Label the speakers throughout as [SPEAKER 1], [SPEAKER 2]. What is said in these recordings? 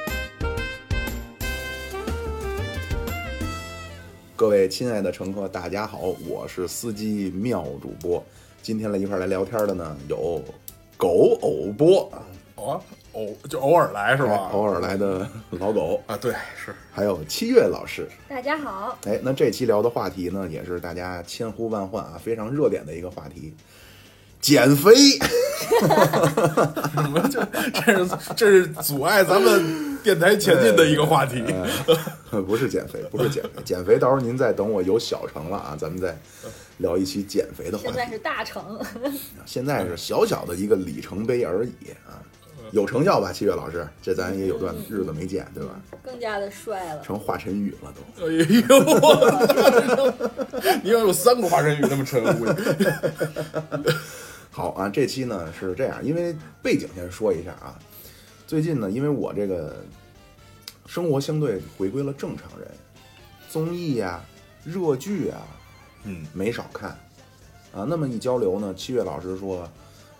[SPEAKER 1] 各位亲爱的乘客，大家好，我是司机妙主播。今天来一块儿来聊天的呢，有狗偶播
[SPEAKER 2] 偶偶哦就偶尔来是
[SPEAKER 1] 哎
[SPEAKER 2] 吧？
[SPEAKER 1] 偶尔来的 老狗，
[SPEAKER 2] 啊，对，是
[SPEAKER 1] 还有七月老师。
[SPEAKER 3] 大家好，
[SPEAKER 1] 哎，那这期聊的话题呢，也是大家千呼万唤啊，非常热点的一个话题——减肥。
[SPEAKER 2] 什么？就这是这是阻碍咱们电台前进的一个话题。
[SPEAKER 1] 不是减肥，不是减肥，减肥到时候您再等我有小成了啊，咱们再聊一期减肥的话
[SPEAKER 3] 现
[SPEAKER 1] 题
[SPEAKER 3] 在。是大成，
[SPEAKER 1] 现在是小小的一个里程碑而已啊，有成效吧，七月老师？这咱也有段日子没见，对吧？
[SPEAKER 3] 更加的帅了。
[SPEAKER 1] 成华晨宇了都。
[SPEAKER 2] 哎呦，哎 你要有三个华晨宇那么沉，我估计
[SPEAKER 1] 好啊，这期呢是这样，因为背景先说一下啊，最近呢，因为我这个生活相对回归了正常人，综艺啊、热剧啊，
[SPEAKER 2] 嗯，
[SPEAKER 1] 没少看啊。那么一交流呢，七月老师说，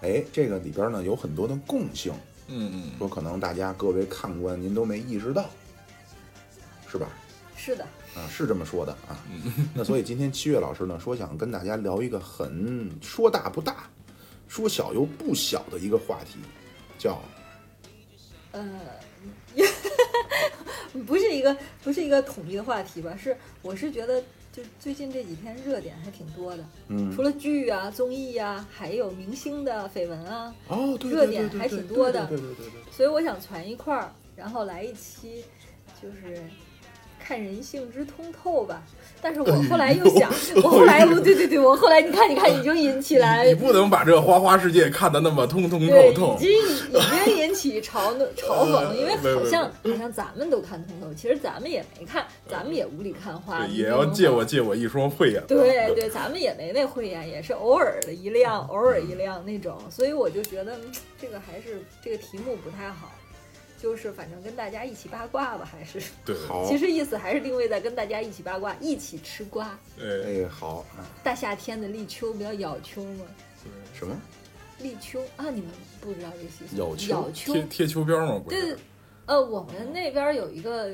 [SPEAKER 1] 哎，这个里边呢有很多的共性，
[SPEAKER 2] 嗯
[SPEAKER 1] 说可能大家各位看官您都没意识到，是吧？
[SPEAKER 3] 是的，
[SPEAKER 1] 啊，是这么说的啊。
[SPEAKER 2] 嗯
[SPEAKER 1] 那所以今天七月老师呢，说想跟大家聊一个很说大不大，说小又不小的一个话题，叫
[SPEAKER 3] 呃， 不是一个不是一个统一的话题吧？是，我是觉得就最近这几天热点还挺多的，
[SPEAKER 1] 嗯
[SPEAKER 3] 除了剧啊、综艺啊，还有明星的绯闻啊，
[SPEAKER 1] 哦，对
[SPEAKER 3] 热
[SPEAKER 1] 对对
[SPEAKER 3] 点
[SPEAKER 1] 对
[SPEAKER 3] 还
[SPEAKER 1] 对
[SPEAKER 3] 挺多的
[SPEAKER 2] 嗯
[SPEAKER 1] 对对对对对
[SPEAKER 3] 所以我想攒一块儿，然后来一期，就是。看人性之通透吧，但
[SPEAKER 1] 哎
[SPEAKER 3] 是我后来又想，我后来我对对对，我后来你看你看已经引起来
[SPEAKER 1] 哎
[SPEAKER 2] 嗯，你不能把这花花世界看得那么通通透
[SPEAKER 3] 对，已
[SPEAKER 2] 透。
[SPEAKER 3] 经已经引起嘲弄嘲讽，因为好像好像咱们都看通透，其实咱们也没看，咱们也无理看花，
[SPEAKER 2] 也要借 我。借我一双慧眼。
[SPEAKER 3] 对对，咱们也没那慧眼，也是偶尔的一亮，偶尔一亮那种，所以我就觉得嗯这个还是这个题目不太好，就是反正跟大家一起八卦吧，还是
[SPEAKER 2] 对，
[SPEAKER 1] 好，
[SPEAKER 3] 其实意思还是定位在跟大家一起八卦，一起吃瓜。
[SPEAKER 2] 哎，
[SPEAKER 1] 哎好啊，
[SPEAKER 3] 大夏天的立秋不要咬秋吗？
[SPEAKER 1] 什么
[SPEAKER 3] 立秋啊，你们不知道这习俗？
[SPEAKER 1] 咬秋
[SPEAKER 3] 咬秋
[SPEAKER 2] 贴贴秋膘嘛，不
[SPEAKER 3] 对
[SPEAKER 2] 是？，
[SPEAKER 3] 呃，我们那边有一个，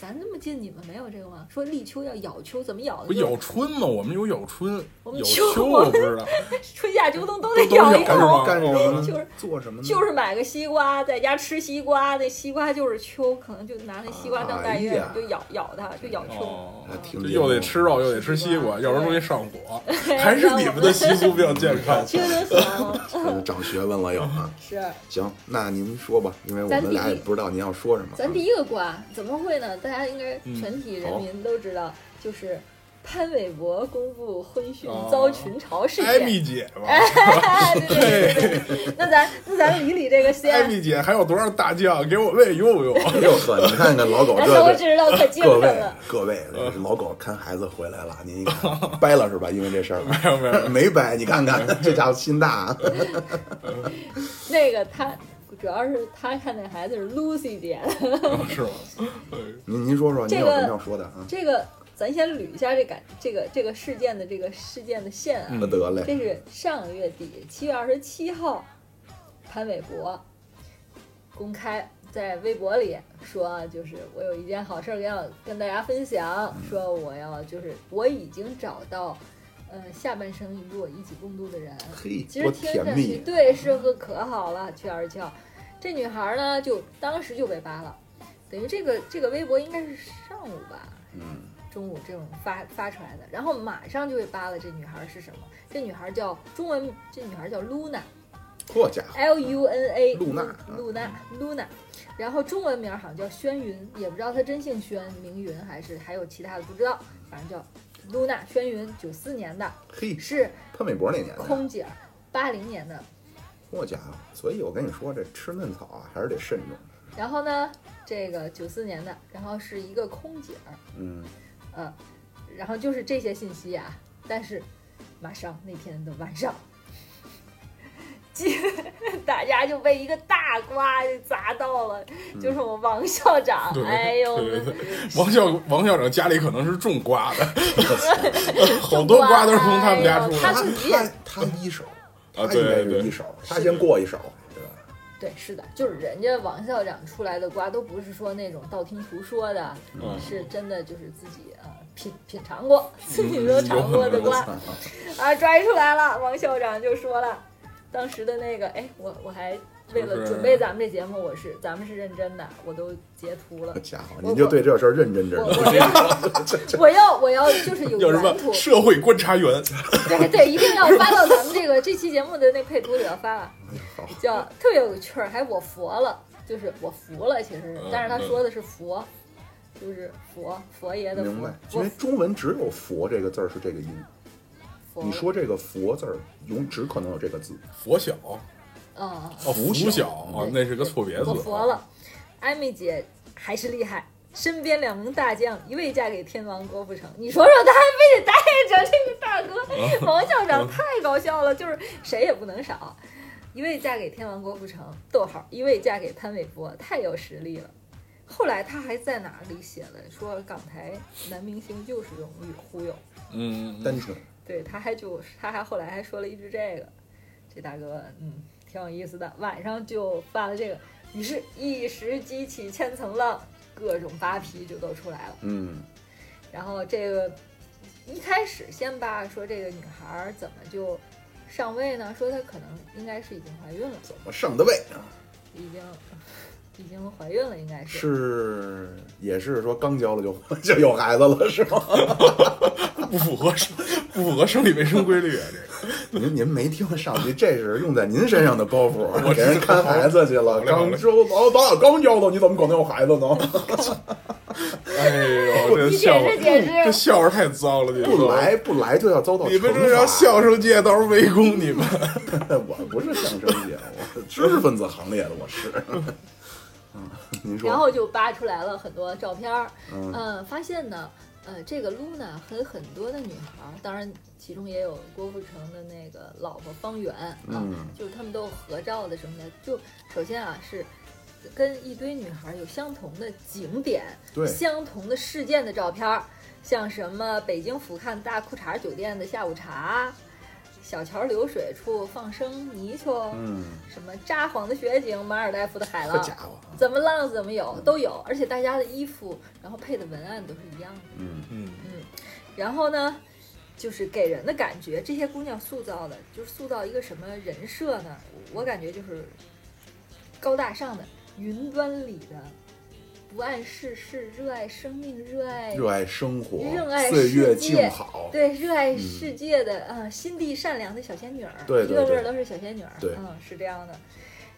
[SPEAKER 3] 咱这么近，你们没有这个吗？说立秋要咬秋，怎么咬
[SPEAKER 2] 不
[SPEAKER 3] 的？
[SPEAKER 2] 咬春吗？我们有咬春，
[SPEAKER 3] 我们
[SPEAKER 2] 有
[SPEAKER 3] 秋啊
[SPEAKER 2] 秋我不知道。
[SPEAKER 3] 春夏秋冬都
[SPEAKER 2] 都
[SPEAKER 3] 得
[SPEAKER 2] 都
[SPEAKER 3] 咬
[SPEAKER 2] 咬
[SPEAKER 3] 一
[SPEAKER 2] 干
[SPEAKER 1] 干
[SPEAKER 2] 是
[SPEAKER 1] 什
[SPEAKER 2] 吗
[SPEAKER 3] 口。
[SPEAKER 1] 么干什么呢？
[SPEAKER 3] 就是
[SPEAKER 1] 做什么呢？
[SPEAKER 3] 就是买个西瓜，在家吃西瓜，那西瓜就是秋，可能就拿那西瓜当代
[SPEAKER 1] 哎
[SPEAKER 3] 言，
[SPEAKER 1] 呀
[SPEAKER 3] 就咬咬它，就咬秋。
[SPEAKER 2] 哦
[SPEAKER 1] 啊，挺
[SPEAKER 2] 这 又得吃肉又得吃西瓜，
[SPEAKER 3] 对
[SPEAKER 2] 要不然容易上 火。还是你们的习俗比较健康。
[SPEAKER 3] 秋冬喜欢吗？
[SPEAKER 1] 呃长学问了又啊。
[SPEAKER 3] 是。
[SPEAKER 1] 行，那您说吧，因为我
[SPEAKER 3] 咱
[SPEAKER 1] 们俩
[SPEAKER 3] 第
[SPEAKER 1] 也
[SPEAKER 3] 一
[SPEAKER 1] 不知道您要说什么啊。
[SPEAKER 3] 咱第一个瓜怎么会呢？大家应该全体人民都知道，就是潘玮柏公布婚讯
[SPEAKER 2] 哦
[SPEAKER 3] 遭群嘲事
[SPEAKER 2] 艾
[SPEAKER 3] 件。
[SPEAKER 2] 米姐吧，
[SPEAKER 3] 哎对对对对，那咱那咱们理理这个
[SPEAKER 2] 艾
[SPEAKER 3] 先。
[SPEAKER 2] 米姐还有多少大酱给我喂用 用？
[SPEAKER 1] 哎呦呵，你看看老狗
[SPEAKER 3] 哎，
[SPEAKER 1] 这
[SPEAKER 3] 手
[SPEAKER 1] 个。
[SPEAKER 3] 指头可精
[SPEAKER 1] 各
[SPEAKER 3] 神
[SPEAKER 1] 位
[SPEAKER 3] 了，
[SPEAKER 1] 各位，老狗看孩子回来了，您一看掰了是吧？因为这事儿
[SPEAKER 2] 没有没有，
[SPEAKER 1] 没掰，你看看这家伙心大啊。
[SPEAKER 3] 那个他主要是他看那孩子是 Lucy 姐，
[SPEAKER 2] 哦是吗？哎
[SPEAKER 1] 您您说说，您
[SPEAKER 3] 这
[SPEAKER 1] 有
[SPEAKER 3] 个
[SPEAKER 1] 什么要说的啊？
[SPEAKER 3] 这个咱先捋一下这感这个这个事件的这个事件的线啊，
[SPEAKER 1] 那得嘞，
[SPEAKER 3] 这是上个月底七月二十七号，潘玮柏公开在微博里说，啊就是我有一件好事儿要跟大家分享，
[SPEAKER 1] 嗯
[SPEAKER 3] 说我要就是我已经找到，呃，下半生与我一起共度的人。
[SPEAKER 1] 嘿，
[SPEAKER 3] 其
[SPEAKER 1] 多
[SPEAKER 3] 实听
[SPEAKER 1] 甜
[SPEAKER 3] 着
[SPEAKER 1] 蜜
[SPEAKER 3] 是，对，是和可好了，去二十七号，这女孩呢就当时就被扒了，等于这个这个微博应该是上午吧，
[SPEAKER 1] 嗯，
[SPEAKER 3] 中午这种发发出来的，然后马上就被扒了。这女孩是什么？这女孩叫中文，这女孩叫 Luna，L
[SPEAKER 1] 好家伙，
[SPEAKER 3] U N A，
[SPEAKER 1] 露娜
[SPEAKER 3] 露娜，Luna。然
[SPEAKER 1] 嗯
[SPEAKER 3] 后中文名好像叫轩云，也不知道她真姓轩，名云还是还有其他的不知道，反正叫 Luna 轩云，九四年的，
[SPEAKER 1] 嘿，
[SPEAKER 3] 是
[SPEAKER 1] 潘玮柏那年代，
[SPEAKER 3] 空姐，八零年的。
[SPEAKER 1] 好家伙，所以我跟你说，这吃嫩草啊，还是得慎重。
[SPEAKER 3] 然后呢，这个九四年的，呃然后是一个空姐儿，
[SPEAKER 1] 嗯，
[SPEAKER 3] 嗯，然后就是这些信息啊。但是马上那天的晚上， 大家就被一个大瓜就砸到了，就是我们王校长，
[SPEAKER 2] 嗯对
[SPEAKER 3] 哎呦，
[SPEAKER 2] 对对王校王校长家里可能是种瓜 的，好多
[SPEAKER 3] 种
[SPEAKER 2] 瓜
[SPEAKER 3] 瓜
[SPEAKER 2] 都是从他们家出来
[SPEAKER 3] 哎呦他
[SPEAKER 1] 他
[SPEAKER 2] 的。
[SPEAKER 1] 他他一手，
[SPEAKER 2] 啊
[SPEAKER 1] 他
[SPEAKER 2] 对
[SPEAKER 1] 应该
[SPEAKER 2] 对
[SPEAKER 1] 是一手，他先过一手，对吧？
[SPEAKER 3] 对，是的，就是人家王校长出来的瓜都不是说那种道听途说的，
[SPEAKER 2] 嗯
[SPEAKER 3] 是真的就是自己啊、呃品品尝过，自己都尝过的
[SPEAKER 2] 有可能
[SPEAKER 3] 瓜啊摘出来了。王校长就说了，当时的那个，哎，我我还为
[SPEAKER 2] 就是
[SPEAKER 3] 了准备咱们这节目，我是咱们是认真的，我都截图了
[SPEAKER 1] 好。家伙，
[SPEAKER 3] 我
[SPEAKER 1] 您就对这事儿认真着
[SPEAKER 3] 我
[SPEAKER 1] 呢。
[SPEAKER 3] 我要我要我要就是有
[SPEAKER 2] 叫什
[SPEAKER 3] 原图
[SPEAKER 2] 么，社会观察员？
[SPEAKER 3] 对对，一定要发到咱们这个这期节目的那配图里要发了。
[SPEAKER 1] 好，
[SPEAKER 3] 叫特别有趣儿，还我佛了，就是我服了，其实是
[SPEAKER 2] 嗯，
[SPEAKER 3] 但是他说的是佛，就是佛佛爷的
[SPEAKER 1] 明
[SPEAKER 3] 佛
[SPEAKER 1] 白，，因
[SPEAKER 3] 我
[SPEAKER 1] 为中文只有“佛”这个字儿是这个音，
[SPEAKER 3] 佛了。
[SPEAKER 1] 你说这个“佛”字儿，永只可能有这个字。
[SPEAKER 2] 佛小
[SPEAKER 3] 嗯，
[SPEAKER 2] 哦，福
[SPEAKER 1] 小
[SPEAKER 2] 小啊，那是个错别字。啊
[SPEAKER 3] 我佛了。艾米姐还是厉害，身边两名大将，一位嫁给天王郭富城，你说说他还非得带着这个大
[SPEAKER 2] 嗯
[SPEAKER 3] 哥王校长，太搞笑了，就是谁也不能少。一位嫁给天王郭富城，逗号，一位嫁给潘玮柏，太有实力了。后来他还在哪里写了说港台男明星就是容易忽悠，
[SPEAKER 2] 嗯，
[SPEAKER 1] 单纯，
[SPEAKER 3] 对，他还就他还后来还说了一句这个，这大哥嗯挺有意思的，晚上就发了这个，于是一石激起千层浪，各种扒皮就都出来了。
[SPEAKER 1] 嗯，
[SPEAKER 3] 然后这个一开始先扒说这个女孩儿怎么就上位呢？说她可能应该是已经怀孕了，
[SPEAKER 1] 怎么上的位啊？
[SPEAKER 3] 已经已经怀孕了，应该是
[SPEAKER 1] 是也是说刚交了就 就有孩子了是吗？
[SPEAKER 2] 不符合生不符合生理卫生规律啊！这
[SPEAKER 1] 您您没听上集，这是用在您身上的包 袱，啊
[SPEAKER 2] 我
[SPEAKER 1] 给人看孩子去了，
[SPEAKER 2] 我
[SPEAKER 1] 刚收哦，咱俩刚交的，你怎么可能有孩子 呢？
[SPEAKER 2] 个，哎呦，这
[SPEAKER 3] 你解释
[SPEAKER 2] 笑话
[SPEAKER 3] 解释
[SPEAKER 2] 这笑话太糟了，你
[SPEAKER 1] 不
[SPEAKER 2] 说
[SPEAKER 1] 来不来就要遭到
[SPEAKER 2] 你们这
[SPEAKER 1] 惩
[SPEAKER 2] 让
[SPEAKER 1] 罚。
[SPEAKER 2] 相声界到时候围攻你们。
[SPEAKER 1] 我不是相声界，我是知识分子行列的，我是。 嗯，您说，
[SPEAKER 3] 然后就扒出来了很多照片儿，
[SPEAKER 1] 嗯
[SPEAKER 3] 呃，发现呢，呃，这个 Luna 和很多的女孩儿，当然其中也有郭富城的那个老婆方圆啊，
[SPEAKER 1] 嗯
[SPEAKER 3] 就是他们都有合照的什么的。就首先啊是。跟一堆女孩儿有相同的景点、
[SPEAKER 1] 对
[SPEAKER 3] 相同的事件的照片儿，像什么北京俯瞰大裤衩酒店的下午茶，小桥流水处放生泥鳅，
[SPEAKER 1] 嗯，
[SPEAKER 3] 什么札幌的雪景、马尔代夫的海
[SPEAKER 1] 这
[SPEAKER 3] 浪，
[SPEAKER 1] 家伙，
[SPEAKER 3] 怎么浪怎么有都有，而且大家的衣服，然后配的文案都是一样的。
[SPEAKER 1] 嗯，
[SPEAKER 2] 嗯，
[SPEAKER 3] 然后呢，就是给人的感觉，这些姑娘塑造的，就是塑造一个什么人设呢？我感觉就是高大上的、云端里的，不谙世事，热爱生命，热爱
[SPEAKER 1] 热爱生活
[SPEAKER 3] 热爱，世界
[SPEAKER 1] 岁月静好，
[SPEAKER 3] 对热爱世界的啊、呃心地善良的小仙女儿，
[SPEAKER 1] 嗯对对
[SPEAKER 3] 一个个
[SPEAKER 1] 对
[SPEAKER 3] 儿都是小仙女儿，
[SPEAKER 1] 对
[SPEAKER 3] 嗯，是这样的。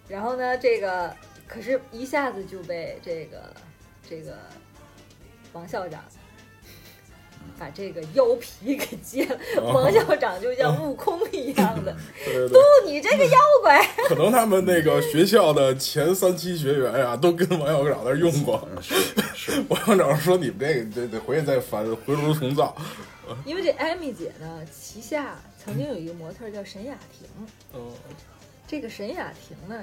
[SPEAKER 3] 然后呢，这个可是一下子就被这个这个王校长
[SPEAKER 1] 嗯
[SPEAKER 3] 把这个妖皮给揭了，
[SPEAKER 1] 哦
[SPEAKER 3] 王校长就像悟空一样
[SPEAKER 1] 嗯
[SPEAKER 3] 的，
[SPEAKER 2] 对对对
[SPEAKER 3] 不，你这个妖怪，
[SPEAKER 2] 可能他们那个学校的前三期学员啊，都跟王校长那儿用过。
[SPEAKER 1] 嗯是是，
[SPEAKER 2] 王校长说：“你们这个得得回去再翻回炉重造。
[SPEAKER 1] 嗯
[SPEAKER 3] 因为这艾米姐呢，旗下曾经有一个模特儿叫沈雅婷，”
[SPEAKER 2] 嗯，
[SPEAKER 3] 这个沈雅婷呢，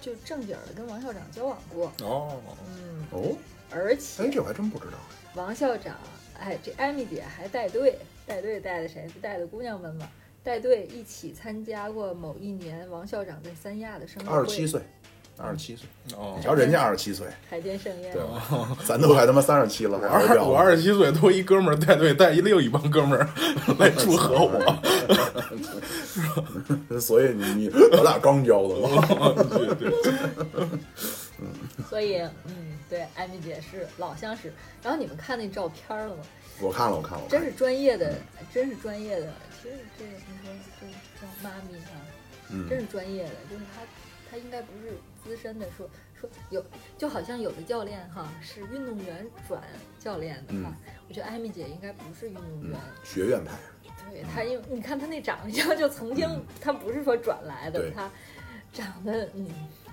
[SPEAKER 3] 就正经儿的跟王校长交往过，
[SPEAKER 2] 哦，
[SPEAKER 3] 嗯，
[SPEAKER 1] 哦，
[SPEAKER 3] 而
[SPEAKER 1] 哎，
[SPEAKER 3] 且
[SPEAKER 1] 这我还真不知道，
[SPEAKER 3] 王校长，哎，这艾米姐还带队，带队带的谁？带的姑娘们嘛，带队一起参加过某一年王校长在三亚的生日会，
[SPEAKER 1] 二十七岁，二十七岁，
[SPEAKER 2] 哦
[SPEAKER 1] 你瞧人家二十七岁，
[SPEAKER 3] 海天盛宴
[SPEAKER 1] 对。吧？ 咱都快他妈三十七了，
[SPEAKER 2] 我
[SPEAKER 1] 还是
[SPEAKER 2] 二
[SPEAKER 1] 要
[SPEAKER 2] 我二十七岁，都一哥们儿带队带一另一帮哥们儿
[SPEAKER 1] 嗯
[SPEAKER 2] 来祝贺我。
[SPEAKER 1] 所以你你我俩刚交的 嘛，
[SPEAKER 2] 对对，
[SPEAKER 1] 啊
[SPEAKER 3] 所以，嗯，对，艾米姐是老相识。然后你们看那照片了吗？
[SPEAKER 1] 我看了我看了，我看
[SPEAKER 3] 真
[SPEAKER 1] 了
[SPEAKER 3] 是专业的，真是专业的。其实这个你说这个叫妈咪啊，真
[SPEAKER 1] 嗯，
[SPEAKER 3] 是专业的，就是他，他应该不是资深的说说有，就好像有的教练哈是运动员转教练的哈，
[SPEAKER 2] 嗯
[SPEAKER 3] 我觉得艾米姐应该不是运动员，
[SPEAKER 1] 学院派，
[SPEAKER 3] 对她因为你
[SPEAKER 2] 嗯
[SPEAKER 3] 看她那长相就曾经，她不是说转来的，
[SPEAKER 1] 对
[SPEAKER 3] 她长得嗯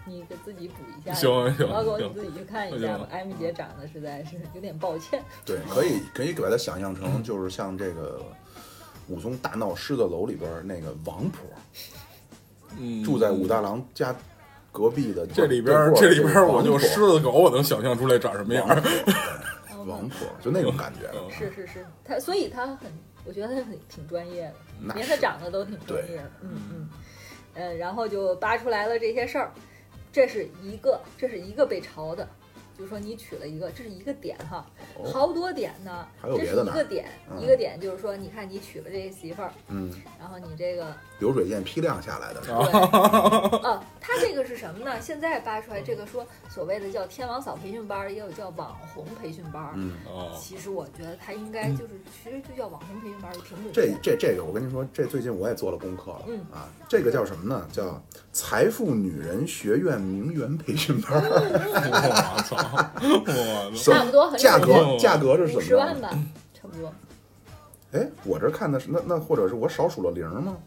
[SPEAKER 3] 你给自己补一
[SPEAKER 1] 嗯
[SPEAKER 3] 下。
[SPEAKER 2] 行行
[SPEAKER 3] 老狗你
[SPEAKER 2] 行，
[SPEAKER 3] 自己去看一
[SPEAKER 2] 行
[SPEAKER 3] 下吧。艾米姐长得实在是有点抱歉。
[SPEAKER 1] 对，
[SPEAKER 2] 嗯
[SPEAKER 1] 可以可以把它想象成就是像这个武松大闹狮子楼里边儿那个王婆，
[SPEAKER 2] 嗯
[SPEAKER 1] 住在武大郎家隔壁的
[SPEAKER 2] 这里边儿，
[SPEAKER 1] 对过
[SPEAKER 2] 这里边儿
[SPEAKER 1] 王
[SPEAKER 2] 我就
[SPEAKER 1] 婆
[SPEAKER 2] 狮子狗，我能想象出来长什么样儿。
[SPEAKER 1] 王婆，就那种感觉。
[SPEAKER 2] 嗯
[SPEAKER 3] 嗯是是是，他所以他很，我觉得他很挺专业的，
[SPEAKER 1] 那
[SPEAKER 3] 连
[SPEAKER 1] 是
[SPEAKER 3] 他长得都挺专业的。嗯嗯，呃，然后就扒出来了这些事儿，这是一个，这是一个被嘲的，就说你取了一个，这是一个点哈，
[SPEAKER 1] 哦
[SPEAKER 3] 好多点呢，
[SPEAKER 1] 还有
[SPEAKER 3] 这
[SPEAKER 1] 别
[SPEAKER 3] 是
[SPEAKER 1] 的
[SPEAKER 3] 一
[SPEAKER 1] 呢
[SPEAKER 3] 个点，
[SPEAKER 1] 嗯
[SPEAKER 3] 一个点就是说，你看你娶了这个媳妇儿，
[SPEAKER 1] 嗯，
[SPEAKER 3] 然后你 这个
[SPEAKER 1] 流水线批量下来的，
[SPEAKER 3] 对，啊，他这个是什么呢？现在扒出来这个说所谓的叫天王嫂培训班儿，也有叫网红培训班儿。
[SPEAKER 1] 嗯，
[SPEAKER 2] 哦，
[SPEAKER 3] 其实我觉得他应该就是，其实就叫网红培训班儿就挺准
[SPEAKER 1] 这
[SPEAKER 3] 确的。
[SPEAKER 1] 这这个我跟你说，这最近我也做了功课了，
[SPEAKER 3] 嗯
[SPEAKER 1] 啊，这个叫什么呢？叫财富女人学院名媛培训班儿，
[SPEAKER 2] 我操，我操，
[SPEAKER 3] 嗯差不多很
[SPEAKER 1] 价格
[SPEAKER 2] 哦
[SPEAKER 1] 价格是
[SPEAKER 3] 五
[SPEAKER 1] 怎么
[SPEAKER 3] 十
[SPEAKER 1] 着
[SPEAKER 3] 万
[SPEAKER 1] 呢？
[SPEAKER 3] 吧，差不多。
[SPEAKER 1] 哎，我这看的是那那或者是我少数了零吗？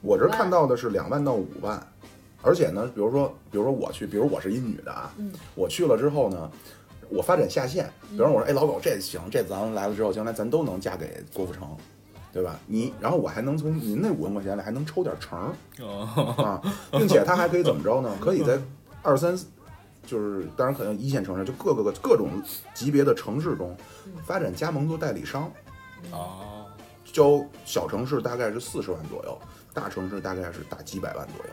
[SPEAKER 1] 我这看到的是两万到五万，而且呢，比如说比如说我去，比如我是一女的啊，
[SPEAKER 3] 嗯
[SPEAKER 1] 我去了之后呢。我发展下线，比方说我说，哎，老狗这行，这咱们来了之后，将来咱都能嫁给郭富城，对吧？你，然后我还能从您那五万块钱里还能抽点成儿，
[SPEAKER 2] 哦
[SPEAKER 1] 啊，并且它还可以怎么着呢？可以在二三，就是当然可能一线城市，就各个个各种级别的城市中发展加盟做代理商，
[SPEAKER 2] 哦，
[SPEAKER 1] 教小城市大概是四十万左右，大城市大概是大几百万左右。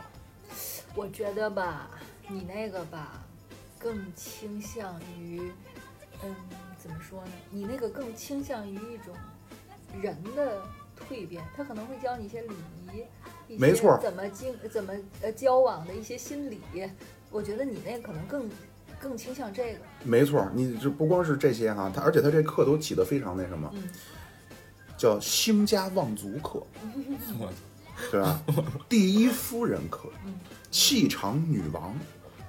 [SPEAKER 3] 我觉得吧，你那个吧，更倾向于，嗯，怎么说呢？你那个更倾向于一种人的蜕变，他可能会教你一些礼仪，一些
[SPEAKER 1] 没错
[SPEAKER 3] 怎么经怎么呃交往的一些心理。我觉得你那可能更更倾向这个，
[SPEAKER 1] 没错，你这不光是这些哈、它而且它这课都起得非常那什么，
[SPEAKER 3] 嗯
[SPEAKER 1] 叫兴家望族课，
[SPEAKER 2] 我操
[SPEAKER 1] 对吧？第一夫人课
[SPEAKER 3] 嗯，
[SPEAKER 1] 气场女王，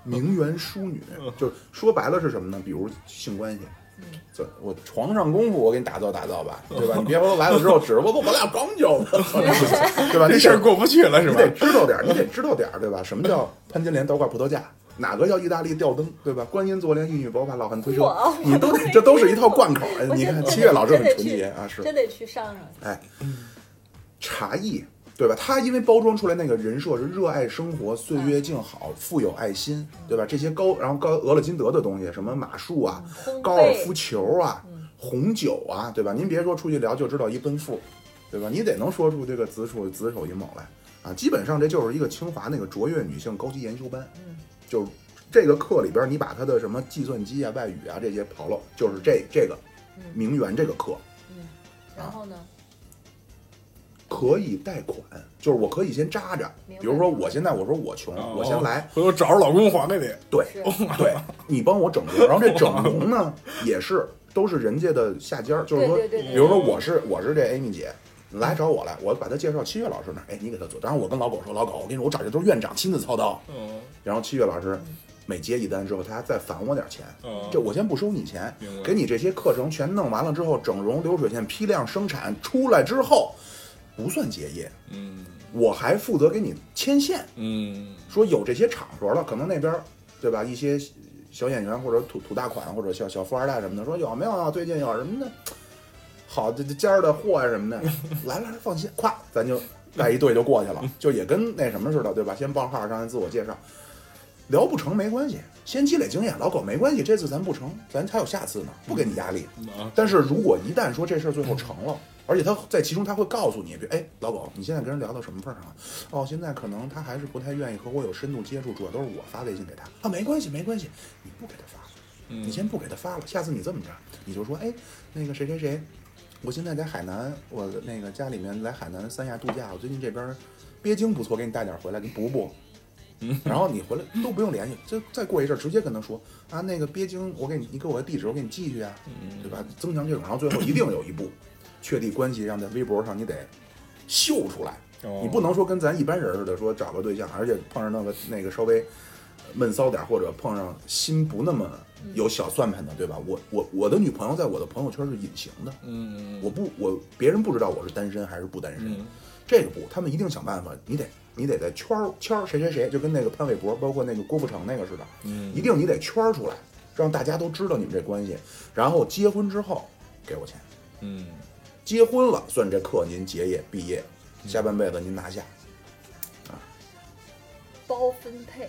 [SPEAKER 1] 名媛淑女，就是说白了是什么呢？比如性关系。
[SPEAKER 3] 嗯，
[SPEAKER 1] 这我床上功夫我给你打造打造吧，对吧？你别说来了之后指着我我俩刚交 的，对吧？
[SPEAKER 2] 这
[SPEAKER 1] 你
[SPEAKER 2] 事
[SPEAKER 1] 得
[SPEAKER 2] 儿过不去了是
[SPEAKER 1] 你
[SPEAKER 2] 吧？
[SPEAKER 1] 得知道点儿，你得知道点儿，对吧？什么叫潘金莲倒挂葡萄架？哪个叫意大利吊灯，对吧？观音坐莲，玉女宝马，老汉推车
[SPEAKER 3] 哇，
[SPEAKER 1] 你都得这都是一套贯口。哎
[SPEAKER 3] 我
[SPEAKER 1] 你
[SPEAKER 3] 现
[SPEAKER 1] 看
[SPEAKER 3] 在
[SPEAKER 1] 七月老师很
[SPEAKER 3] 真得
[SPEAKER 1] 纯
[SPEAKER 3] 去
[SPEAKER 1] 洁啊，是
[SPEAKER 3] 真得去上上。
[SPEAKER 1] 茶艺，对吧？他因为包装出来那个人设是热爱生活、岁
[SPEAKER 3] 嗯
[SPEAKER 1] 月静好、富有爱心，对吧？这些高，然后高俄勒金德的东西，什么马术啊、
[SPEAKER 3] 嗯烘
[SPEAKER 1] 高尔
[SPEAKER 3] 焙
[SPEAKER 1] 夫球啊、
[SPEAKER 3] 嗯
[SPEAKER 1] 红酒啊，对吧？您别说出去聊就知道一奔富，对吧？你得能说出这个子丑子丑寅卯来啊！基本上这就是一个清华那个卓越女性高级研修班，
[SPEAKER 3] 嗯，
[SPEAKER 1] 就是这个课里边，你把他的什么计算机啊、外语啊这些刨了，就是这这个
[SPEAKER 3] 嗯
[SPEAKER 1] 名媛这个课。
[SPEAKER 3] 嗯，
[SPEAKER 1] 啊
[SPEAKER 3] 然后呢？
[SPEAKER 1] 可以贷款，就是我可以先扎着，
[SPEAKER 3] 明白
[SPEAKER 1] 比如说我现在我说我穷，
[SPEAKER 2] 哦
[SPEAKER 1] 我 先来，
[SPEAKER 2] 回头找着老公还给你。
[SPEAKER 1] 对哦
[SPEAKER 3] 是
[SPEAKER 1] 对，你帮我整容，然后这整容呢也是都是人家的下家，就是
[SPEAKER 3] 对
[SPEAKER 1] 说，
[SPEAKER 3] 对对对，
[SPEAKER 1] 比如说我是我是这 Amy 姐。你来找我来，我把她介绍七月老师那儿，哎，你给她做。当然我跟老狗说，老狗，我跟你说，我找的都是院长亲自操刀。
[SPEAKER 2] 嗯
[SPEAKER 1] 然后七月老师每接一单之后，他还再返我点钱，
[SPEAKER 2] 嗯，
[SPEAKER 1] 这我先不收你钱
[SPEAKER 2] 明白，
[SPEAKER 1] 给你这些课程全弄完了之后，整容、流水线批量生产出来之后，不算结业，
[SPEAKER 2] 嗯
[SPEAKER 1] 我还负责给你牵线，
[SPEAKER 2] 嗯
[SPEAKER 1] 说有这些场合了，可能那边儿对吧，一些小演员或者土土大款或者小小富二代什么的，说有没有啊？最近有什么的好这这尖儿的货呀、什么的，来来来，放心，咵，咱就带一队就过去了，就也跟那什么似的，对吧？先报号，让人自我介绍，聊不成没关系，先积累经验，老狗没关系，这次咱不成，咱还有下次呢，不给你压力。
[SPEAKER 2] 啊
[SPEAKER 1] 但是如果一旦说这事儿最后成了，而且他在其中他会告诉你，比如哎，老狗，你现在跟人聊到什么份儿上了？哦，现在可能他还是不太愿意和我有深度接触，主要都是我发微信给他。啊，没关系，没关系，你不给他发，
[SPEAKER 2] 嗯，
[SPEAKER 1] 你先不给他发了，下次你这么着，你就说，哎，那个谁谁谁，我现在在海南，我那个家里面来海南三亚度假，我最近这边儿鳖精不错，给你带点儿回来，给你补补。然后你回来都不用联系，就再过一阵儿直接跟他说啊，那个鳖精，我给你，你给我个地址，我给你寄去啊，对吧？增强这种，然后最后一定有一步，确立关系，让在微博上你得秀出来，
[SPEAKER 2] 哦
[SPEAKER 1] 你不能说跟咱一般人似的说找个对象，而且碰上那个那个稍微闷骚点儿，或者碰上心不那么有小算盘的，对吧？我我我的女朋友在我的朋友圈是隐形的，
[SPEAKER 2] 嗯
[SPEAKER 1] 我不我别人不知道我是单身还是不单身，
[SPEAKER 2] 嗯
[SPEAKER 1] 这个不，他们一定想办法，你得你得在圈儿圈儿谁谁谁，就跟那个潘玮柏，包括那个郭富城那个似的，
[SPEAKER 2] 嗯
[SPEAKER 1] 一定你得圈儿出来，让大家都知道你们这关系，然后结婚之后给我钱，
[SPEAKER 2] 嗯，
[SPEAKER 1] 结婚了算这课您结业毕业，下半辈子您拿下。
[SPEAKER 3] 包分配。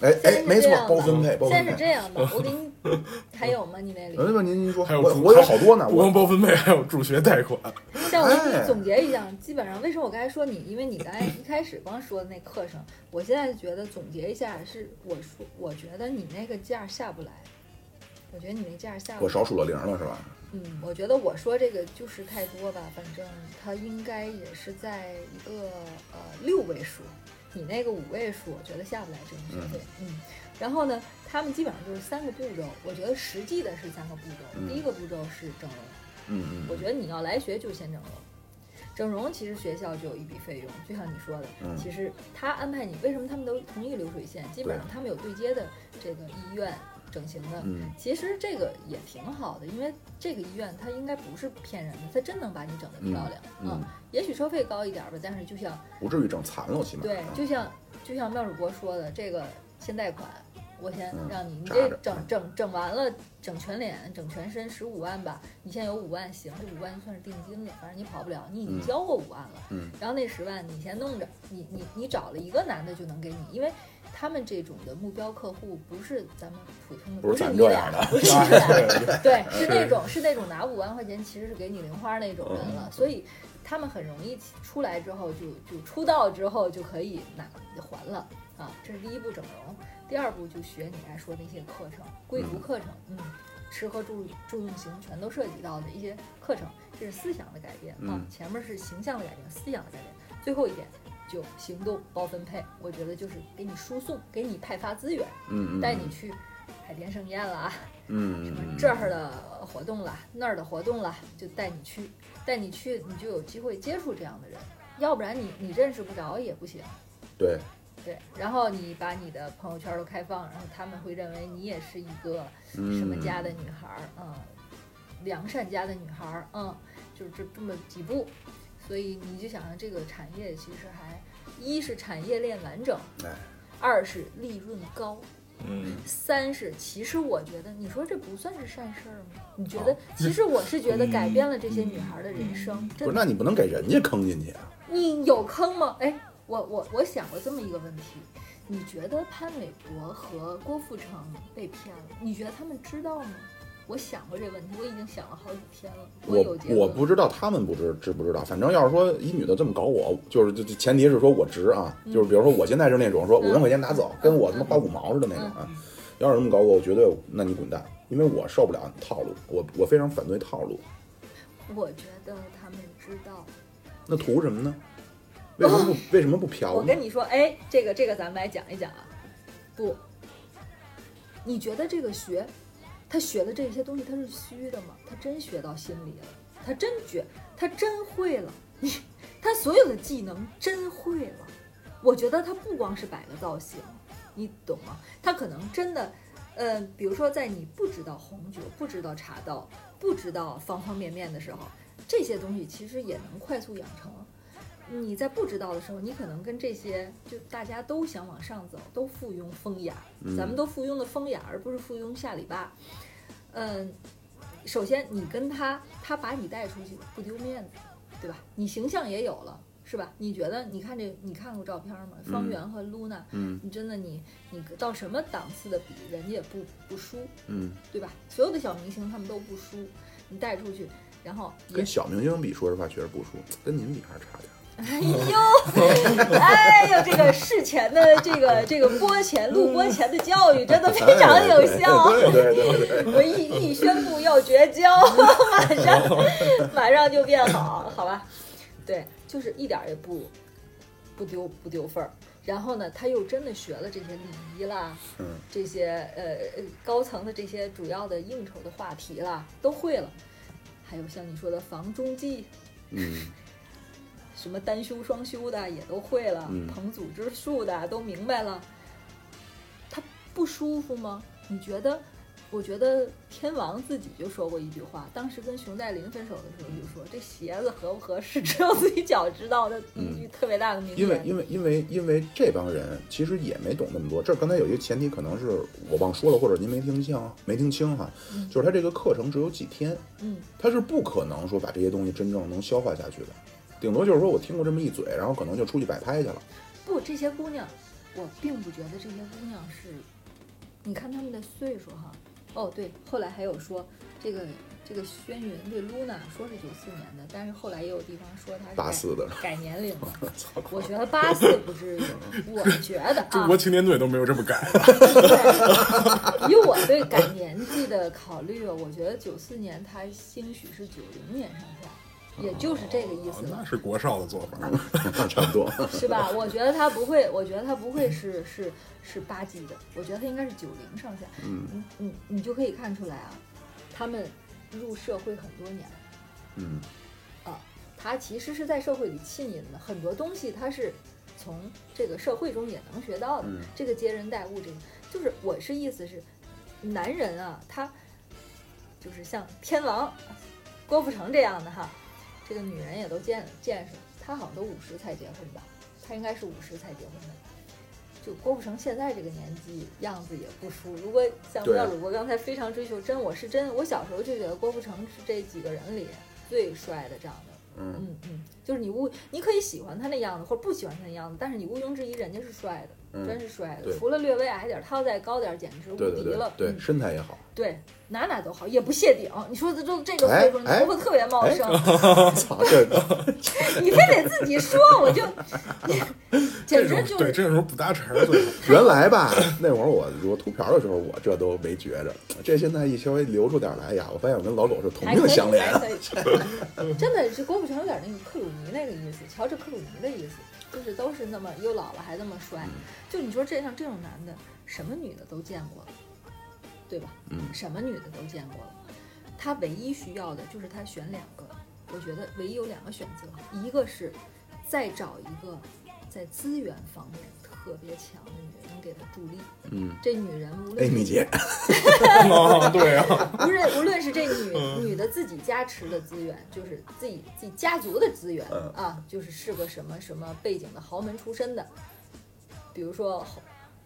[SPEAKER 1] 哎哎，
[SPEAKER 3] 现在
[SPEAKER 1] 没
[SPEAKER 3] 是这
[SPEAKER 1] 错，
[SPEAKER 3] 样
[SPEAKER 1] 包
[SPEAKER 3] 的
[SPEAKER 1] 分配，包分
[SPEAKER 3] 现在是
[SPEAKER 1] 配。
[SPEAKER 3] 这样的，我给你 还有吗？你那里
[SPEAKER 1] 哎，问您您说，
[SPEAKER 2] 还有
[SPEAKER 1] 我
[SPEAKER 2] 助
[SPEAKER 1] 我有好多呢，
[SPEAKER 2] 不
[SPEAKER 1] 我
[SPEAKER 2] 光包分配，还有助学贷款。
[SPEAKER 3] 像我给
[SPEAKER 1] 哎
[SPEAKER 3] 你总结一下，基本上为什么我刚才说你，因为你刚才一开始光说的那课程，我现在觉得总结一下是，我说我觉得你那个价下不来，我觉得你那价下不
[SPEAKER 1] 我
[SPEAKER 3] 来。
[SPEAKER 1] 少数了零了是吧？
[SPEAKER 3] 嗯，我觉得我说这个就是太多吧，反正它应该也是在一个呃六位数，你那个五位数，我觉得下不来这种学费。嗯，然后呢，他们基本上就是三个步骤，我觉得实际的是三个步骤。
[SPEAKER 1] 嗯
[SPEAKER 3] 第一个步骤是整容，
[SPEAKER 1] 嗯
[SPEAKER 3] 我觉得你要来学就先整容。整容其实学校就有一笔费用，就像你说的，
[SPEAKER 1] 嗯
[SPEAKER 3] 其实他安排你，为什么他们都同一个流水线？基本上他们有对接的这个医院整形的，
[SPEAKER 1] 嗯
[SPEAKER 3] 其实这个也挺好的，因为这个医院它应该不是骗人的，它真能把你整得漂亮。啊
[SPEAKER 1] 嗯嗯
[SPEAKER 3] 也许收费高一点吧，但是就像
[SPEAKER 1] 嗯，不至于整残了，起码
[SPEAKER 3] 对
[SPEAKER 1] 啊，
[SPEAKER 3] 就像就像妙主播说的，这个先贷款，我先
[SPEAKER 1] 嗯
[SPEAKER 3] 让你，你
[SPEAKER 1] 扎
[SPEAKER 3] 这
[SPEAKER 1] 着
[SPEAKER 3] 整整整完了，整全脸、整全身十五万吧，你现在有五万行，这五万就算是定金了，反正你跑不了，你已经
[SPEAKER 1] 嗯
[SPEAKER 3] 交过五万了，
[SPEAKER 1] 嗯
[SPEAKER 3] 然后那十万你先弄着，你你你找了一个男的就能给你，因为。他们这种的目标客户不是咱们普通的，
[SPEAKER 1] 不是咱
[SPEAKER 3] 你
[SPEAKER 1] 这
[SPEAKER 3] 俩
[SPEAKER 1] 样的
[SPEAKER 3] 不是 你俩，
[SPEAKER 1] 对
[SPEAKER 3] 对，是那种是那种拿五万块钱其实是给你零花那种人了，所以他们很容易出来之后就就出道之后就可以拿还了啊，这是第一步整容，第二步就学你来说那些课程，贵族课程，嗯。吃喝住住用行全都涉及到的一些课程，这是思想的改变啊
[SPEAKER 1] 嗯。
[SPEAKER 3] 前面是形象的改变，思想的改变，最后一点就行动包分配。我觉得就是给你输送，给你派发资源，
[SPEAKER 1] 嗯嗯，
[SPEAKER 3] 带你去海天盛宴了啊，
[SPEAKER 1] 嗯
[SPEAKER 3] 什
[SPEAKER 1] 嗯
[SPEAKER 3] 么
[SPEAKER 1] 嗯
[SPEAKER 3] 这儿的活动了，那儿的活动了，就带你去，带你去，你就有机会接触这样的人，要不然你你认识不着也不行。
[SPEAKER 1] 对，
[SPEAKER 3] 对，然后你把你的朋友圈都开放，然后他们会认为你也是一个
[SPEAKER 1] 嗯
[SPEAKER 3] 什么家的女孩儿，嗯，良善家的女孩儿，嗯，就是这这么几步，所以你就想想这个产业其实还一是产业链完整，
[SPEAKER 1] 哎，
[SPEAKER 3] 二是利润高，
[SPEAKER 2] 嗯，
[SPEAKER 3] 三是，其实我觉得，你说这不算是善事儿吗？你觉
[SPEAKER 2] 哦
[SPEAKER 3] 得？其实我是觉得改变了这
[SPEAKER 1] 嗯
[SPEAKER 3] 些女孩的人生，
[SPEAKER 1] 不
[SPEAKER 3] 真
[SPEAKER 1] 是，
[SPEAKER 3] 的。
[SPEAKER 1] 那你不能给人家坑进去啊？
[SPEAKER 3] 你有坑吗？哎，我我我想过这么一个问题，你觉得潘玮柏和郭富城被骗了，你觉得他们知道吗？我想过这个问题，我已经想了好几天了，有
[SPEAKER 1] 我
[SPEAKER 3] 结论。
[SPEAKER 1] 我不知道他们不知知不知道，反正要是说一女的这么搞我，就是就就前提是说我值啊，
[SPEAKER 3] 嗯
[SPEAKER 1] 就是比如说我现在是那种说
[SPEAKER 3] 嗯
[SPEAKER 1] 五万块钱拿走，
[SPEAKER 3] 嗯
[SPEAKER 1] 跟我
[SPEAKER 3] 嗯
[SPEAKER 1] 他妈花五毛似的那种啊，要是这么搞我，我绝对那你滚蛋，因为我受不了你套路，我我非常反对套路，
[SPEAKER 3] 我觉得他们知道。
[SPEAKER 1] 那图什么呢？为什么不、为什么不嫖
[SPEAKER 3] 哦我
[SPEAKER 1] 呢
[SPEAKER 3] 跟？你说，哎，这个这个咱们来讲一讲啊。不，你觉得这个学，他学的这些东西他是虚的吗？他真学到心里了，他真觉，他真会了， 你他所有的技能真会了。我觉得他不光是摆个造型，你懂吗？他可能真的，呃，比如说在你不知道红酒、不知道茶道、不知道方方面面的时候，这些东西其实也能快速养成。你在不知道的时候，你可能跟这些就大家都想往上走，都附庸风雅，
[SPEAKER 1] 嗯
[SPEAKER 3] 咱们都附庸的风雅，而不是附庸下里巴。嗯，首先你跟他，他把你带出去不丢面子，对吧？你形象也有了，是吧？你觉得？你看这，你看过照片吗？方
[SPEAKER 1] 嗯
[SPEAKER 3] 圆和露娜，
[SPEAKER 1] 嗯
[SPEAKER 3] 你真的你你到什么档次的比，人家也不不输，
[SPEAKER 1] 嗯，
[SPEAKER 3] 对吧？所有的小明星他们都不输，你带出去，然后也
[SPEAKER 1] 跟小明星比，说实话确实不输，跟您比还是差点。
[SPEAKER 3] 哎呦，哎呦，这个事前的这个这个播前录播前的教育真的非常有效。
[SPEAKER 1] 对对对对对，
[SPEAKER 3] 我一一宣布要绝交， 马上马上就变好，好吧？对，就是一点儿也不不丢不丢份儿。然后呢，他又真的学了这些礼仪啦，
[SPEAKER 1] 嗯，
[SPEAKER 3] 这些呃呃高层的这些主要的应酬的话题啦，都会了。还有像你说的防中计，
[SPEAKER 1] 嗯
[SPEAKER 3] 什么单修双修的也都会了，
[SPEAKER 1] 嗯
[SPEAKER 3] 彭祖之术的都明白了，他不舒服吗？你觉得？我觉得天王自己就说过一句话，当时跟熊黛林分手的时候就说，这鞋子合不合适只有自己脚知道的 一句特别大的名言。
[SPEAKER 1] 因为因为因为因为这帮人其实也没懂那么多，这刚才有一个前提可能是我忘说了，或者您没听清啊，没听清哈、
[SPEAKER 3] 嗯
[SPEAKER 1] 就是他这个课程只有几天，
[SPEAKER 3] 嗯，
[SPEAKER 1] 他是不可能说把这些东西真正能消化下去的，顶多就是说我听过这么一嘴，然后可能就出去摆拍去了。
[SPEAKER 3] 不，这些姑娘，我并不觉得这些姑娘是，你看她们的岁数哈。哦，对，后来还有说这个这个轩云对露娜说是九四年的，但是后来也有地方说她是
[SPEAKER 1] 八四的，
[SPEAKER 3] 改改年龄了。
[SPEAKER 1] 操，
[SPEAKER 3] 我觉得八四不至于，我觉得 啊，
[SPEAKER 2] 中国青年队都没有这么改，
[SPEAKER 3] 对以我对改年纪的考虑，我觉得九四年她兴许是九零年上下，也就是这个意思了
[SPEAKER 2] 那。是国少的做法。
[SPEAKER 1] 差不多。
[SPEAKER 3] 是吧？我觉得他不会，我觉得他不会是是是八级的，我觉得他应该是九零上下。
[SPEAKER 1] 嗯
[SPEAKER 3] 你你你就可以看出来啊，他们入社会很多年
[SPEAKER 1] 嗯，
[SPEAKER 3] 啊，他其实是在社会里浸淫的，很多东西他是从这个社会中也能学到的。
[SPEAKER 1] 嗯
[SPEAKER 3] 这个接人待物，这个就是我是意思是，男人啊，他就是像天王郭富城这样的哈，这个女人也都见见识，他好像都五十才结婚吧，他应该是五十才结婚的。就郭富城现在这个年纪，样子也不输。如果像
[SPEAKER 1] 对啊
[SPEAKER 3] 妙主播刚才非常追求真，我是真，我小时候就觉得郭富城是这几个人里最帅的，长得
[SPEAKER 1] 嗯，
[SPEAKER 3] 嗯，嗯，就是你毋，你可以喜欢他那样子，或者不喜欢他那样子，但是你毋庸置疑，人家是帅的，
[SPEAKER 1] 嗯
[SPEAKER 3] 真是帅的
[SPEAKER 1] 对。
[SPEAKER 3] 除了略微矮点儿，他要再高点儿，简直无
[SPEAKER 1] 对对
[SPEAKER 3] 敌
[SPEAKER 1] 对
[SPEAKER 3] 了。
[SPEAKER 1] 对，
[SPEAKER 3] 嗯
[SPEAKER 1] 身材也好，
[SPEAKER 3] 对，哪哪都好，也不谢顶。你说这都这个岁数，你
[SPEAKER 1] 哎
[SPEAKER 3] 头发特别茂盛，
[SPEAKER 1] 操，这
[SPEAKER 3] 你非得自己说，我 就，简
[SPEAKER 2] 这
[SPEAKER 3] 直
[SPEAKER 2] 种
[SPEAKER 3] 就
[SPEAKER 2] 对
[SPEAKER 3] 是
[SPEAKER 2] 这种不搭茬儿最好。
[SPEAKER 1] 原来吧， 那会儿我我秃瓢的时候，我这都没觉着，这现在一稍微留出点来呀，我发现我跟老狗是同
[SPEAKER 3] 还可
[SPEAKER 1] 病
[SPEAKER 3] 以，
[SPEAKER 1] 相怜
[SPEAKER 3] 还。可以。 真的是郭富城有点那个克鲁尼那个意思，乔治克鲁尼的意思，就是都是那么又老了还那么帅。
[SPEAKER 1] 嗯
[SPEAKER 3] 就你说这像这种男的，什么女的都见过了，对吧？
[SPEAKER 1] 嗯
[SPEAKER 3] 什么女的都见过了。他唯一需要的就是他选两个，我觉得唯一有两个选择，一个是再找一个在资源方面特别强的女人，能给他助力。
[SPEAKER 1] 嗯，
[SPEAKER 3] 这女人无论
[SPEAKER 1] 哎，
[SPEAKER 3] 是
[SPEAKER 1] 米姐，
[SPEAKER 2] 啊，对啊，
[SPEAKER 3] 无论无论是这女女的自己加持的资源，就是自己自己家族的资源
[SPEAKER 1] 嗯
[SPEAKER 3] 啊，就是是个什么什么背景的豪门出身的，比如说何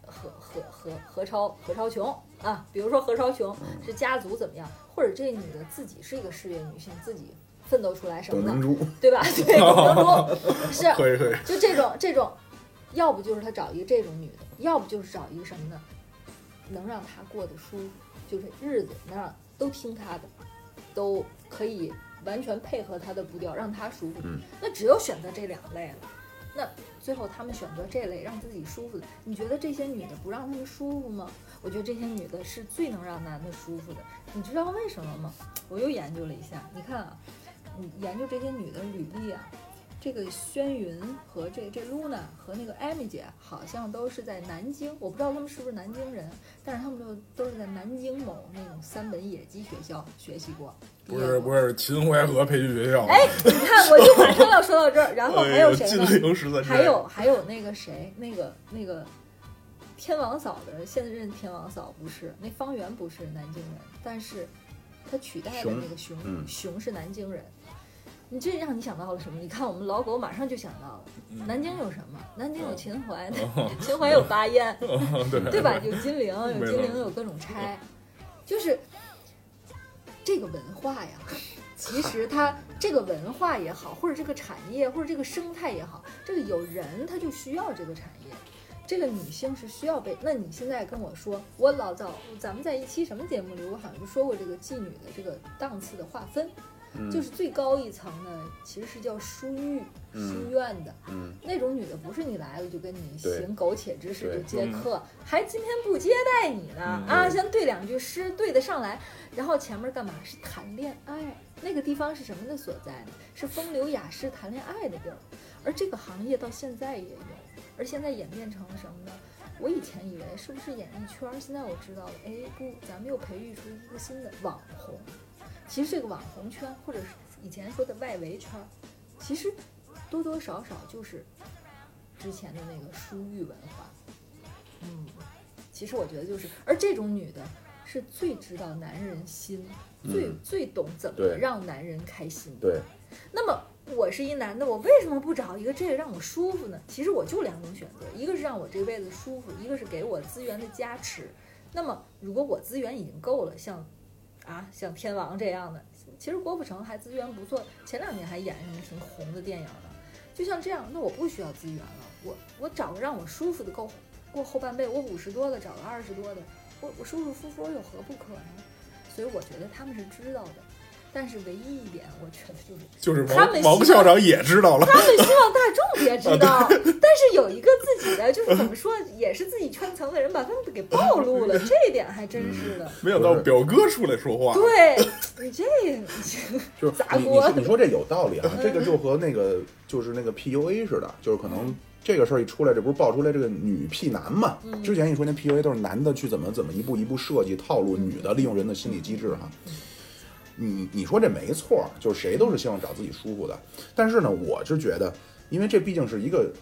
[SPEAKER 3] 何何何何超何超琼啊，比如说何超琼是家族怎么样，或者这女的自己是一个事业女性，自己奋斗出来什
[SPEAKER 1] 董
[SPEAKER 3] 么
[SPEAKER 1] 明
[SPEAKER 3] 的，
[SPEAKER 1] 珠，
[SPEAKER 3] 对吧？ 对，董明珠是
[SPEAKER 2] 可以可以，
[SPEAKER 3] 就这种这种，要不就是他找一个这种女的，要不就是找一个什么呢？能让他过得舒服，就是日子能让都听他的，都可以完全配合他的步调，让他舒服。
[SPEAKER 1] 嗯
[SPEAKER 3] 那只有选择这两类了。那最后他们选择这类让自己舒服的，你觉得这些女的不让他们舒服吗？我觉得这些女的是最能让男的舒服的。你知道为什么吗？我又研究了一下，你看啊，你研究这些女的履历啊，这个轩云和这这露娜和那个艾米姐好像都是在南京，我不知道她们是不是南京人，但是她们都都是在南京某那种三本野鸡学校学习过。
[SPEAKER 2] 不是不
[SPEAKER 3] 是，
[SPEAKER 2] 是秦淮河培训学校。
[SPEAKER 3] 哎，你看我就马上要说到这儿，然后还
[SPEAKER 2] 哎呦，
[SPEAKER 3] 有谁
[SPEAKER 2] 金
[SPEAKER 3] 呢？
[SPEAKER 2] 陵十三钗
[SPEAKER 3] 还有还有那个谁，那个那个天王嫂的现任天王嫂不是，那方圆不是南京人，但是他取代的那个熊
[SPEAKER 1] 嗯
[SPEAKER 3] 熊是南京人。你这让你想到了什么？你看我们老狗马上就想到了，
[SPEAKER 2] 嗯
[SPEAKER 3] 南京有什么？南京有秦淮，
[SPEAKER 2] 哦
[SPEAKER 3] 秦淮有 巴彦，
[SPEAKER 2] 对
[SPEAKER 3] 对吧？有金陵，有
[SPEAKER 2] 没
[SPEAKER 3] 金陵，
[SPEAKER 2] 错
[SPEAKER 3] 有各种钗，就是这个文化呀。其实它这个文化也好，或者这个产业，或者这个生态也好，这个有人他就需要这个产业，这个女性是需要被。那你现在跟我说，我老早咱们在一期什么节目里，我好像就说过这个妓女的这个档次的划分，
[SPEAKER 1] 嗯
[SPEAKER 3] 就是最高一层呢，其实是叫书域、书
[SPEAKER 1] 嗯
[SPEAKER 3] 院的。
[SPEAKER 1] 嗯，
[SPEAKER 3] 那种女的不是你来了就跟你
[SPEAKER 1] 对
[SPEAKER 3] 行苟且之事
[SPEAKER 1] 对
[SPEAKER 3] 就接
[SPEAKER 2] 嗯
[SPEAKER 3] 客，还今天不接待你呢
[SPEAKER 2] 嗯
[SPEAKER 3] 啊，
[SPEAKER 1] 对
[SPEAKER 3] 先对两句诗对得上来，然后前面干嘛是谈恋爱？那个地方是什么的所在呢？是风流雅士谈恋爱的地儿，而这个行业到现在也有，而现在演变成了什么呢？我以前以为是不是演艺圈儿，现在我知道了，哎，不，咱们又培育出一个新的网红。其实这个网红圈，或者是以前说的外围圈儿，其实多多少少就是之前的那个书域文化。嗯，其实我觉得就是，而这种女的是最知道男人心，最
[SPEAKER 1] 嗯
[SPEAKER 3] 最懂怎么
[SPEAKER 1] 对
[SPEAKER 3] 让男人开心。
[SPEAKER 1] 对，
[SPEAKER 3] 那么我是一男的，我为什么不找一个这个让我舒服呢？其实我就两种选择，一个是让我这辈子舒服，一个是给我资源的加持。那么如果我资源已经够了，像啊像天王这样的，其实郭富城还资源不错，前两年还演什么挺红的电影呢。就像这样，那我不需要资源了，我我找个让我舒服的够过后半辈，我五十多的找个二十多的，我我舒舒服服有何不可呢？所以我觉得他们是知道的，但是唯一一点，我觉得就是
[SPEAKER 2] 就是
[SPEAKER 3] 他们
[SPEAKER 2] 王
[SPEAKER 3] 希
[SPEAKER 2] 王校长也知道了，
[SPEAKER 3] 他们希望大众别知道，
[SPEAKER 1] 啊
[SPEAKER 3] 但是有一个自己的，就是怎么说，也是自己圈层的人把他们给暴露了，这一点还真是的。
[SPEAKER 2] 没想到表哥出来说话，
[SPEAKER 3] 对你这，
[SPEAKER 1] 就是
[SPEAKER 3] 砸
[SPEAKER 1] 你你
[SPEAKER 3] 锅嗯
[SPEAKER 1] 说你说这有道理啊，这个就和那个就是那个 PUA 似的，就是可能这个事儿一出来，这不是爆出来这个女 P 男嘛？
[SPEAKER 3] 嗯
[SPEAKER 1] 之前一说那 PUA 都是男的去怎么怎么一步一步设计套路，女的利用人的心理机制哈。
[SPEAKER 3] 嗯
[SPEAKER 1] 嗯你你说这没错儿，就是谁都是希望找自己舒服的，但是呢，我是觉得，因为这毕竟是一个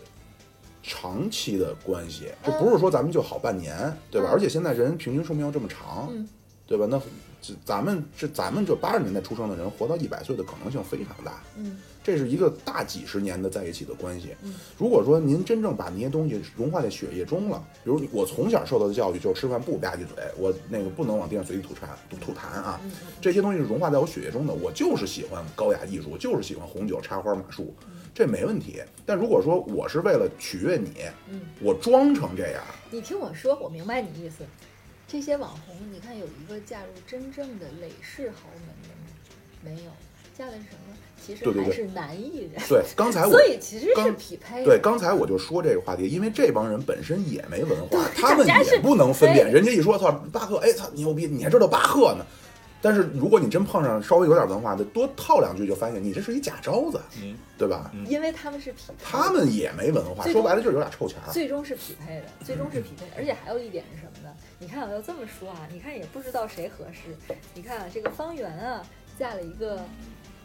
[SPEAKER 1] 长期的关系，这不是说咱们就好半年，对吧？
[SPEAKER 3] 嗯
[SPEAKER 1] 而且现在人平均寿命要这么长，
[SPEAKER 3] 嗯
[SPEAKER 1] 对吧？那这咱们这咱们这八十年代出生的人，活到一百岁的可能性非常大，
[SPEAKER 3] 嗯，
[SPEAKER 1] 这是一个大几十年的在一起的关系
[SPEAKER 3] 嗯。
[SPEAKER 1] 如果说您真正把那些东西融化在血液中了，比如你我从小受到的教育就是吃饭不吧唧嘴，我那个不能往地上随地吐痰吐吐痰啊，
[SPEAKER 3] 嗯
[SPEAKER 1] 这些东西是融化在我血液中的。我就是喜欢高雅艺术，我就是喜欢红酒、插花、马术，
[SPEAKER 3] 嗯
[SPEAKER 1] 这没问题。但如果说我是为了取悦你，
[SPEAKER 3] 嗯
[SPEAKER 1] 我装成这 样，
[SPEAKER 3] 你听我说，我明白你意思。这些网红，你看有一个嫁入真正的累世豪门的吗？没有，嫁的是什么？其实
[SPEAKER 1] 对对
[SPEAKER 3] 还
[SPEAKER 1] 对
[SPEAKER 3] 是男艺人，
[SPEAKER 1] 对，刚才我
[SPEAKER 3] 所以其实是
[SPEAKER 1] 刚
[SPEAKER 3] 匹配的。
[SPEAKER 1] 对，刚才我就说这个话题，因为这帮人本身也没文化，
[SPEAKER 3] 对
[SPEAKER 1] 他们
[SPEAKER 3] 大家是哎
[SPEAKER 1] 也不能分辨。
[SPEAKER 3] 对
[SPEAKER 1] 人家一说，操巴赫，哎，操牛逼，你还知道巴赫呢？但是如果你真碰上稍微有点文化的，多套两句就发现你这是一假招子，
[SPEAKER 2] 嗯，
[SPEAKER 1] 对吧？
[SPEAKER 2] 嗯
[SPEAKER 3] 因为他们是匹配的。
[SPEAKER 1] 他们也没文化，
[SPEAKER 3] 最
[SPEAKER 1] 说
[SPEAKER 3] 终
[SPEAKER 1] 白了就是有点臭钱儿。
[SPEAKER 3] 最终是匹配的，最终是匹配的。而且还有一点是什么呢？你看我要这么说啊，你看也不知道谁合适。你看啊，这个方圆啊，嫁了一个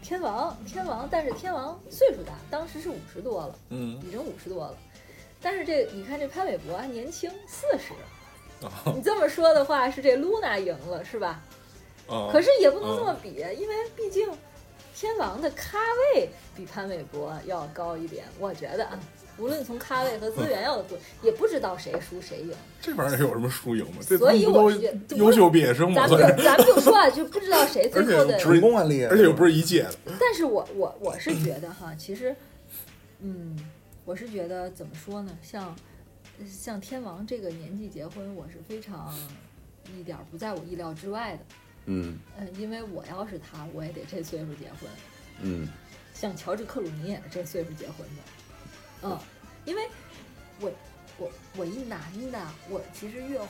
[SPEAKER 3] 天王，天王，但是天王岁数大，当时是五十多了，
[SPEAKER 2] 嗯，
[SPEAKER 3] 已经五十多了。但是这你看这潘玮柏啊年轻四十，你这么说的话是这露娜赢了是吧？
[SPEAKER 2] 啊，
[SPEAKER 3] 可是也不能这么比，因为毕竟天王的咖位比潘玮柏要高一点。我觉得啊，无论从咖位和资源要做，也不知道谁输谁赢。
[SPEAKER 2] 这玩意儿有什么输赢吗？这
[SPEAKER 3] 所以
[SPEAKER 2] 他们不
[SPEAKER 3] 我是觉
[SPEAKER 2] 都
[SPEAKER 3] 得
[SPEAKER 2] 优秀毕业生嘛，
[SPEAKER 3] 咱
[SPEAKER 2] 算
[SPEAKER 3] 们就
[SPEAKER 2] 是，
[SPEAKER 3] 咱们就说啊，就不知道谁最后的
[SPEAKER 2] 而且。
[SPEAKER 1] 成功案例，啊
[SPEAKER 2] 而且又不
[SPEAKER 1] 是
[SPEAKER 2] 是一届的，
[SPEAKER 3] 但是我我我是觉得哈，其实，嗯，我是觉得怎么说呢，像像天王这个年纪结婚，我是非常一点儿不在我意料之外的。
[SPEAKER 1] 嗯
[SPEAKER 3] 嗯，因为我要是他，我也得这岁数结婚。
[SPEAKER 1] 嗯，
[SPEAKER 3] 像乔治克鲁尼也是这岁数结婚的，嗯，因为我我我一男的，我其实越活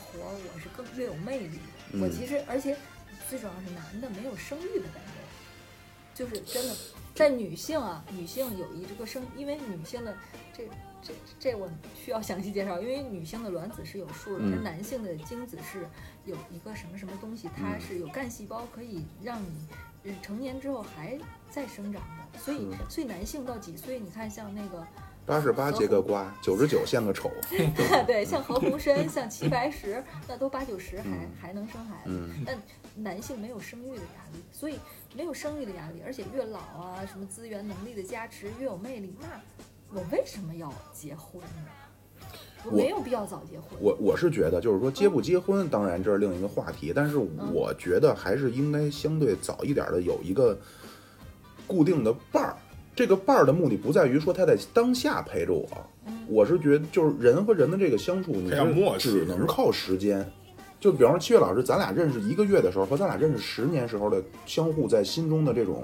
[SPEAKER 3] 我是更越有魅力的，我
[SPEAKER 1] 嗯
[SPEAKER 3] 其实而且最主要是男的没有生育的感觉，就是真的。但女性啊，女性有一这个生，因为女性的这这这我需要详细介绍，因为女性的卵子是有数的，
[SPEAKER 1] 嗯
[SPEAKER 3] 而男性的精子是有一个什么什么东西，它
[SPEAKER 1] 嗯
[SPEAKER 3] 是有干细胞可以让你呃成年之后还在生长的，所以
[SPEAKER 1] 是
[SPEAKER 3] 所以男性到几岁，你看像那个
[SPEAKER 1] 八十八结个瓜，九十九像个丑，
[SPEAKER 3] 对，像何 鸿燊，像齐白石，那都八九十还、
[SPEAKER 1] 嗯
[SPEAKER 3] 还能生孩子。
[SPEAKER 1] 嗯
[SPEAKER 3] 但男性没有生育的压力，所以没有生育的压力，而且越老啊，什么资源能力的加持，越有魅力。那我为什么要结婚呢？我
[SPEAKER 1] 我
[SPEAKER 3] 没有必要早结婚。
[SPEAKER 1] 我我是觉得，就是说结不结婚，当然这是另一个话题，但是我觉得还是应该相对早一点的有一个固定的伴儿。这个伴儿的目的不在于说他在当下陪着我，我是觉得就是人和人的这个相处，你
[SPEAKER 2] 培养默契
[SPEAKER 1] 是只能靠时间。就比方说七月老师，咱俩认识一个月的时候和咱俩认识十年时候的相互在心中的这种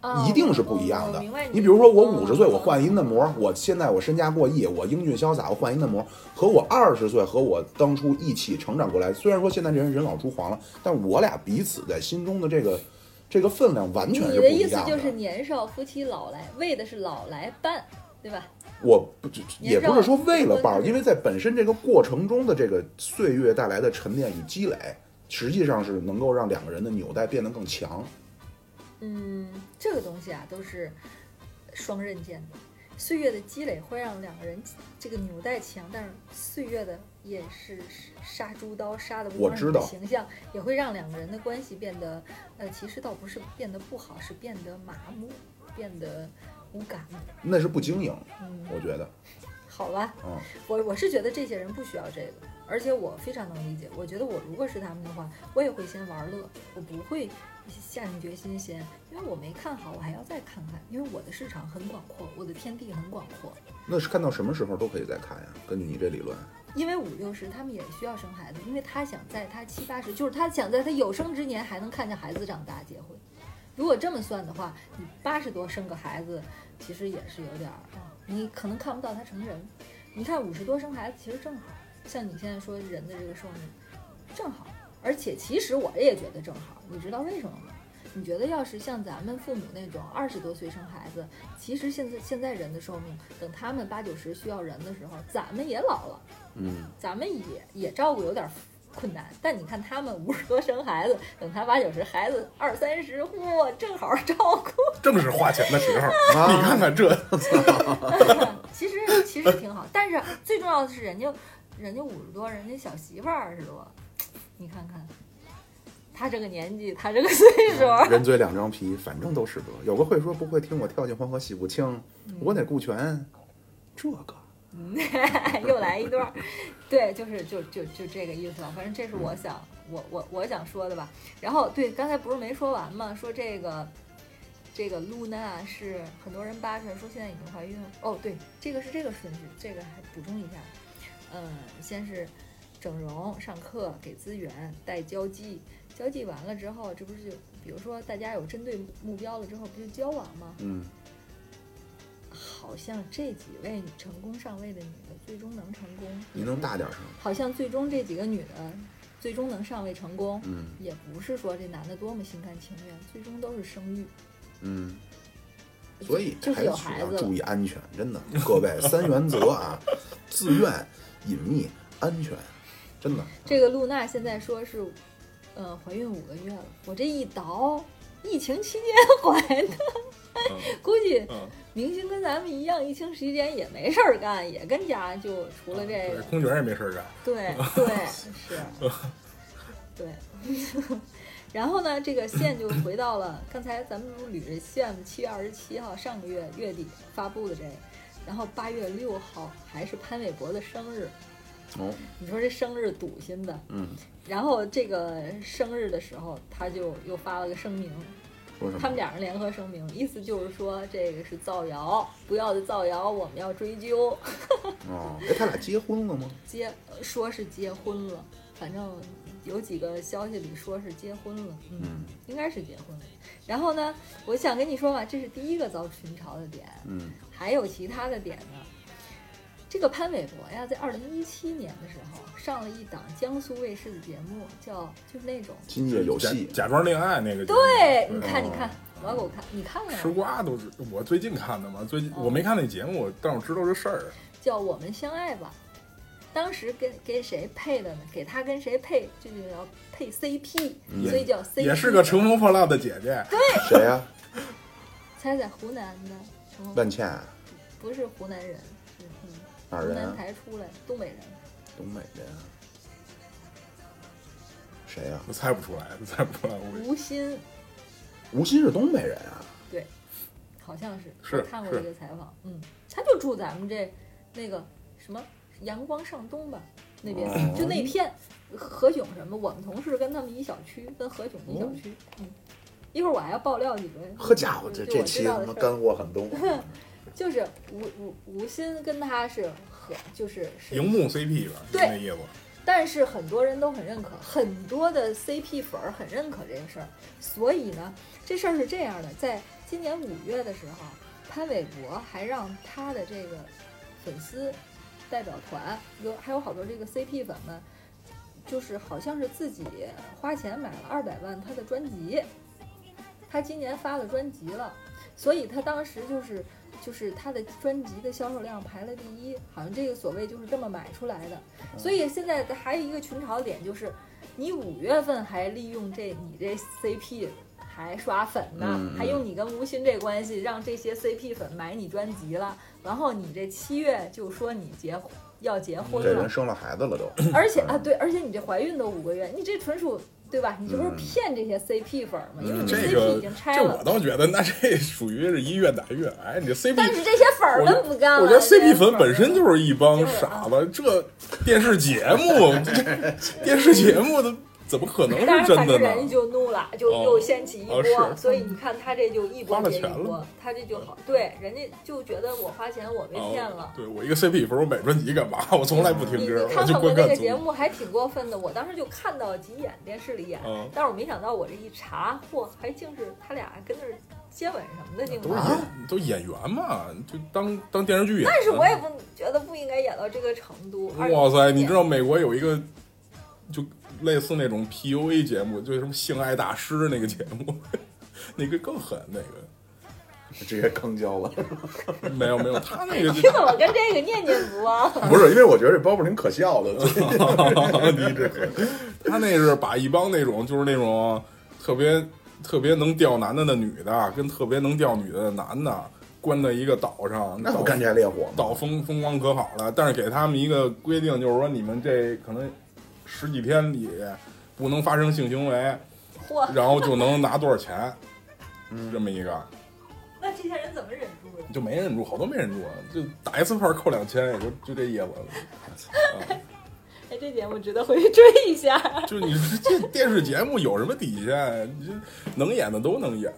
[SPEAKER 3] 啊
[SPEAKER 1] 一定是不一样
[SPEAKER 3] 我
[SPEAKER 1] 的
[SPEAKER 3] 明白。
[SPEAKER 1] 你比如说，我
[SPEAKER 3] 嗯
[SPEAKER 1] 五十岁，
[SPEAKER 3] 嗯
[SPEAKER 1] 我换一嫩模，我现在我身价过亿，我英俊潇洒，我换一嫩模，和我二十岁和我当初一起成长过来，虽然说现在这人人老珠黄了，但我俩彼此在心中的这个这个分量完
[SPEAKER 3] 你
[SPEAKER 1] 全是不
[SPEAKER 3] 的意
[SPEAKER 1] 一
[SPEAKER 3] 思
[SPEAKER 1] 样
[SPEAKER 3] 就是年少夫妻老来，为的是老来伴，对吧？
[SPEAKER 1] 我不
[SPEAKER 3] 你
[SPEAKER 1] 也
[SPEAKER 3] 知道
[SPEAKER 1] 不是说为了伴
[SPEAKER 3] 我
[SPEAKER 1] 儿，因为在本身这个过程中的这个岁月带来的沉淀与积累，实际上是能够让两个人的纽带变得更强。
[SPEAKER 3] 嗯，这个东西啊，都是双刃剑的。岁月的积累会让两个人这个纽带强，但是岁月的也是杀猪刀杀的
[SPEAKER 1] 我知道
[SPEAKER 3] 形象，也会让两个人的关系变得，呃，其实倒不是变得不好，是变得麻木，变得无感。
[SPEAKER 1] 那是不经营，
[SPEAKER 3] 嗯，
[SPEAKER 1] 我觉得，
[SPEAKER 3] 好吧，
[SPEAKER 1] 嗯，
[SPEAKER 3] 我我是觉得这些人不需要这个，而且我非常能理解。我觉得我如果是他们的话，我也会先玩乐，我不会下定决心先，因为我没看好，我还要再看看，因为我的市场很广阔，我的天地很广阔。
[SPEAKER 1] 那是看到什么时候都可以再看呀。根据你这理论，
[SPEAKER 3] 因为五六十他们也需要生孩子，因为他想在他七八十，就是他想在他有生之年还能看见孩子长大结婚。如果这么算的话，你八十多生个孩子，其实也是有点儿，你可能看不到他成人。你看五十多生孩子其实正好，嗯像你现在说人的这个寿命正好，而且其实我也觉得正好，你知道为什么吗？你觉得要是像咱们父母那种二十多岁生孩子，其实现在现在人的寿命，等他们八九十需要人的时候，咱们也老了。
[SPEAKER 1] 嗯，
[SPEAKER 3] 咱们也也照顾有点困难，但你看他们五十多生孩子，等他八九十，孩子二三十，嚯，正好照顾。
[SPEAKER 2] 正是花钱的时候，
[SPEAKER 1] 啊
[SPEAKER 2] 你看看 这，
[SPEAKER 3] 其实其实挺好，但是最重要的是人家人家五十多，人家小媳妇儿二十多，你看看他这个年纪，他这个岁 数，
[SPEAKER 1] 人嘴两张皮，反正都是德。有个会说不会听我跳进黄河洗不清，
[SPEAKER 3] 嗯
[SPEAKER 1] 我得顾全这个。
[SPEAKER 3] 又来一段儿。对，就是就就就这个意思吧。反正这是我想我我我想说的吧。然后对，刚才不是没说完吗？说这个这个露娜是很多人扒出来说现在已经怀孕了。哦，对，这个是这个顺序，这个还补充一下。嗯，先是整容、上课、给资源、带交际，交际完了之后，这不是就比如说大家有针对目标了之后，不就交往吗？
[SPEAKER 1] 嗯，
[SPEAKER 3] 好像这几位成功上位的女的，最终能成功，
[SPEAKER 1] 你能大点声。
[SPEAKER 3] 好像最终这几个女的最终能上位成功，
[SPEAKER 1] 嗯
[SPEAKER 3] 也不是说这男的多么心甘情愿，最终都是生育，
[SPEAKER 1] 嗯。所以
[SPEAKER 3] 就是
[SPEAKER 1] 还是
[SPEAKER 3] 有孩
[SPEAKER 1] 要
[SPEAKER 3] 子了
[SPEAKER 1] 注意安全，真的，各 位三原则啊：自愿、隐秘、安全，真的。
[SPEAKER 3] 这个露娜现在说是，呃，怀孕五个月了，我这一倒，疫情期间 怀的，估计
[SPEAKER 2] 嗯，
[SPEAKER 3] 明星跟咱们一样，疫情期间也没事儿干，也跟家就除了这
[SPEAKER 2] 嗯对
[SPEAKER 3] 个，，
[SPEAKER 2] 空姐也没事儿干，
[SPEAKER 3] 对对是，对。 然后呢，这个线就回到了刚才咱们不是捋着线吗？七月二十七号上个月月底发布的这个，然后八月六号还是潘玮柏的生日，
[SPEAKER 1] 哦，
[SPEAKER 3] 你说这生日堵心的。
[SPEAKER 1] 嗯，
[SPEAKER 3] 然后这个生日的时候，他就又发了个声明，
[SPEAKER 1] 说什么？
[SPEAKER 3] 他们俩人联合声明，意思就是说这个是造谣，不要再造谣，我们要追究。
[SPEAKER 1] 哦，哎，他俩结婚了吗？
[SPEAKER 3] 结呃说是结婚了，反正有几个消息里说是结婚了，嗯，
[SPEAKER 1] 嗯
[SPEAKER 3] 应该是结婚了。然后呢，我想跟你说吧，这是第一个遭群嘲的点，
[SPEAKER 1] 嗯
[SPEAKER 3] 还有其他的点呢。这个潘玮柏呀，在二零一七年的时候上了一档江苏卫视的节目，叫就是那种，
[SPEAKER 2] 嗯
[SPEAKER 1] 今夜有
[SPEAKER 2] 假
[SPEAKER 1] 戏，
[SPEAKER 2] 假装恋爱那个节目。
[SPEAKER 3] 对，你看
[SPEAKER 1] 哦
[SPEAKER 3] 你看，老狗看你看了
[SPEAKER 2] 吃
[SPEAKER 3] 吗？
[SPEAKER 2] 瓜都是我最近看的嘛，最近
[SPEAKER 3] 哦
[SPEAKER 2] 我没看那节目，但我知道这事儿。啊
[SPEAKER 3] 叫《我们相爱吧》，当时跟给谁配的呢？给他跟谁配，这就叫配 CP，
[SPEAKER 2] 也
[SPEAKER 3] 所以叫 CP。
[SPEAKER 2] 也是个乘风破浪的姐姐，
[SPEAKER 1] 谁呀、
[SPEAKER 3] 猜在湖南的，什么
[SPEAKER 1] 万茜，啊
[SPEAKER 3] 不是湖南人，是嗯，
[SPEAKER 1] 哪儿
[SPEAKER 3] 湖
[SPEAKER 1] 人
[SPEAKER 3] 南
[SPEAKER 1] 啊？
[SPEAKER 3] 台出来，东北人。
[SPEAKER 1] 东北人啊。谁呀、
[SPEAKER 2] 我猜不出来，猜不出来，我
[SPEAKER 3] 吴昕
[SPEAKER 1] 吴昕是东北人啊。
[SPEAKER 3] 好像是，
[SPEAKER 2] 是
[SPEAKER 3] 我看过这个采访，嗯，他就住咱们这那个什么阳光上东吧那边，
[SPEAKER 1] 哦
[SPEAKER 3] 就那片何炅什么，我们同事跟他们一小区，跟何炅一小区，嗯。一会儿我还要爆料几个，
[SPEAKER 1] 呵家伙，
[SPEAKER 3] 就
[SPEAKER 1] 哦这
[SPEAKER 3] 就嗯我
[SPEAKER 1] 这
[SPEAKER 3] 知
[SPEAKER 1] 期
[SPEAKER 3] 道
[SPEAKER 1] 他
[SPEAKER 3] 的
[SPEAKER 1] 妈
[SPEAKER 3] 事儿
[SPEAKER 1] 干货很 多。
[SPEAKER 3] 就是吴吴吴昕跟他是和就是是
[SPEAKER 2] 荧幕 CP 吧，就
[SPEAKER 3] 对
[SPEAKER 2] 那意思。
[SPEAKER 3] 但是很多人都很认可，很多的 CP 粉儿很认可这个事儿，所以呢，这事儿是这样的，在今年五月的时候，潘玮柏还让他的这个粉丝代表团有还有好多这个 CP 粉们，就是好像是自己花钱买了二百万他的专辑，他今年发了专辑了，所以他当时就是就是他的专辑的销售量排了第一，好像这个所谓就是这么买出来的。
[SPEAKER 1] 嗯
[SPEAKER 3] 所以现在还有一个群嘲点就是，你五月份还利用这你这 CP 还刷粉呢，
[SPEAKER 1] 嗯嗯
[SPEAKER 3] 还用你跟吴昕这关系让这些 CP 粉买你专辑了，然后你这七月就说你结要结婚
[SPEAKER 1] 这人
[SPEAKER 3] 了，
[SPEAKER 1] 生了孩子了都，
[SPEAKER 3] 而且啊，对，而且你这怀孕都五个月，你这纯属对吧？你这不是
[SPEAKER 1] 嗯
[SPEAKER 3] 骗这些 CP 粉儿吗？因为你
[SPEAKER 2] 这
[SPEAKER 3] CP 已
[SPEAKER 2] 个
[SPEAKER 3] 经拆
[SPEAKER 2] 这我
[SPEAKER 3] 了，
[SPEAKER 2] 倒觉得，那这属于是一越打越矮。你这 CP，
[SPEAKER 3] 但是这些粉儿
[SPEAKER 2] 我觉
[SPEAKER 3] 们不干了。
[SPEAKER 2] 我觉得
[SPEAKER 3] 这些
[SPEAKER 2] CP
[SPEAKER 3] 粉
[SPEAKER 2] 粉
[SPEAKER 3] 儿
[SPEAKER 2] 本身就是一帮
[SPEAKER 3] 就是啊
[SPEAKER 2] 傻子，这电视节目，这电视节目的怎么可能
[SPEAKER 3] 但
[SPEAKER 2] 是
[SPEAKER 3] 是
[SPEAKER 2] 真
[SPEAKER 3] 反
[SPEAKER 2] 的
[SPEAKER 3] 正
[SPEAKER 2] 呢？
[SPEAKER 3] 人家就怒了，就
[SPEAKER 2] 哦
[SPEAKER 3] 又掀起一波，
[SPEAKER 2] 哦是
[SPEAKER 3] 所以你看他这就一波
[SPEAKER 2] 花了
[SPEAKER 3] 接一
[SPEAKER 2] 钱了
[SPEAKER 3] 波
[SPEAKER 2] 吗，
[SPEAKER 3] 他这就好，对，人家就觉得我花钱我被骗了
[SPEAKER 2] 哦。对我一个 CP 粉，我买专辑干嘛？我从来不
[SPEAKER 3] 你
[SPEAKER 2] 听
[SPEAKER 3] 你
[SPEAKER 2] 歌，
[SPEAKER 3] 看
[SPEAKER 2] 我就
[SPEAKER 3] 看我
[SPEAKER 2] 光
[SPEAKER 3] 那个
[SPEAKER 2] 看
[SPEAKER 3] 节
[SPEAKER 2] 综艺。
[SPEAKER 3] 目还挺过分的，我当时就看到几眼电视里演，
[SPEAKER 2] 嗯，
[SPEAKER 3] 但是我没想到我这一查，嚯，还竟是他俩跟那儿接吻什么的竟
[SPEAKER 2] 都是
[SPEAKER 3] 是。
[SPEAKER 2] 演都演员嘛，就当当电视剧演的。
[SPEAKER 3] 啊但是我也不觉得不应该演到这个程度。而
[SPEAKER 2] 嗯哇塞，
[SPEAKER 3] 且
[SPEAKER 2] 你知 道美国有一个就类似那种 PUA 节目，就是什么性爱大师那个节目， 那个更狠，那个
[SPEAKER 1] 直接坑交了。
[SPEAKER 2] 没有没有，他那个
[SPEAKER 3] 你
[SPEAKER 2] 就
[SPEAKER 3] 怎么跟这个念念不忘？
[SPEAKER 1] 不是，因为我觉得这包袱挺可笑的， 对
[SPEAKER 2] 你这他那是把一帮那种就是那种特别特别能钓男的的女的，跟特别能钓女的的男的关到一个岛上，
[SPEAKER 1] 那
[SPEAKER 2] 岛
[SPEAKER 1] 不干柴烈火吗？
[SPEAKER 2] 岛风风光可好了，但是给他们一个规定，就是说你们这可能十几天里不能发生性行为，
[SPEAKER 3] 嚯，
[SPEAKER 2] 然后就能拿多少钱，这么一个
[SPEAKER 3] 那这些人怎么忍住的？
[SPEAKER 2] 就没忍住，好多没忍住，就打一次炮扣两千，也就就这意思了。
[SPEAKER 3] 哎，这节目值得回去追一下。
[SPEAKER 2] 就你这电视节目有什么底线？你这能演的都能演，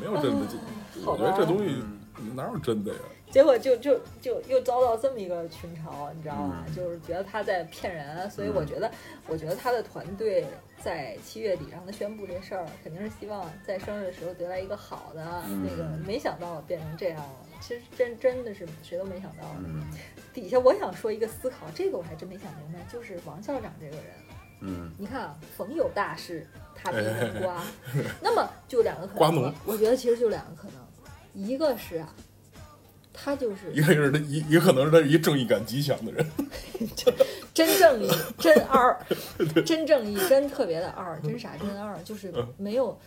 [SPEAKER 2] 没有真的。这我觉得这东西
[SPEAKER 1] 嗯
[SPEAKER 2] 哪有啊真的呀？
[SPEAKER 3] 结果就就就又遭到这么一个群嘲，你知道吗？
[SPEAKER 2] 嗯
[SPEAKER 3] 就是觉得他在骗人，所以我觉得，我觉得他的团队在七月底让他宣布这事儿，肯定是希望在生日的时候得来一个好的
[SPEAKER 2] 嗯
[SPEAKER 3] 那个，没想到变成这样了。其实真真的是谁都没想到。
[SPEAKER 1] 嗯
[SPEAKER 3] 底下我想说一个思考，这个我还真没想明白，就是王校长这个人，
[SPEAKER 1] 嗯，
[SPEAKER 3] 你看啊，逢有大事，他必有 瓜。那么就两个可能，
[SPEAKER 2] 瓜农
[SPEAKER 3] 我觉得其实就两个可能，一个是啊，他就是
[SPEAKER 2] 一个是他一，也可能是他是一正义感极强的人。
[SPEAKER 3] 真正义、真二，真正义、真特别的二，
[SPEAKER 1] 嗯
[SPEAKER 3] 真傻、真二，就是没有，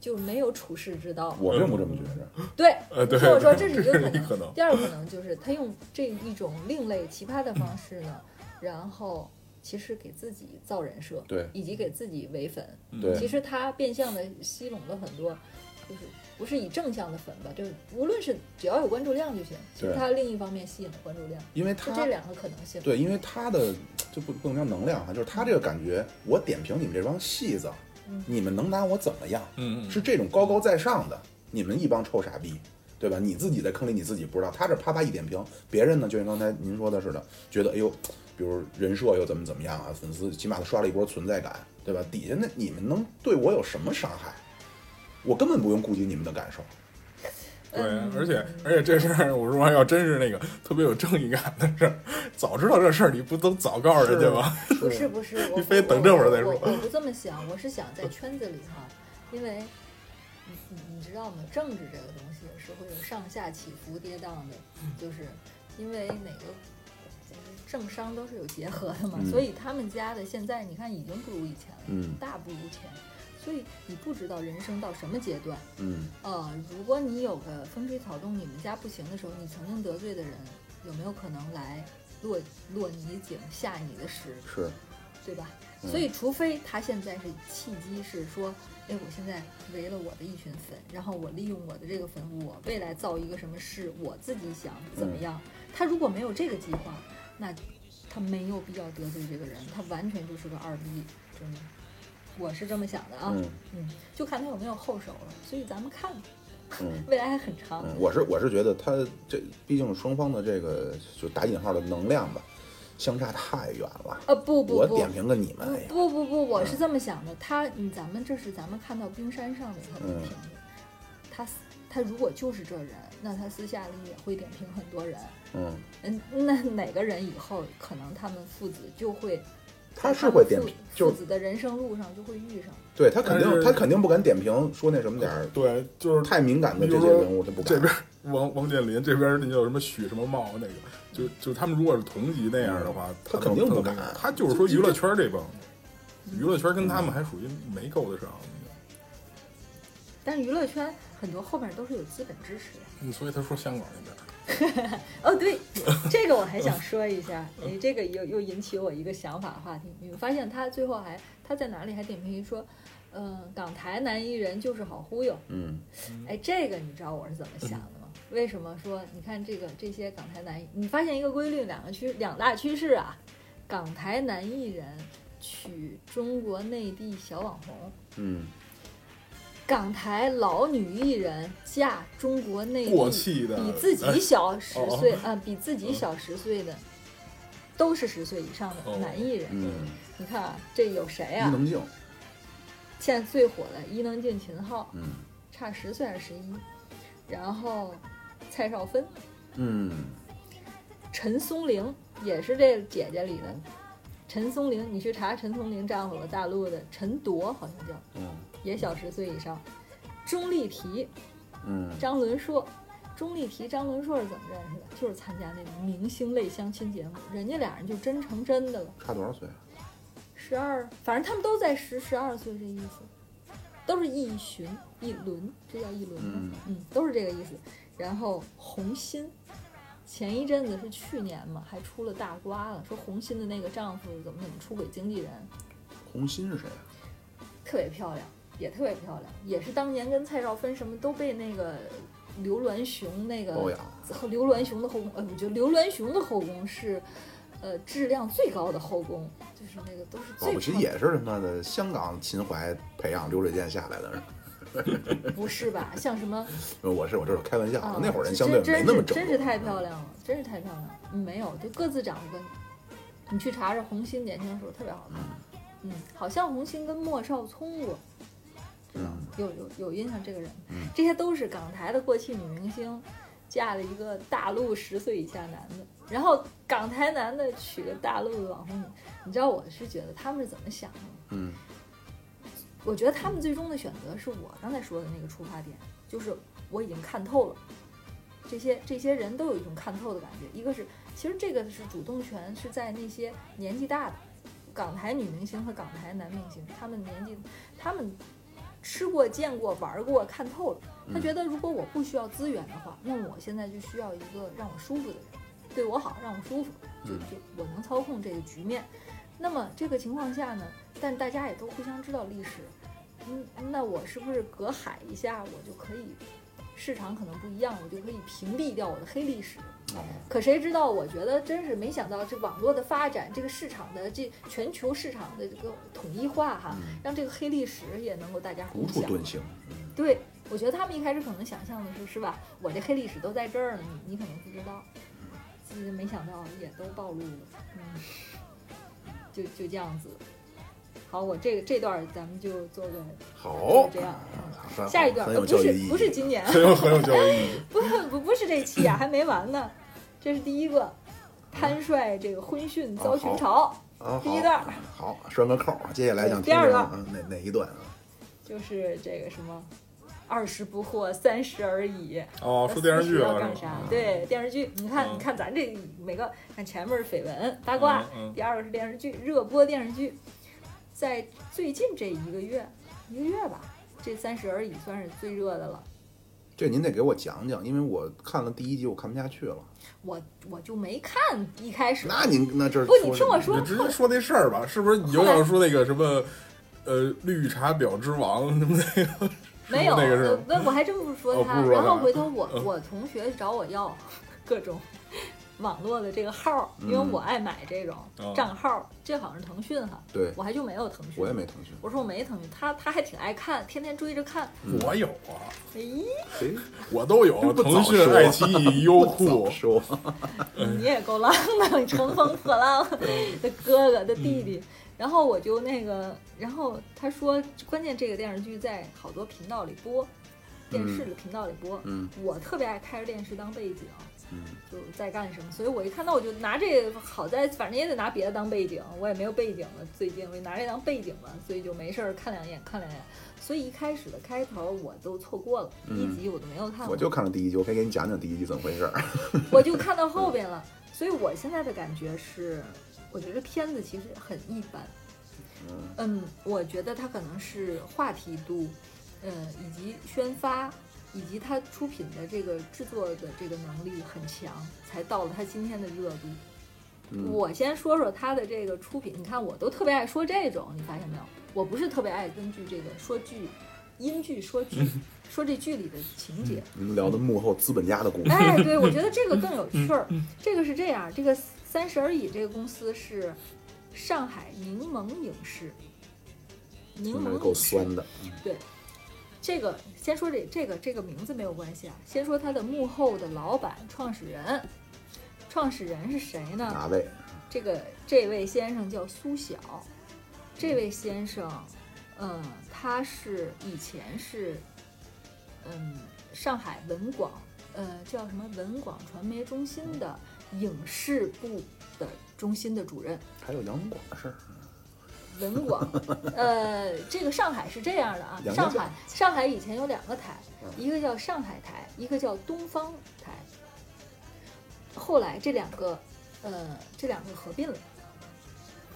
[SPEAKER 3] 就没有处世之道。
[SPEAKER 1] 我并不这么觉着。
[SPEAKER 3] 对，
[SPEAKER 2] 呃，对，
[SPEAKER 3] 听我说，这是一
[SPEAKER 2] 这
[SPEAKER 3] 个可
[SPEAKER 2] 是一
[SPEAKER 3] 能。
[SPEAKER 2] 可能。
[SPEAKER 3] 第二个可能就是他用这一种另类、奇葩的方式呢，
[SPEAKER 1] 嗯
[SPEAKER 3] 然后其实给自己造人设，
[SPEAKER 1] 对
[SPEAKER 3] 以及给自己唯粉。
[SPEAKER 1] 对
[SPEAKER 3] 其实他变相的吸拢了很多，就是不是以正向的粉吧，就是无论是只要有关注量就行。其实
[SPEAKER 1] 对
[SPEAKER 3] 他另一方面吸引了关注量，
[SPEAKER 1] 因为
[SPEAKER 3] 就
[SPEAKER 1] 他
[SPEAKER 3] 这两个可能性。
[SPEAKER 1] 对，因为他的就不不能叫能量啊哈，就是他这个感觉，我点评你们这帮戏子
[SPEAKER 3] 嗯，
[SPEAKER 1] 你们能拿我怎么样？
[SPEAKER 2] 嗯，嗯
[SPEAKER 1] 是这种高高在上的，你们一帮臭傻逼，对吧？你自己在坑里你自己不知道，他这啪啪一点评，别人呢就像刚才您说的似的，觉得哎呦，比如人设又怎么怎么样啊，粉丝起码他刷了一波存在感，对吧？底下那你们能对我有什么伤害？我根本不用顾及你们的感受，
[SPEAKER 2] 对，而且而且这事儿，我说要真是那个特别有正义感的事儿，早知道这事儿你不都早告诉人家吗？
[SPEAKER 3] 不是不是，我
[SPEAKER 2] 你非等这会儿再说
[SPEAKER 3] 我我我不这么想，我是想在圈子里哈，因为你你你知道吗？政治这个东西是会有上下起伏跌宕的，就是因为每个。就是政商都是有结合的嘛，
[SPEAKER 1] 嗯
[SPEAKER 3] 所以他们家的现在你看已经不如以前了，
[SPEAKER 1] 嗯
[SPEAKER 3] 大不如前，所以你不知道人生到什么阶段，
[SPEAKER 1] 嗯，
[SPEAKER 3] 呃，如果你有个风吹草动，你们家不行的时候，你曾经得罪的人，有没有可能来落落你井下你的石？
[SPEAKER 1] 是，
[SPEAKER 3] 对吧？
[SPEAKER 1] 嗯
[SPEAKER 3] 所以，除非他现在是契机是说，哎，我现在围了我的一群粉，然后我利用我的这个粉，我未来造一个什么事，我自己想怎么
[SPEAKER 1] 嗯
[SPEAKER 3] 样。他如果没有这个计划，那他没有必要得罪这个人，他完全就是个二逼，真的，我是这么想的啊。
[SPEAKER 1] 嗯
[SPEAKER 3] 嗯，就看他有没有后手了。所以咱们看，
[SPEAKER 1] 嗯。
[SPEAKER 3] 未来还很长。
[SPEAKER 1] 嗯，我是我是觉得他这毕竟双方的这个就打引号的能量吧，相差太远了。
[SPEAKER 3] 呃，不不
[SPEAKER 1] 我
[SPEAKER 3] 不，
[SPEAKER 1] 点评个你们，哎呀，
[SPEAKER 3] 不不不不，我是这么想的，他嗯咱们这是咱们看到冰山上的
[SPEAKER 1] 嗯
[SPEAKER 3] 他点评的，他私他如果就是这人，那他私下里也会点评很多人，
[SPEAKER 1] 嗯，
[SPEAKER 3] 嗯，那哪个人以后可能他们父子就会，
[SPEAKER 1] 他是会点
[SPEAKER 3] 父
[SPEAKER 1] 评，就
[SPEAKER 3] 父子的人生路上就会遇上，
[SPEAKER 1] 对他肯
[SPEAKER 2] 但
[SPEAKER 1] 定
[SPEAKER 2] 是
[SPEAKER 1] 他肯定不敢点评说那什么点儿
[SPEAKER 2] 对，就是
[SPEAKER 1] 太敏感的这
[SPEAKER 2] 比
[SPEAKER 1] 些
[SPEAKER 2] 如说
[SPEAKER 1] 人物，他不
[SPEAKER 2] 这
[SPEAKER 1] 敢。
[SPEAKER 2] 边王王健林这边那叫什么许什么茂那个，就就他们如果是同级那样的话，
[SPEAKER 1] 嗯他
[SPEAKER 2] 能
[SPEAKER 1] 肯定不
[SPEAKER 2] 能
[SPEAKER 1] 敢
[SPEAKER 2] 他就是说娱乐圈这帮，娱乐圈跟他
[SPEAKER 1] 嗯
[SPEAKER 2] 们还属于没够得上，
[SPEAKER 3] 但是娱乐圈很多后面都是有资本支持的，
[SPEAKER 2] 嗯所以他说香港那边
[SPEAKER 3] 哦， 对，这个我还想说一下，哎，这个又又引起我一个想法话题。你们发现他最后还他在哪里还点评说，嗯、港台男艺人就是好忽悠。
[SPEAKER 1] 嗯，
[SPEAKER 3] 哎，这个你知道我是怎么想的吗？为什么说你看这个这些港台男艺，你发现一个规律，两个趋两大趋势啊，港台男艺人娶中国内地小网红，
[SPEAKER 1] 嗯，
[SPEAKER 3] 港台老女艺人嫁中国内
[SPEAKER 2] 过
[SPEAKER 3] 地
[SPEAKER 2] 气的
[SPEAKER 3] 比自己小十
[SPEAKER 2] 哦
[SPEAKER 3] 岁，啊，比自己小十岁的，都是十岁以上的
[SPEAKER 2] 哦
[SPEAKER 3] 男艺人。
[SPEAKER 1] 嗯，
[SPEAKER 3] 你看啊，这有谁
[SPEAKER 1] 伊
[SPEAKER 3] 啊？
[SPEAKER 1] 能静，
[SPEAKER 3] 现在最火的伊能静、秦昊，
[SPEAKER 1] 嗯
[SPEAKER 3] 差十岁还是十一？然后蔡少芬、
[SPEAKER 1] 嗯，
[SPEAKER 3] 陈松伶也是这姐姐里的。陈松伶，你去查陈松伶丈夫吧，大陆的陈铎好像叫，
[SPEAKER 1] 嗯
[SPEAKER 3] 也小十岁以上。钟丽缇，
[SPEAKER 1] 嗯，
[SPEAKER 3] 张伦硕，钟丽缇、张伦硕是怎么认识的？就是参加那个明星类相亲节目，人家俩人就真成真的了。
[SPEAKER 1] 差多少岁啊？
[SPEAKER 3] 十二，反正他们都在十十二岁，这意思，都是一旬一轮，这叫一轮吗？
[SPEAKER 1] 嗯
[SPEAKER 3] 都是这个意思。然后红心，前一阵子是去年嘛，还出了大瓜了，说红心的那个丈夫怎么怎么出轨经纪人，
[SPEAKER 1] 红心是谁啊？
[SPEAKER 3] 特别漂亮，也特别漂亮，也是当年跟蔡少芬什么都被那个刘銮雄那个
[SPEAKER 1] 包养，
[SPEAKER 3] 刘銮雄的后宫，呃，我觉得刘銮雄的后宫是，呃，质量最高的后宫，就是那个都是
[SPEAKER 1] 保
[SPEAKER 3] 最
[SPEAKER 1] 不齐
[SPEAKER 3] 漂亮
[SPEAKER 1] 也是他妈的香港秦淮培养流水线下来的，是吧
[SPEAKER 3] 不是 吧？像什么
[SPEAKER 1] 我是我这是开玩笑
[SPEAKER 3] 啊
[SPEAKER 1] 的，，那会儿人相对没那么正
[SPEAKER 3] 真真是真是太漂亮了，真是太漂亮了，嗯没有，就各自长得跟，你去查查红星年轻的时候特别好看，嗯，好像红星跟莫少聪过，知道吗？有有有印象这个人
[SPEAKER 1] 嗯，
[SPEAKER 3] 这些都是港台的过气女明星，嫁了一个大陆十岁以下男的，然后港台男的娶了大陆的网红女，你知道我是觉得他们是怎么想的吗？
[SPEAKER 1] 嗯
[SPEAKER 3] 我觉得他们最终的选择是我刚才说的那个出发点，就是我已经看透了，这些这些人都有一种看透的感觉。一个是，其实这个是主动权是在那些年纪大的港台女明星和港台男明星，他们年纪，他们吃过、见过、玩过、看透了。他觉得如果我不需要资源的话，那我现在就需要一个让我舒服的人，对我好，让我舒服，就就我能操控这个局面。那么这个情况下呢，但大家也都互相知道历史，嗯，那我是不是隔海一下，我就可以市场可能不一样，我就可以屏蔽掉我的黑历史？
[SPEAKER 1] 哦，
[SPEAKER 3] 可谁知道？我觉得真是没想到，这网络的发展，这个市场的这全球市场的这个统一化哈，
[SPEAKER 1] 嗯
[SPEAKER 3] 让这个黑历史也能够大家
[SPEAKER 1] 无处
[SPEAKER 3] 互相
[SPEAKER 1] 遁形，
[SPEAKER 3] 对，我觉得他们一开始可能想象的是，是吧？我这黑历史都在这儿呢，你你可能不知道，其实没想到也都暴露了，嗯，就就这样子。好，我这个这段儿咱们就做个
[SPEAKER 1] 好
[SPEAKER 3] 就这样，啊
[SPEAKER 1] 很
[SPEAKER 3] 下一段
[SPEAKER 1] 哦很有
[SPEAKER 3] 呃不
[SPEAKER 1] 教
[SPEAKER 3] 是
[SPEAKER 1] 育意义，啊
[SPEAKER 3] 不是今 年，
[SPEAKER 2] 很有很有教育意义。
[SPEAKER 3] 不不不是这期啊，还没完呢，这是第一个，
[SPEAKER 1] 嗯
[SPEAKER 3] 潘帅这个婚讯遭群嘲，
[SPEAKER 1] 啊，
[SPEAKER 3] 第一段
[SPEAKER 1] 哦好好拴个扣儿，接下来想
[SPEAKER 3] 对第
[SPEAKER 1] 听
[SPEAKER 3] 二
[SPEAKER 1] 听
[SPEAKER 3] 段
[SPEAKER 1] 嗯哪哪一段啊？
[SPEAKER 3] 就是这个什么。二十不惑，三十而已。呃
[SPEAKER 2] 哦，说电视剧
[SPEAKER 3] 要
[SPEAKER 2] 了
[SPEAKER 3] 干
[SPEAKER 2] 是吧？
[SPEAKER 3] 啥？对，电视剧。你看，
[SPEAKER 2] 嗯
[SPEAKER 3] 你看咱这每个，看前面是绯闻八卦
[SPEAKER 2] 嗯嗯，
[SPEAKER 3] 第二个是电视剧，热播电视剧。在最近这一个月，一个月吧，这《三十而已》算是最热的了。
[SPEAKER 1] 这您得给我讲讲，因为我看了第一集，我看不下去了。
[SPEAKER 3] 我我就没看一开始，
[SPEAKER 1] 那您那这
[SPEAKER 3] 不，你听
[SPEAKER 1] 说
[SPEAKER 3] 我说
[SPEAKER 2] 你，直接说那事儿吧，是不是？你有点说那个什么，呃，绿茶婊之王什么那个？
[SPEAKER 3] 没有，
[SPEAKER 2] 那个
[SPEAKER 3] 呃
[SPEAKER 2] 是
[SPEAKER 3] 那我还真不说
[SPEAKER 2] 哦
[SPEAKER 3] 他。
[SPEAKER 2] 不说
[SPEAKER 3] 然后
[SPEAKER 2] 他
[SPEAKER 3] 回头我
[SPEAKER 2] 嗯
[SPEAKER 3] 我同学找我要 各种网络的这个号儿，因为
[SPEAKER 1] 嗯
[SPEAKER 3] 我爱买这种
[SPEAKER 2] 哦
[SPEAKER 3] 账号儿，这好像是腾讯哈，
[SPEAKER 1] 对，
[SPEAKER 3] 我还就没有腾讯，
[SPEAKER 1] 我也没腾讯。
[SPEAKER 3] 我说我没腾讯，他他还挺爱看，天天追着看。哎
[SPEAKER 2] 我有啊，
[SPEAKER 3] 咦，
[SPEAKER 1] 谁
[SPEAKER 2] 我都有，
[SPEAKER 1] 嗯不
[SPEAKER 2] 腾
[SPEAKER 1] 早
[SPEAKER 2] 讯、
[SPEAKER 1] 说
[SPEAKER 2] 爱奇艺、优酷
[SPEAKER 1] 早，说？
[SPEAKER 3] 你也够浪的，你乘 风破浪
[SPEAKER 2] 嗯
[SPEAKER 3] 的哥哥的弟弟。然后我就那个，然后他说，关键这个电视剧在好多频道里播，电视的频道里播。
[SPEAKER 1] 嗯
[SPEAKER 3] 我特别爱开着电视当背景，
[SPEAKER 1] 嗯
[SPEAKER 3] 就在干什么，所以我一看到我就拿这个，好在反正也得拿别的当背景，我也没有背景了，最近我就拿这当背景了，所以就没事儿看两眼看两眼。所以一开始的开头我都错过了，第一
[SPEAKER 1] 嗯
[SPEAKER 3] 集我都没有看过，
[SPEAKER 1] 我就看了第一集，我可以给你讲讲第一集怎么回事儿。
[SPEAKER 3] 我就看到后边了。所以我现在的感觉是，我觉得片子其实很一般。嗯，我觉得它可能是话题度，呃，以及宣发，以及他出品的这个制作的这个能力很强，才到了他今天的热度。
[SPEAKER 1] 嗯，
[SPEAKER 3] 我先说说他的这个出品，你看我都特别爱说这种，你发现没有？我不是特别爱根据这个说剧，音剧说剧，说这剧里的情节。
[SPEAKER 1] 你们聊的幕后资本家的故 事，
[SPEAKER 3] 哎，对，我觉得这个更有趣儿。这个是这样，这个三十而已这个公司是上海柠檬影视，柠
[SPEAKER 1] 真
[SPEAKER 3] 檬
[SPEAKER 1] 的
[SPEAKER 3] 影
[SPEAKER 1] 够
[SPEAKER 3] 视
[SPEAKER 1] 酸的。
[SPEAKER 3] 这个先说这这个这个名字没有关系啊，先说他的幕后的老板创始人，创始人是谁呢？
[SPEAKER 1] 哪位？
[SPEAKER 3] 这个这位先生叫苏晓，这位先生，嗯，他是以前是，嗯，上海文广，呃，叫什么文广传媒中心的影视部的中心的主任。
[SPEAKER 1] 还有杨文广的事儿，
[SPEAKER 3] 文广，呃，这个上海是这样的啊，
[SPEAKER 1] 两个
[SPEAKER 3] 上
[SPEAKER 1] 字
[SPEAKER 3] 海上海以前有两个台，
[SPEAKER 1] 嗯
[SPEAKER 3] 一个叫上海台，一个叫东方台，后来这两个，呃，这两个合并了，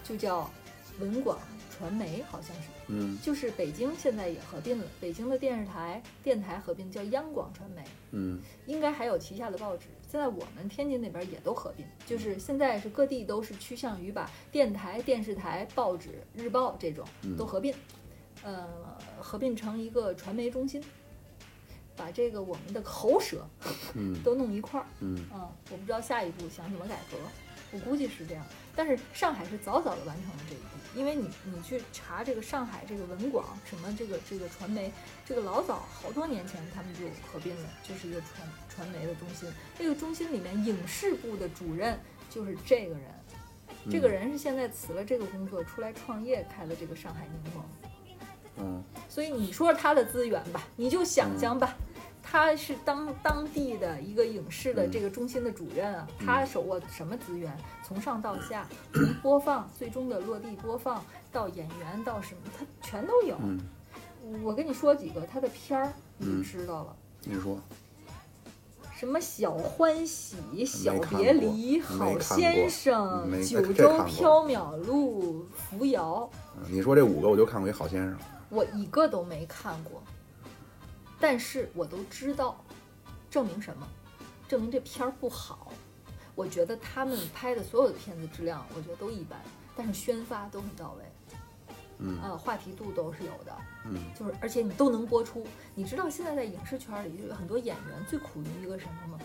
[SPEAKER 3] 就叫文广传媒，好像是，
[SPEAKER 1] 嗯
[SPEAKER 3] 就是北京现在也合并了，北京的电视台电台合并叫央广传媒，
[SPEAKER 1] 嗯
[SPEAKER 3] 应该还有旗下的报纸。现在我们天津那边也都合并，就是现在是各地都是趋向于把电台、电视台、报纸、日报这种
[SPEAKER 1] 嗯
[SPEAKER 3] 都合并，呃，合并成一个传媒中心，把这个我们的口舌
[SPEAKER 1] 嗯
[SPEAKER 3] 都弄一块儿。
[SPEAKER 1] 嗯，
[SPEAKER 3] 嗯，我不知道下一步想怎么改革，我估计是这样。但是上海是早早的完成了这一步，因为你你去查这个上海这个文广什么这个这个传媒，这个老早好多年前他们就合并了，就是一个传传媒的中心。这个中心里面影视部的主任就是这个人，这个人是现在辞了这个工作出来创业开了这个上海宁广。
[SPEAKER 1] 嗯，
[SPEAKER 3] 所以你说他的资源吧，你就想象吧，他是当当地的一个影视的
[SPEAKER 1] 嗯
[SPEAKER 3] 这个中心的主任啊，他手握什么资源？从上到下，从播放最终的落地播放到演员到什么，他全都有。
[SPEAKER 1] 嗯
[SPEAKER 3] 我跟你说几个他的片儿，你就
[SPEAKER 1] 嗯
[SPEAKER 3] 知道了。
[SPEAKER 1] 你说
[SPEAKER 3] 什么小欢喜、小
[SPEAKER 1] 看
[SPEAKER 3] 别
[SPEAKER 1] 过
[SPEAKER 3] 离、
[SPEAKER 1] 没
[SPEAKER 3] 好
[SPEAKER 1] 看
[SPEAKER 3] 先
[SPEAKER 1] 过
[SPEAKER 3] 生、
[SPEAKER 1] 没
[SPEAKER 3] 九
[SPEAKER 1] 这
[SPEAKER 3] 州
[SPEAKER 1] 看过
[SPEAKER 3] 缥缈录、扶摇，
[SPEAKER 1] 嗯你说这五个我就看过一好先生，
[SPEAKER 3] 我一个都没看过，但是我都知道，证明什么？证明这片儿不好。我觉得他们拍的所有的片子质量，我觉得都一般，但是宣发都很到位，
[SPEAKER 1] 嗯
[SPEAKER 3] 呃，话题度都是有的，
[SPEAKER 1] 嗯
[SPEAKER 3] 就是而且你都能播出。你知道现在在影视圈里，就有很多演员最苦于一个什么吗？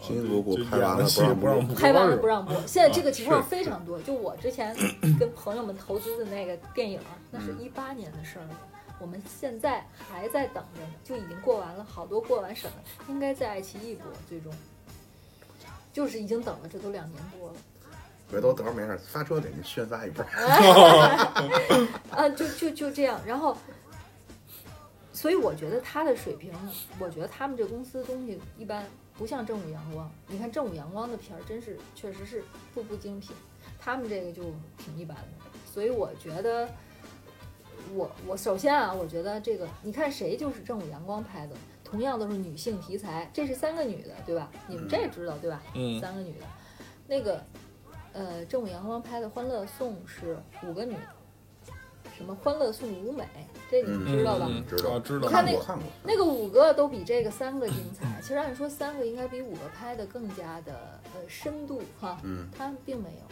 [SPEAKER 1] 辛辛苦苦
[SPEAKER 2] 就
[SPEAKER 1] 拍完了
[SPEAKER 2] 演戏
[SPEAKER 1] 不
[SPEAKER 2] 不
[SPEAKER 1] 让
[SPEAKER 2] 让
[SPEAKER 1] 播
[SPEAKER 3] 拍完了
[SPEAKER 2] 播
[SPEAKER 3] 不让播。现在这个情况
[SPEAKER 2] 是
[SPEAKER 3] 非常多。就我之前跟朋友们投资的那个电影，那是一八年的事儿了。我们现在还在等着呢，就已经过完了，好多过完审了，应该在爱奇艺播，最终就是已经等了，这都两年多了。
[SPEAKER 1] 回头等会儿没事儿发车给你宣发一波。
[SPEAKER 3] 啊，就就就这样。然后，所以我觉得他的水平，我觉得他们这公司的东西一般不像正午阳光。你看正午阳光的片儿，真是确实是步步精品，他们这个就挺一般的。所以我觉得。我我首先啊，我觉得这个，你看谁就是正午阳光拍的，同样都是女性题材，这是三个女的，对吧？你们这也知道对吧？
[SPEAKER 2] 嗯
[SPEAKER 3] 三个女的，那个，呃，正午阳光拍的《欢乐颂》是五个女的，什么《欢乐颂》舞美，这你们知道吧？
[SPEAKER 2] 嗯
[SPEAKER 1] 知道
[SPEAKER 2] 啊知道
[SPEAKER 3] 你看那
[SPEAKER 1] 过
[SPEAKER 3] 个
[SPEAKER 1] 看过，
[SPEAKER 3] 那个五个都比这个三个精彩。其实按说三个应该比五个拍的更加的呃深度哈，
[SPEAKER 1] 嗯
[SPEAKER 3] 他并没有。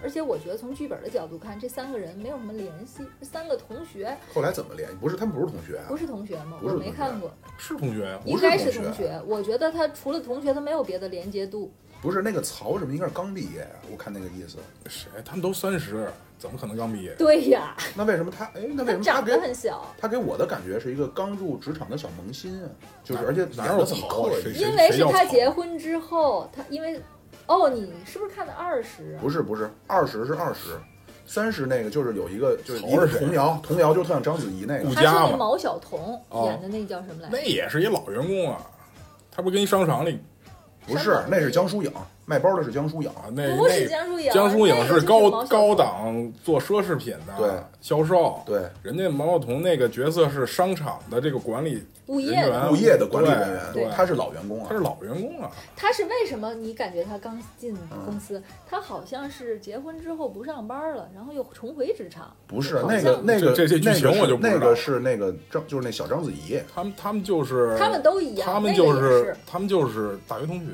[SPEAKER 3] 而且我觉得从剧本的角度看，这三个人没有什么联系，这三个同学
[SPEAKER 1] 后来怎么联系？不是他们不是同学啊
[SPEAKER 3] 不，是同学吗？
[SPEAKER 1] 不
[SPEAKER 3] 我
[SPEAKER 1] 是
[SPEAKER 3] 没
[SPEAKER 1] 同学
[SPEAKER 3] 看过，
[SPEAKER 2] 是同学呀，
[SPEAKER 1] 不
[SPEAKER 3] 应
[SPEAKER 1] 是
[SPEAKER 3] 该
[SPEAKER 1] 同
[SPEAKER 3] 是
[SPEAKER 1] 学
[SPEAKER 3] 同学。我觉得他除了同学，他没有别的连接度。
[SPEAKER 1] 不是那个曹什么，应该是刚毕业啊。我看那个意思，
[SPEAKER 2] 谁？他们都三十，怎么可能刚毕业？
[SPEAKER 3] 对呀，
[SPEAKER 1] 那为什么他？哎，那为什么他
[SPEAKER 3] 长
[SPEAKER 1] 给
[SPEAKER 3] 得很小。
[SPEAKER 1] 他给我的感觉是一个刚入职场的小萌新啊，就是
[SPEAKER 2] 哪
[SPEAKER 1] 而且
[SPEAKER 2] 哪
[SPEAKER 1] 演
[SPEAKER 2] 有
[SPEAKER 1] 得很
[SPEAKER 2] 草
[SPEAKER 1] 高
[SPEAKER 2] 啊
[SPEAKER 1] 了已
[SPEAKER 2] 谁
[SPEAKER 1] 经
[SPEAKER 2] 谁
[SPEAKER 3] 因为是
[SPEAKER 2] 要
[SPEAKER 3] 他
[SPEAKER 2] 炒
[SPEAKER 3] 结婚之后，他因为哦，你是不是看的二十啊？
[SPEAKER 1] 不是不是，二十是二十，三十那个就是有一个就是一
[SPEAKER 2] 曹
[SPEAKER 1] 个
[SPEAKER 2] 是谁啊
[SPEAKER 1] 童谣，童谣就是特像章子怡那个
[SPEAKER 2] 顾
[SPEAKER 3] 他
[SPEAKER 2] 佳
[SPEAKER 3] 是那
[SPEAKER 2] 嘛
[SPEAKER 3] 毛晓彤
[SPEAKER 2] 哦
[SPEAKER 3] 演的那叫什么来
[SPEAKER 2] 那
[SPEAKER 3] 着？
[SPEAKER 2] 也是一老员工啊，他不跟一商场里
[SPEAKER 1] 不是
[SPEAKER 3] 山，口
[SPEAKER 1] 那是江疏影，卖包的是江疏影，
[SPEAKER 2] 啊，那
[SPEAKER 3] 不是
[SPEAKER 2] 那
[SPEAKER 3] 江疏影，
[SPEAKER 2] 江疏影
[SPEAKER 3] 那个就是
[SPEAKER 2] 高
[SPEAKER 3] 毛晓
[SPEAKER 2] 高
[SPEAKER 3] 彤，
[SPEAKER 2] 档做奢侈品的
[SPEAKER 1] 对
[SPEAKER 2] 销售，
[SPEAKER 1] 对，
[SPEAKER 2] 人家毛晓彤那个角色是商场的这个管理
[SPEAKER 3] 物业
[SPEAKER 2] 人
[SPEAKER 3] 的
[SPEAKER 2] 员，
[SPEAKER 1] 物业的管理人
[SPEAKER 2] 对
[SPEAKER 1] 员，
[SPEAKER 2] 对
[SPEAKER 1] 他是老员工
[SPEAKER 2] 他
[SPEAKER 1] 啊
[SPEAKER 2] 是，老员工啊，
[SPEAKER 3] 他是为什么？你感觉他刚进公
[SPEAKER 2] 嗯
[SPEAKER 3] 司，他好像是结婚之后不上班了，然后又重回职场。
[SPEAKER 1] 不是
[SPEAKER 3] 好
[SPEAKER 1] 那
[SPEAKER 3] 像
[SPEAKER 1] 个那个
[SPEAKER 2] 这这剧
[SPEAKER 1] 那个
[SPEAKER 2] 情我
[SPEAKER 1] 是
[SPEAKER 2] 就不知
[SPEAKER 1] 那
[SPEAKER 2] 道
[SPEAKER 1] 个是那个张就是那小章子怡
[SPEAKER 2] 他们他们就是
[SPEAKER 3] 他们都一样，
[SPEAKER 2] 呃他们
[SPEAKER 3] 那
[SPEAKER 2] 就
[SPEAKER 3] 个也是
[SPEAKER 2] 他们就是大学同学，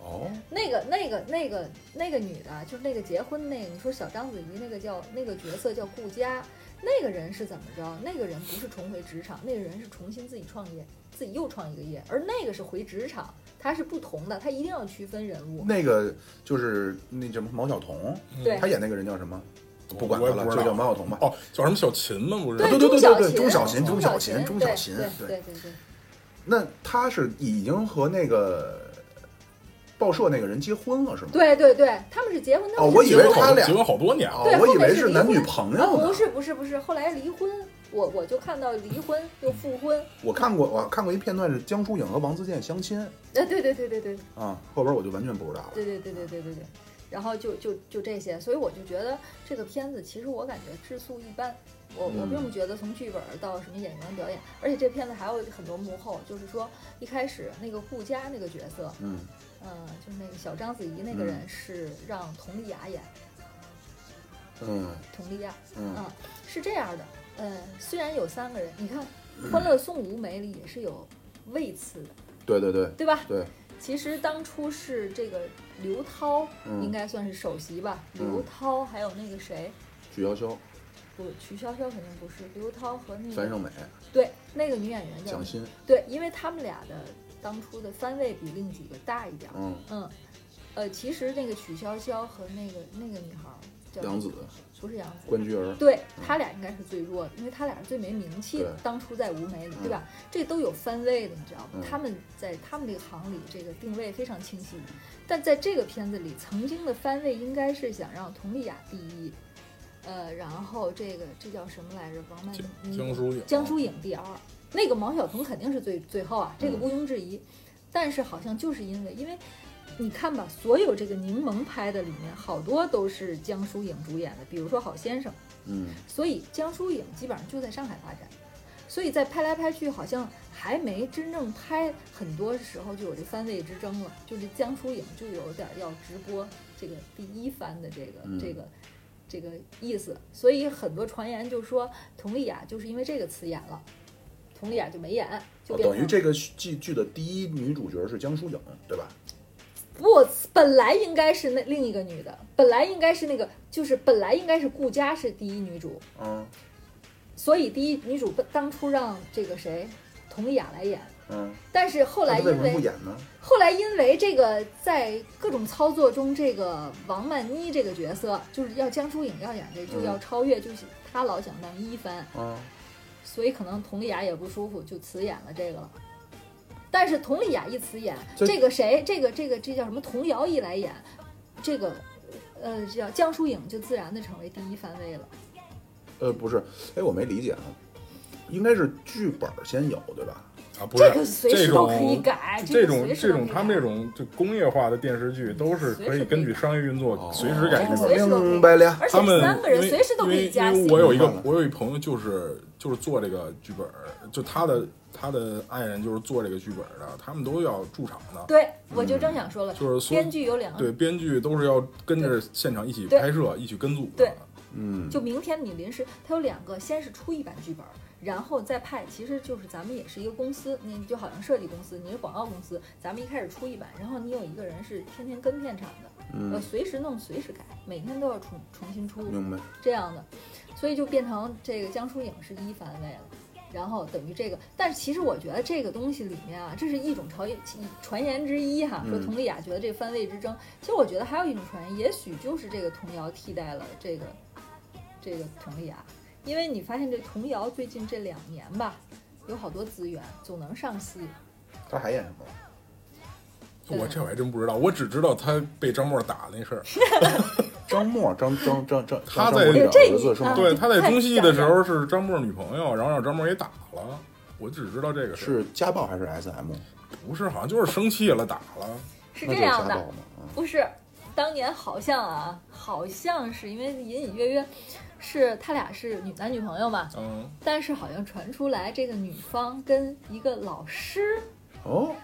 [SPEAKER 1] 哦，
[SPEAKER 3] 那个那个那个那个女的，就是那个结婚那个，你说小章子怡那个叫那个角色叫顾佳，那个人是怎么着？那个人不是重回职场，那个人是重新自己创业，自己又创一个业，而那个是回职场，他是不同的，他一定要区分人物。
[SPEAKER 1] 那个就是那叫什么毛晓彤，
[SPEAKER 3] 对
[SPEAKER 1] 他演那个人叫什么？嗯不管
[SPEAKER 2] 我
[SPEAKER 1] 他
[SPEAKER 2] 也不
[SPEAKER 1] 了，
[SPEAKER 2] 知
[SPEAKER 1] 就
[SPEAKER 2] 道
[SPEAKER 1] 叫毛晓彤吧。
[SPEAKER 2] 哦，叫什么小秦吗？不是，
[SPEAKER 1] 对
[SPEAKER 3] 钟
[SPEAKER 1] 对
[SPEAKER 3] 小
[SPEAKER 1] 对
[SPEAKER 3] 琴，
[SPEAKER 1] 钟小琴
[SPEAKER 3] 琴，
[SPEAKER 1] 钟小琴钟小琴
[SPEAKER 3] 对
[SPEAKER 1] 对
[SPEAKER 3] 对对对，
[SPEAKER 1] 那他是已经和那个报社那个人结婚了是吗？
[SPEAKER 3] 对对对，他们是结婚，他
[SPEAKER 1] 哦
[SPEAKER 3] 们是
[SPEAKER 1] 我以为
[SPEAKER 3] 结婚
[SPEAKER 1] 他
[SPEAKER 2] 好
[SPEAKER 1] 俩
[SPEAKER 2] 结婚好多年
[SPEAKER 1] 哦
[SPEAKER 2] 了，
[SPEAKER 3] 对，
[SPEAKER 1] 我以
[SPEAKER 3] 后面
[SPEAKER 1] 为
[SPEAKER 3] 是
[SPEAKER 1] 是
[SPEAKER 3] 离
[SPEAKER 1] 男女
[SPEAKER 3] 婚
[SPEAKER 1] 朋
[SPEAKER 3] 啊
[SPEAKER 1] 友呢
[SPEAKER 3] 不。是不是不是，后来离婚，我我就看到离婚又复婚，
[SPEAKER 1] 我看过，我看过一片段是江疏影和王自健相亲
[SPEAKER 3] 呃，对对对对对
[SPEAKER 1] 啊，后边我就完全不知道了。
[SPEAKER 3] 对对对对对对对，然后就就就这些，所以我就觉得这个片子其实我感觉质素一般，我我
[SPEAKER 1] 嗯
[SPEAKER 3] 并不觉得从剧本到什么演员表演，而且这片子还有很多幕后，就是说一开始那个顾佳那个角色，
[SPEAKER 1] 嗯，
[SPEAKER 3] 呃，就是那个小章子怡那个人是让佟丽娅演，
[SPEAKER 1] 嗯
[SPEAKER 3] 佟丽娅，
[SPEAKER 1] 嗯
[SPEAKER 3] 嗯，是这样的，呃，虽然有三个人，你看《欢乐颂》吴梅里也是有魏次的，
[SPEAKER 1] 对对对
[SPEAKER 3] 对吧？
[SPEAKER 1] 对，
[SPEAKER 3] 其实当初是这个刘涛，
[SPEAKER 1] 嗯
[SPEAKER 3] 应该算是首席吧。
[SPEAKER 1] 嗯
[SPEAKER 3] 刘涛还有那个谁，
[SPEAKER 1] 曲筱绡、
[SPEAKER 3] 不，曲筱绡肯定不是。刘涛和那
[SPEAKER 1] 樊
[SPEAKER 3] 个
[SPEAKER 1] 胜美、
[SPEAKER 3] 对那个女演员叫
[SPEAKER 1] 蒋欣，
[SPEAKER 3] 对，因为他们俩的当初的番位比另几个大一点儿。
[SPEAKER 1] 嗯，
[SPEAKER 3] 嗯，呃，其实那个曲筱绡和那个那个女孩儿叫
[SPEAKER 1] 杨紫、
[SPEAKER 3] 不是杨紫，
[SPEAKER 1] 关雎儿，
[SPEAKER 3] 对他俩应该是最弱的，因为他俩是最没名气的
[SPEAKER 1] 对，
[SPEAKER 3] 当初在舞美里，
[SPEAKER 1] 嗯
[SPEAKER 3] 对吧？这都有番位的，你知道吗？
[SPEAKER 1] 嗯
[SPEAKER 3] 他们在他们这个行里，这个定位非常清晰。但在这个片子里，曾经的番位应该是想让佟丽娅第一，呃，然后这个这叫什么来着？王曼
[SPEAKER 2] 江
[SPEAKER 3] 妮、
[SPEAKER 2] 江疏影，
[SPEAKER 3] 嗯江疏影第二，那个毛晓彤肯定是最最后啊，这个
[SPEAKER 1] 嗯
[SPEAKER 3] 毋庸置疑。但是好像就是因为，因为你看吧，所有这个柠檬拍的里面，好多都是江疏影主演的，比如说《好先生》。
[SPEAKER 1] 嗯，
[SPEAKER 3] 所以江疏影基本上就在上海发展，所以在拍来拍去，好像还没真正拍，很多时候就有这番位之争了，就是江疏影就有点要直播这个第一番的这个、
[SPEAKER 1] 嗯
[SPEAKER 3] 这个这个意思，所以很多传言就说佟丽娅就是因为这个词演了，佟丽娅就没演，就
[SPEAKER 1] 哦
[SPEAKER 3] 变
[SPEAKER 1] 等
[SPEAKER 3] 成、
[SPEAKER 1] 于这个剧剧的第一女主角是江疏影，对吧？
[SPEAKER 3] 不，本来应该是那另一个女的，本来应该是那个就是本来应该是顾佳是第一女主，
[SPEAKER 1] 嗯
[SPEAKER 3] 所以第一女主当初让这个谁，佟丽娅来演，
[SPEAKER 1] 嗯，
[SPEAKER 3] 但是后
[SPEAKER 1] 那
[SPEAKER 2] 啊
[SPEAKER 3] 来
[SPEAKER 1] 她为什
[SPEAKER 3] 因
[SPEAKER 1] 么不
[SPEAKER 3] 为
[SPEAKER 1] 演呢？
[SPEAKER 3] 后来因为这个在各种操作中，这个王曼妮这个角色就是要江疏影要演这就要超越，就是她老想当一番，
[SPEAKER 1] 嗯，
[SPEAKER 3] 所以可能佟丽娅也不舒服，就辞演了这个了。但是佟丽娅一辞演，
[SPEAKER 1] 这
[SPEAKER 3] 这个谁，这个这个这叫什么？童瑶一来演，这个呃叫江疏影就自然的成为第一番位了。
[SPEAKER 1] 呃，不是，哎，我没理解啊，应该是剧本先有对吧？
[SPEAKER 2] 啊，不
[SPEAKER 3] 这
[SPEAKER 2] 是
[SPEAKER 3] 个随
[SPEAKER 2] 这
[SPEAKER 3] 时都可以
[SPEAKER 2] 种
[SPEAKER 3] 改，
[SPEAKER 2] 这
[SPEAKER 3] 这
[SPEAKER 2] 种
[SPEAKER 3] 这
[SPEAKER 2] 这种他们这种就工业化的电视
[SPEAKER 3] 嗯
[SPEAKER 2] 剧都是可以根据商业运作
[SPEAKER 1] 哦
[SPEAKER 2] 随时改剧
[SPEAKER 3] 随
[SPEAKER 2] 本
[SPEAKER 3] 时。都可以
[SPEAKER 1] 明白了，
[SPEAKER 3] 而且
[SPEAKER 2] 他们
[SPEAKER 3] 三个人
[SPEAKER 2] 因为
[SPEAKER 3] 随时都可以加
[SPEAKER 2] 因为
[SPEAKER 3] 戏
[SPEAKER 2] 因为。我有一
[SPEAKER 1] 明白
[SPEAKER 2] 个
[SPEAKER 1] 了
[SPEAKER 2] 我有一朋友就是就是做这个剧本儿，就他的他的爱人就是做这个剧本儿的，他们都要驻场的，
[SPEAKER 3] 对，我就正想说了，
[SPEAKER 2] 就是所
[SPEAKER 3] 编剧有两
[SPEAKER 2] 嗯
[SPEAKER 3] 个，
[SPEAKER 2] 对编剧都是要跟着现场一起
[SPEAKER 3] 对
[SPEAKER 2] 拍摄、一起跟组的
[SPEAKER 3] 对。
[SPEAKER 1] 嗯，
[SPEAKER 3] 就明天你临时，他有两个，先是出一版剧本，然后再派，其实就是咱们也是一个公司，你就好像设计公司，你是广告公司，咱们一开始出一版，然后你有一个人是天天跟片场的，呃，
[SPEAKER 1] 嗯，
[SPEAKER 3] 随时弄，随时改，每天都要重重新出
[SPEAKER 1] 明白。
[SPEAKER 3] 这样的，所以就变成这个江疏影是一番位了。然后等于这个，但是其实我觉得这个东西里面啊，这是一种传言传言之一哈，说
[SPEAKER 1] 嗯
[SPEAKER 3] 佟丽娅觉得这番位之争，其实我觉得还有一种传言，也许就是这个童谣替代了这个这个佟丽娅，因为你发现这童谣最近这两年吧，有好多资源，总能上戏。
[SPEAKER 1] 他还演什么？
[SPEAKER 3] 对
[SPEAKER 2] 我这我还真不知道，我只知道他被张默打那事儿。
[SPEAKER 1] 张默，张张张张，
[SPEAKER 2] 他
[SPEAKER 1] 张
[SPEAKER 2] 在
[SPEAKER 1] 张默演
[SPEAKER 3] 这
[SPEAKER 1] 儿子是吗？
[SPEAKER 3] 啊
[SPEAKER 2] 对，他在
[SPEAKER 3] 太
[SPEAKER 2] 中戏的时
[SPEAKER 3] 吓
[SPEAKER 2] 候是张默女朋友，然后让张默给打了。我只知道这个事儿，
[SPEAKER 1] 是家暴还是 S M？
[SPEAKER 2] 不是好像就是生气了打了。
[SPEAKER 3] 是
[SPEAKER 1] 那
[SPEAKER 3] 这
[SPEAKER 1] 就有家
[SPEAKER 3] 样的
[SPEAKER 1] 暴，嘛啊，
[SPEAKER 3] 不是，当年好像啊，好像是因为隐隐约约，是他俩是女男女朋友嘛，
[SPEAKER 2] 嗯，
[SPEAKER 3] 但是好像传出来这个女方跟一个老师
[SPEAKER 1] 哦，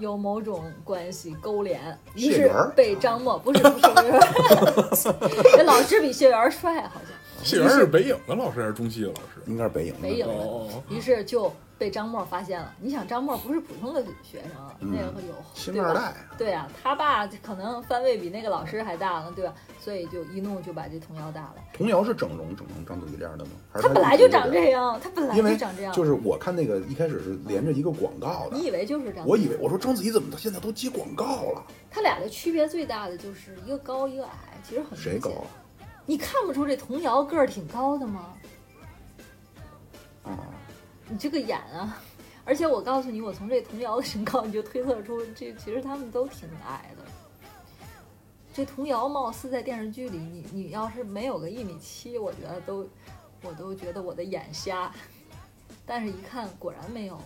[SPEAKER 3] 有某种关系勾连，于
[SPEAKER 1] 血
[SPEAKER 3] 是
[SPEAKER 1] 缘儿
[SPEAKER 3] 被张默不是不是不是， 这老师比学员帅好像，
[SPEAKER 2] 谢元是北影的老师还是中戏的老师？
[SPEAKER 1] 应该是北影的，
[SPEAKER 3] 北影
[SPEAKER 2] 哦哦
[SPEAKER 3] 于是就被张默发现了。你想张默不是普通的学生啊，
[SPEAKER 1] 嗯
[SPEAKER 3] 那个有
[SPEAKER 1] 新
[SPEAKER 3] 对
[SPEAKER 1] 二代
[SPEAKER 3] 吧？
[SPEAKER 1] 啊，
[SPEAKER 3] 对啊，他爸可能番位比那个老师还大呢，对吧？所以就一怒就把这童谣打了。
[SPEAKER 1] 童谣是整容整成张嘴这样的吗？还是
[SPEAKER 3] 他本来就长这样，他本来
[SPEAKER 1] 因
[SPEAKER 3] 就
[SPEAKER 1] 为
[SPEAKER 3] 长这样。
[SPEAKER 1] 就是我看那个一开始是连着一个广告的
[SPEAKER 3] 你，以为就是这样？
[SPEAKER 1] 我以为我说章子怡怎么到现在都接广告了？
[SPEAKER 3] 他俩的区别最大的就是一个高一个矮，其实很明显
[SPEAKER 1] 谁高啊？
[SPEAKER 3] 你看不出这童谣个儿挺高的吗？
[SPEAKER 1] 啊，
[SPEAKER 3] 你这个眼啊！而且我告诉你，我从这童谣的身高，你就推测出这其实他们都挺矮的。这童谣貌似在电视剧里，你你要是没有个一米七，我觉得都我都觉得我的眼瞎。但是，一看果然没有。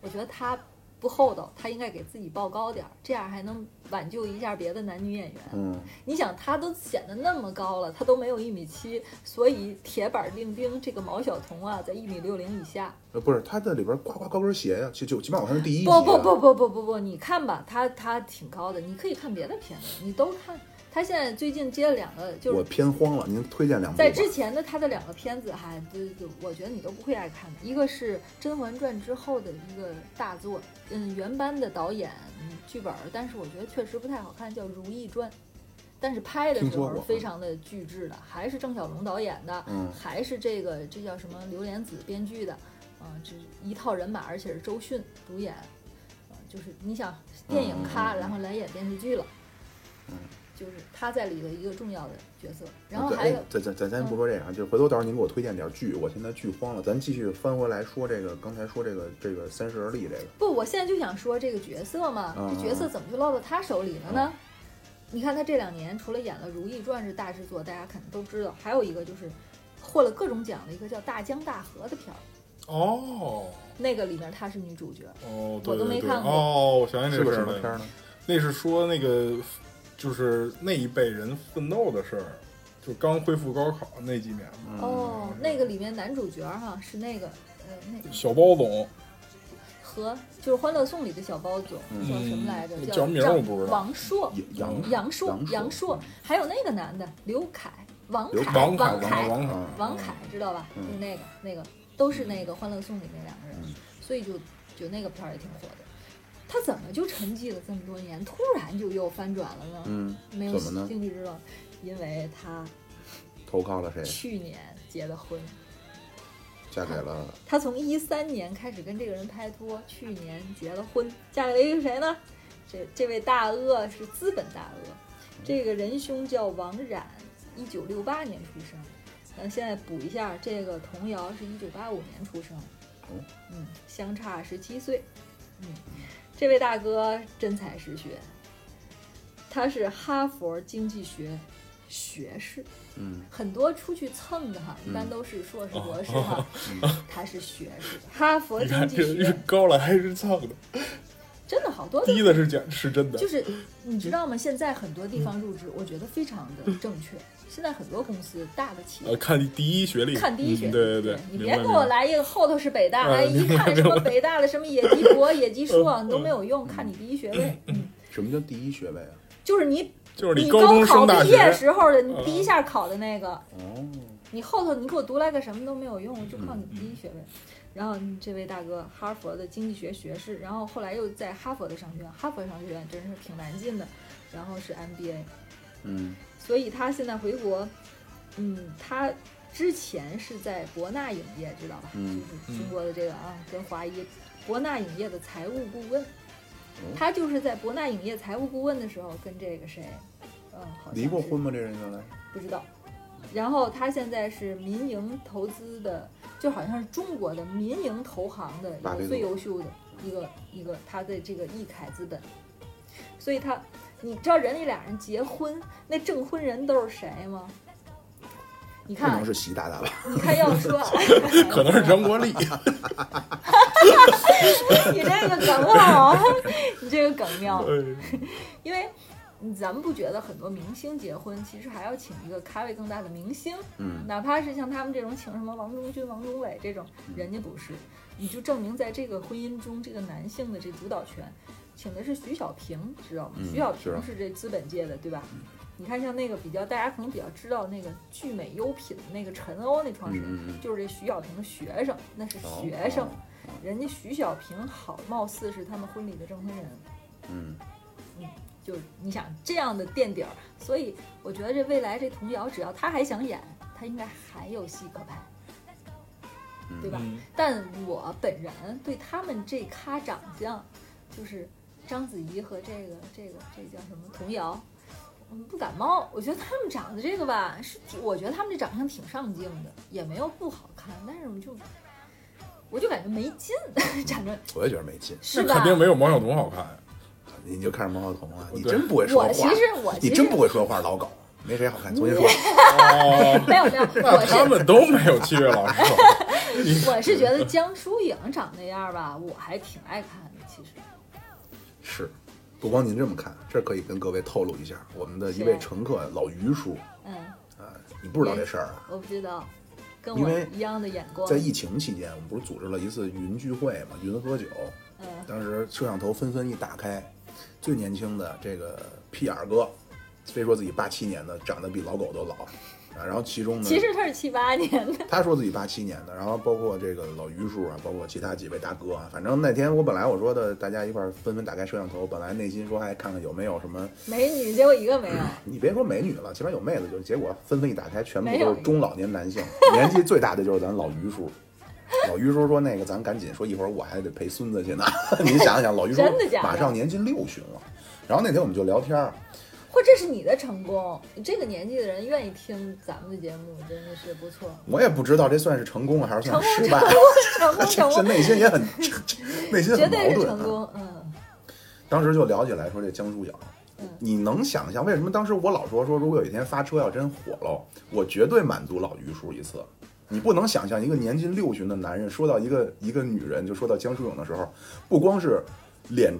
[SPEAKER 3] 我觉得他不厚道，他应该给自己报高点儿，这样还能挽救一下别的男女演员。
[SPEAKER 1] 嗯，
[SPEAKER 3] 你想，他都显得那么高了，他都没有一米七，所以铁板钉钉，这个毛晓彤啊，在一米六零以下。
[SPEAKER 1] 呃，不是，他在里边呱呱高跟鞋呀，就就起码我看是第一集啊
[SPEAKER 3] 不不不不不不不，你看吧，他他挺高的，你可以看别的片子，你都看。他现在最近接了两个，就
[SPEAKER 1] 我
[SPEAKER 3] 是
[SPEAKER 1] 偏荒了，您推荐两部吧
[SPEAKER 3] 在之前的他的两个片子哈，就就我觉得你都不会爱看的。一个是《甄嬛传》之后的一个大作，嗯，原班的导演嗯剧本儿，但是我觉得确实不太好看，叫《如懿传》，但是拍的
[SPEAKER 1] 听
[SPEAKER 3] 时
[SPEAKER 1] 说
[SPEAKER 3] 候
[SPEAKER 1] 过
[SPEAKER 3] 非常的巨制的，还是郑晓龙导演的，
[SPEAKER 1] 嗯
[SPEAKER 3] 还是这个这叫什么刘莲子编剧的，嗯、这一套人马，而且是周迅主演，呃就是你想电影
[SPEAKER 1] 嗯嗯
[SPEAKER 3] 咖，
[SPEAKER 1] 嗯嗯
[SPEAKER 3] 然后来演电视剧了，
[SPEAKER 1] 嗯，
[SPEAKER 3] 就是他在里的一个重要的角色，然后
[SPEAKER 1] 对
[SPEAKER 3] 还
[SPEAKER 1] 哎
[SPEAKER 3] 有。
[SPEAKER 1] 咱咱咱咱
[SPEAKER 3] 嗯
[SPEAKER 1] 不说这个啊，就是回头到时候您给我推荐点剧，我现在剧荒了，咱继续翻回来说这个刚才说这个这个三十而立这个，
[SPEAKER 3] 不，我现在就想说这个角色嘛，
[SPEAKER 1] 嗯哦
[SPEAKER 3] 这角色怎么就落到他手里了呢？你看他这两年除了演了《如懿传》是大制作，大家肯定都知道，还有一个就是获了各种奖的一个叫《大江大河》的片儿，
[SPEAKER 2] 哦
[SPEAKER 3] 那个里面她是女主角。
[SPEAKER 2] 哦，
[SPEAKER 3] 我
[SPEAKER 2] 对
[SPEAKER 3] 都没
[SPEAKER 2] 对对，
[SPEAKER 3] 看过
[SPEAKER 2] 哦，我想起
[SPEAKER 1] 是
[SPEAKER 2] 那
[SPEAKER 1] 个
[SPEAKER 2] 个
[SPEAKER 1] 什
[SPEAKER 2] 事儿
[SPEAKER 1] 么片
[SPEAKER 2] 了，
[SPEAKER 1] 儿呢？
[SPEAKER 2] 那是说那个就是那一辈人奋斗的事儿，就刚恢复高考那几年嘛。
[SPEAKER 1] 嗯
[SPEAKER 3] 哦，那个里面男主角哈、是那个呃那个
[SPEAKER 2] 小包总，
[SPEAKER 3] 和就是《欢乐颂》里的小包总
[SPEAKER 1] 嗯
[SPEAKER 3] 叫什么来着？
[SPEAKER 2] 嗯
[SPEAKER 3] 叫
[SPEAKER 2] 叫名儿我不知道
[SPEAKER 3] 王朔，
[SPEAKER 1] 杨杨
[SPEAKER 3] 杨朔
[SPEAKER 1] 杨，朔
[SPEAKER 3] 杨朔，还有那个男的刘恺，王
[SPEAKER 1] 刘
[SPEAKER 3] 凯，
[SPEAKER 2] 王凯，
[SPEAKER 3] 王
[SPEAKER 2] 王凯，王凯，
[SPEAKER 3] 王凯知道吧？
[SPEAKER 1] 嗯
[SPEAKER 3] 就是那个那个，都是那个《欢乐颂》里那两个人，
[SPEAKER 1] 嗯
[SPEAKER 3] 所以就就那个片儿也挺火的。他怎么就沉寂了这么多年，突然就又翻转了呢？
[SPEAKER 1] 嗯，
[SPEAKER 3] 没有
[SPEAKER 1] 怎么呢
[SPEAKER 3] 兴趣知道，因为他
[SPEAKER 1] 投靠了谁？
[SPEAKER 3] 去年结的婚，
[SPEAKER 1] 嫁给了
[SPEAKER 3] 他从一三年开始跟这个人拍拖，去年结了婚，嫁给了一个谁呢？这这位大鳄是资本大鳄，这个仁兄叫王冉，一九六八年出生。咱现在补一下，这个童谣是一九八五年出生
[SPEAKER 1] 哦，
[SPEAKER 3] 嗯，相差十七岁。嗯，这位大哥真才实学，他是哈佛经济学学士。
[SPEAKER 1] 嗯
[SPEAKER 3] 很多出去蹭的哈，一般都是硕士、博士哈，他是学士，哈佛
[SPEAKER 2] 哦你
[SPEAKER 3] 经
[SPEAKER 2] 看
[SPEAKER 3] 济
[SPEAKER 2] 这是
[SPEAKER 3] 学，
[SPEAKER 2] 嗯高了还是蹭的，
[SPEAKER 3] 真的好多都
[SPEAKER 2] 低的是假是真的
[SPEAKER 3] 就。是你知道吗？现在很多
[SPEAKER 2] 嗯
[SPEAKER 3] 地方入职，我觉得非常的正确。现在很多公司大的企
[SPEAKER 2] 呃，
[SPEAKER 3] 业
[SPEAKER 2] 看第一学历，
[SPEAKER 3] 看第一
[SPEAKER 2] 嗯
[SPEAKER 3] 学历，
[SPEAKER 2] 对对对，
[SPEAKER 3] 你
[SPEAKER 2] 明
[SPEAKER 3] 别
[SPEAKER 2] 白
[SPEAKER 3] 给
[SPEAKER 2] 明
[SPEAKER 3] 我
[SPEAKER 2] 白
[SPEAKER 3] 来一个后头是北大，
[SPEAKER 2] 嗯
[SPEAKER 3] 哎，一看什
[SPEAKER 2] 明白嗯
[SPEAKER 3] 么北大的什么野鸡博、野鸡硕啊都没有用，看你第一学位，嗯，
[SPEAKER 1] 什么叫第一学位啊？
[SPEAKER 3] 就是你
[SPEAKER 2] 就是
[SPEAKER 3] 你
[SPEAKER 2] 高中
[SPEAKER 3] 考
[SPEAKER 2] 升大
[SPEAKER 3] 毕
[SPEAKER 2] 学，
[SPEAKER 3] 业时候的你
[SPEAKER 2] 嗯
[SPEAKER 3] 第一下考的那个，
[SPEAKER 1] 哦，
[SPEAKER 3] 你后头你给我读来个什么都没有用，就靠你第一学位。
[SPEAKER 2] 嗯
[SPEAKER 3] 然后这位大哥，哈佛的经济学学士，然后后来又在哈佛的商学院，哈佛商学院真是挺难进的，然后是 MBA，
[SPEAKER 1] 嗯
[SPEAKER 3] 所以他现在回国，嗯，他之前是在博纳影业，知道吧？
[SPEAKER 1] 嗯
[SPEAKER 3] 就是中国的这个啊，跟华谊，博纳影业的财务顾问，
[SPEAKER 1] 哦
[SPEAKER 3] 他就是在博纳影业财务顾问的时候跟这个谁，嗯，好像
[SPEAKER 1] 离过
[SPEAKER 3] 是
[SPEAKER 1] 婚吗？这人原来
[SPEAKER 3] 不知道。然后他现在是民营投资的，就好像是中国的民营投行的一
[SPEAKER 1] 巴菲
[SPEAKER 3] 个
[SPEAKER 1] 特
[SPEAKER 3] 最优秀的一个一个他的这个易凯资本，所以他，你知道人家俩人结婚，那证婚人都是谁吗？你
[SPEAKER 1] 不
[SPEAKER 3] 看
[SPEAKER 1] 能，是习大大吧？
[SPEAKER 3] 你看，要说，啊
[SPEAKER 2] 可能是 哎张国立，
[SPEAKER 3] 你这个梗好，你这这个梗妙，
[SPEAKER 2] 哎，
[SPEAKER 3] 因为咱们不觉得很多明星结婚其实还要请一个咖位更大的明星，
[SPEAKER 1] 嗯，
[SPEAKER 3] 哪怕是像他们这种请什么王中军、王中伟这种，人家不是，你就证明在这个婚姻中，这个男性的这主导权，请的是徐小平，知道吗？
[SPEAKER 1] 嗯
[SPEAKER 3] 徐小
[SPEAKER 1] 是嗯啊
[SPEAKER 3] 平是这资本界的，对吧？你看像那个比较大家可能比较知道那个聚美优品的那个陈欧那创始人，
[SPEAKER 1] 嗯嗯嗯
[SPEAKER 3] 就是这徐小平的学生，那是
[SPEAKER 1] 哦
[SPEAKER 3] 学生，
[SPEAKER 1] 哦
[SPEAKER 3] 人家徐小平好貌似是他们婚礼的证婚人，
[SPEAKER 1] 嗯，
[SPEAKER 3] 就是你想这样的垫底儿，所以我觉得这未来这童瑶，只要她还想演，她应该还有戏可拍，
[SPEAKER 1] 嗯
[SPEAKER 3] 对吧？
[SPEAKER 2] 嗯
[SPEAKER 3] 但我本人对他们这咖长相，就是章子怡和这个这个这叫什么童瑶，嗯，不感冒。我觉得他们长得这个吧，是挺我觉得他们这长相挺上镜的，也没有不好看，但是我就我就感觉没劲， 长着
[SPEAKER 1] 我也觉得没劲，啊
[SPEAKER 3] 是
[SPEAKER 2] 那
[SPEAKER 3] 吧
[SPEAKER 2] 肯？定没有毛晓彤 好看呀。
[SPEAKER 1] 你就看着毛晓彤啊，你
[SPEAKER 2] 对
[SPEAKER 1] 真不会说话，
[SPEAKER 3] 我其实我
[SPEAKER 1] 你
[SPEAKER 3] 其实
[SPEAKER 1] 真不会说话，老狗，没谁好看，重新说，
[SPEAKER 2] 哦，
[SPEAKER 3] 没有没有，我
[SPEAKER 2] 那
[SPEAKER 3] 是
[SPEAKER 2] 他们都没有七月老师好。
[SPEAKER 3] 我是觉得江疏影长那样吧，我还挺爱看的。其实
[SPEAKER 1] 是。不光您这么看，这可以跟各位透露一下，我们的一位
[SPEAKER 3] 谁
[SPEAKER 1] 乘客老于叔
[SPEAKER 3] 嗯，
[SPEAKER 1] 啊，你不知道这事儿啊？
[SPEAKER 3] 我不知道，跟
[SPEAKER 1] 因
[SPEAKER 3] 我
[SPEAKER 1] 为
[SPEAKER 3] 一样的眼光
[SPEAKER 1] 在。疫情期间，我们不是组织了一次云聚会嘛，云喝酒，
[SPEAKER 3] 嗯，
[SPEAKER 1] 当时摄像头纷纷一打开，最年轻的这个屁眼儿哥，非说自己八七年的，长得比老狗都老啊。然后其中呢，
[SPEAKER 3] 其实他是七八年的，
[SPEAKER 1] 他说自己八七年的，然后包括这个老于叔啊，包括其他几位大哥啊，反正那天我本来我说的，大家一块儿纷纷打开摄像头，本来内心说还看看有没有什么，
[SPEAKER 3] 美女结果一个没有。
[SPEAKER 1] 你别说美女了，起码有妹子就，结果纷纷一打开，全部
[SPEAKER 3] 没
[SPEAKER 1] 都
[SPEAKER 3] 有
[SPEAKER 1] 是中老年男性， 年纪最大的就是咱老于叔。老于叔说：“那个，咱赶紧说，一会儿我还得陪孙子去呢。 您想想，老于叔
[SPEAKER 3] 真的假的
[SPEAKER 1] 马上年近六旬了。然后那天我们就聊天儿，
[SPEAKER 3] 或这是你的成功，你这个年纪的人愿意听咱们的节目，真的是 不错。
[SPEAKER 1] 我也不知道这算是成功啊还是
[SPEAKER 3] 成
[SPEAKER 1] 算是
[SPEAKER 3] 功，
[SPEAKER 1] 失
[SPEAKER 3] 成
[SPEAKER 1] 败，
[SPEAKER 3] 功，成功，成
[SPEAKER 1] 这
[SPEAKER 3] 功，
[SPEAKER 1] 内心也很，内心
[SPEAKER 3] 绝
[SPEAKER 1] 很
[SPEAKER 3] 对
[SPEAKER 1] 矛
[SPEAKER 3] 是
[SPEAKER 1] 盾、
[SPEAKER 3] 成
[SPEAKER 1] 啊。
[SPEAKER 3] 功。嗯，
[SPEAKER 1] 当时就聊起来说这江疏影
[SPEAKER 3] 嗯，
[SPEAKER 1] 你能想象为什么当时我老说说如果有一天发车要真火了，我绝对满足老于叔一次。你不能想象一个年近六旬的男人说到一个 一个女人，就说到江疏影的时候，不光是脸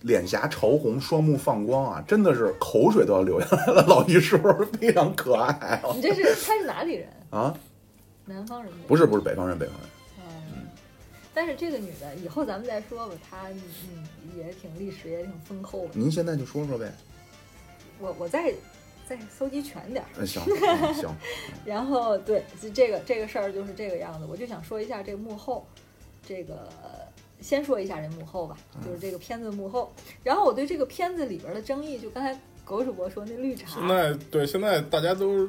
[SPEAKER 1] 脸颊潮红、双目放光啊，真的是口水都要流下来了。老于叔非常可爱
[SPEAKER 3] 你这是他是哪里人？
[SPEAKER 1] 啊，
[SPEAKER 3] 南方人吗？
[SPEAKER 1] 不是不是北方人，北方人，
[SPEAKER 3] 嗯，但是这个女的，以后咱们再说吧。她嗯也挺历史，也挺丰厚的。
[SPEAKER 1] 您现在就说说呗。
[SPEAKER 3] 我我再再搜集全点儿，
[SPEAKER 1] 嗯， 行嗯行，
[SPEAKER 3] 然后对，就这个这个事儿就是这个样子。我就想说一下这个幕后，这个先说一下这幕后吧，
[SPEAKER 1] 嗯
[SPEAKER 3] 就是这个片子幕后。然后我对这个片子里边的争议，就刚才狗主播说那绿茶，
[SPEAKER 2] 现在对，现在大家都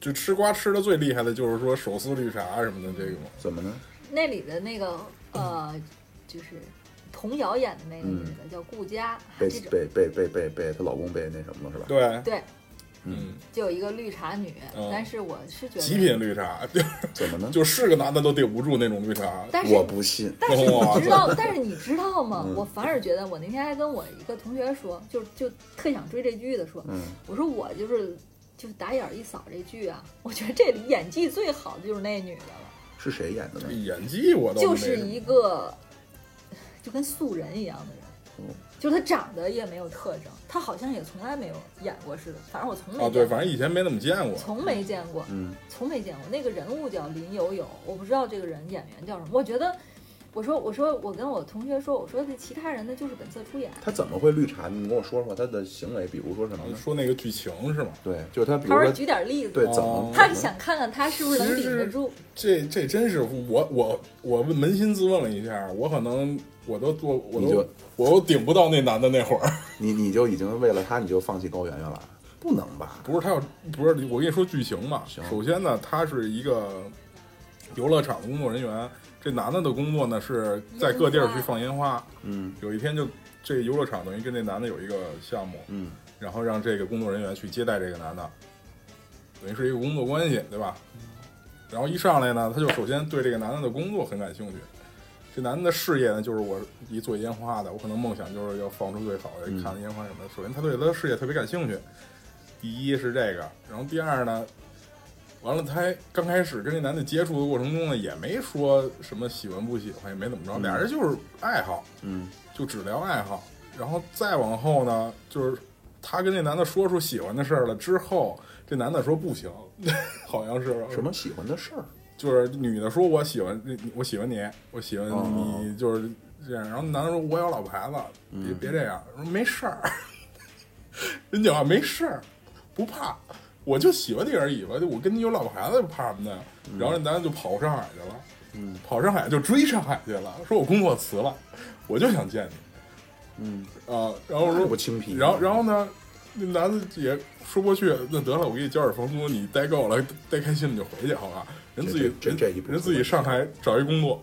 [SPEAKER 2] 就吃瓜吃的最厉害的就是说手撕绿茶什么的这个嘛。
[SPEAKER 1] 怎么呢？
[SPEAKER 3] 那里的那个呃，就是童瑶演的那个女的、叫顾佳，
[SPEAKER 1] 嗯被
[SPEAKER 3] 这种
[SPEAKER 1] 被被被被被她老公被那什么了是吧？
[SPEAKER 2] 对，
[SPEAKER 3] 对，
[SPEAKER 2] 嗯，
[SPEAKER 3] 就有一个绿茶女。
[SPEAKER 2] 嗯
[SPEAKER 3] 但是我是觉得
[SPEAKER 2] 极品绿茶，就
[SPEAKER 1] 怎么呢？
[SPEAKER 2] 就是个男的都顶不住那种绿茶。
[SPEAKER 3] 但是
[SPEAKER 1] 我不信。
[SPEAKER 3] 但是你
[SPEAKER 2] 哇
[SPEAKER 3] 知道，但是你知道吗？
[SPEAKER 1] 嗯
[SPEAKER 3] 我反而觉得，我那天还跟我一个同学说，就就特想追这剧的说，
[SPEAKER 1] 嗯，
[SPEAKER 3] 我说我就是就是打眼一扫这剧啊，我觉得这里演技最好的就是那女的了，
[SPEAKER 1] 是谁演的呢？
[SPEAKER 2] 演技我倒没
[SPEAKER 3] 就是一个就跟素人一样的人。
[SPEAKER 1] 嗯
[SPEAKER 3] 就她长得也没有特征，她好像也从来没有演过似的。反正我从没
[SPEAKER 2] 啊，
[SPEAKER 3] 见
[SPEAKER 2] 对，
[SPEAKER 3] 过
[SPEAKER 2] 反正以前没怎么见过。
[SPEAKER 3] 从没见过，
[SPEAKER 1] 嗯，
[SPEAKER 3] 从没见过。那个人物叫林有有，我不知道这个人演员叫什么。我觉得，我说我说我跟我同学说，我说这其他人的就是本色出演。
[SPEAKER 1] 他怎么会绿茶？你跟我说说他的行为，比如说什么呢？
[SPEAKER 2] 说那个剧情是吗？
[SPEAKER 1] 对，就是他，比
[SPEAKER 3] 他
[SPEAKER 1] 如
[SPEAKER 3] 说
[SPEAKER 1] 说
[SPEAKER 3] 举点例子，
[SPEAKER 1] 对怎么
[SPEAKER 2] 哦，
[SPEAKER 3] 他想看看他是不是能
[SPEAKER 2] 其
[SPEAKER 3] 顶
[SPEAKER 2] 实
[SPEAKER 3] 得住。
[SPEAKER 2] 这这真是我我我扪心自问了一下，我可能我都做我
[SPEAKER 1] 你就
[SPEAKER 2] 都我都顶不到那男的那会儿。
[SPEAKER 1] 你你就已经为了他你就放弃高圆圆了？不能吧？
[SPEAKER 2] 不是他要不是我跟你说剧情嘛
[SPEAKER 1] 行。
[SPEAKER 2] 首先呢，他是一个游乐场工作人员，这男的的工作呢是在各地儿去放烟花。
[SPEAKER 1] 嗯
[SPEAKER 2] 有一天就这游乐场等于跟这男的有一个项目，
[SPEAKER 1] 嗯
[SPEAKER 2] 然后让这个工作人员去接待这个男的，等于是一个工作关系，对吧？然后一上来呢，他就首先对这个男的的工作很感兴趣。这男的的事业呢，就是我一做烟花的，我可能梦想就是要放出最好的，
[SPEAKER 1] 嗯
[SPEAKER 2] 看烟花什么的。首先，他对他的事业特别感兴趣，第一是这个，然后第二呢，完了他刚开始跟这男的接触的过程中呢，也没说什么喜欢不喜欢，也没怎么着，俩人就是爱好，
[SPEAKER 1] 嗯
[SPEAKER 2] 就只聊爱好。然后再往后呢，就是她跟这男的说出喜欢的事儿了之后，这男的说不行， 好像是
[SPEAKER 1] 什么喜欢的事儿，
[SPEAKER 2] 就是女的说我喜欢我喜欢你，我喜欢
[SPEAKER 1] 哦嗯
[SPEAKER 2] 你，就是这样。然后男的说我有老牌子，别别这样。说没事儿， 人讲话没事儿，不怕，我就喜欢你而已吧。我跟你有老牌子，怕什么的呀？然后那男的就跑上海去了，
[SPEAKER 1] 嗯
[SPEAKER 2] 跑上海就追上海去了，说我工作辞了，我就想见你
[SPEAKER 1] 嗯，
[SPEAKER 2] 啊。然后
[SPEAKER 1] 那
[SPEAKER 2] 说
[SPEAKER 1] 不清皮，
[SPEAKER 2] 然后，然后呢，那男的也说不过去，那得了，我给你交点房租，你待够了，待开心了你就回去，好吧？人自己
[SPEAKER 1] 这这这一步
[SPEAKER 2] 人人自己上台找一工作，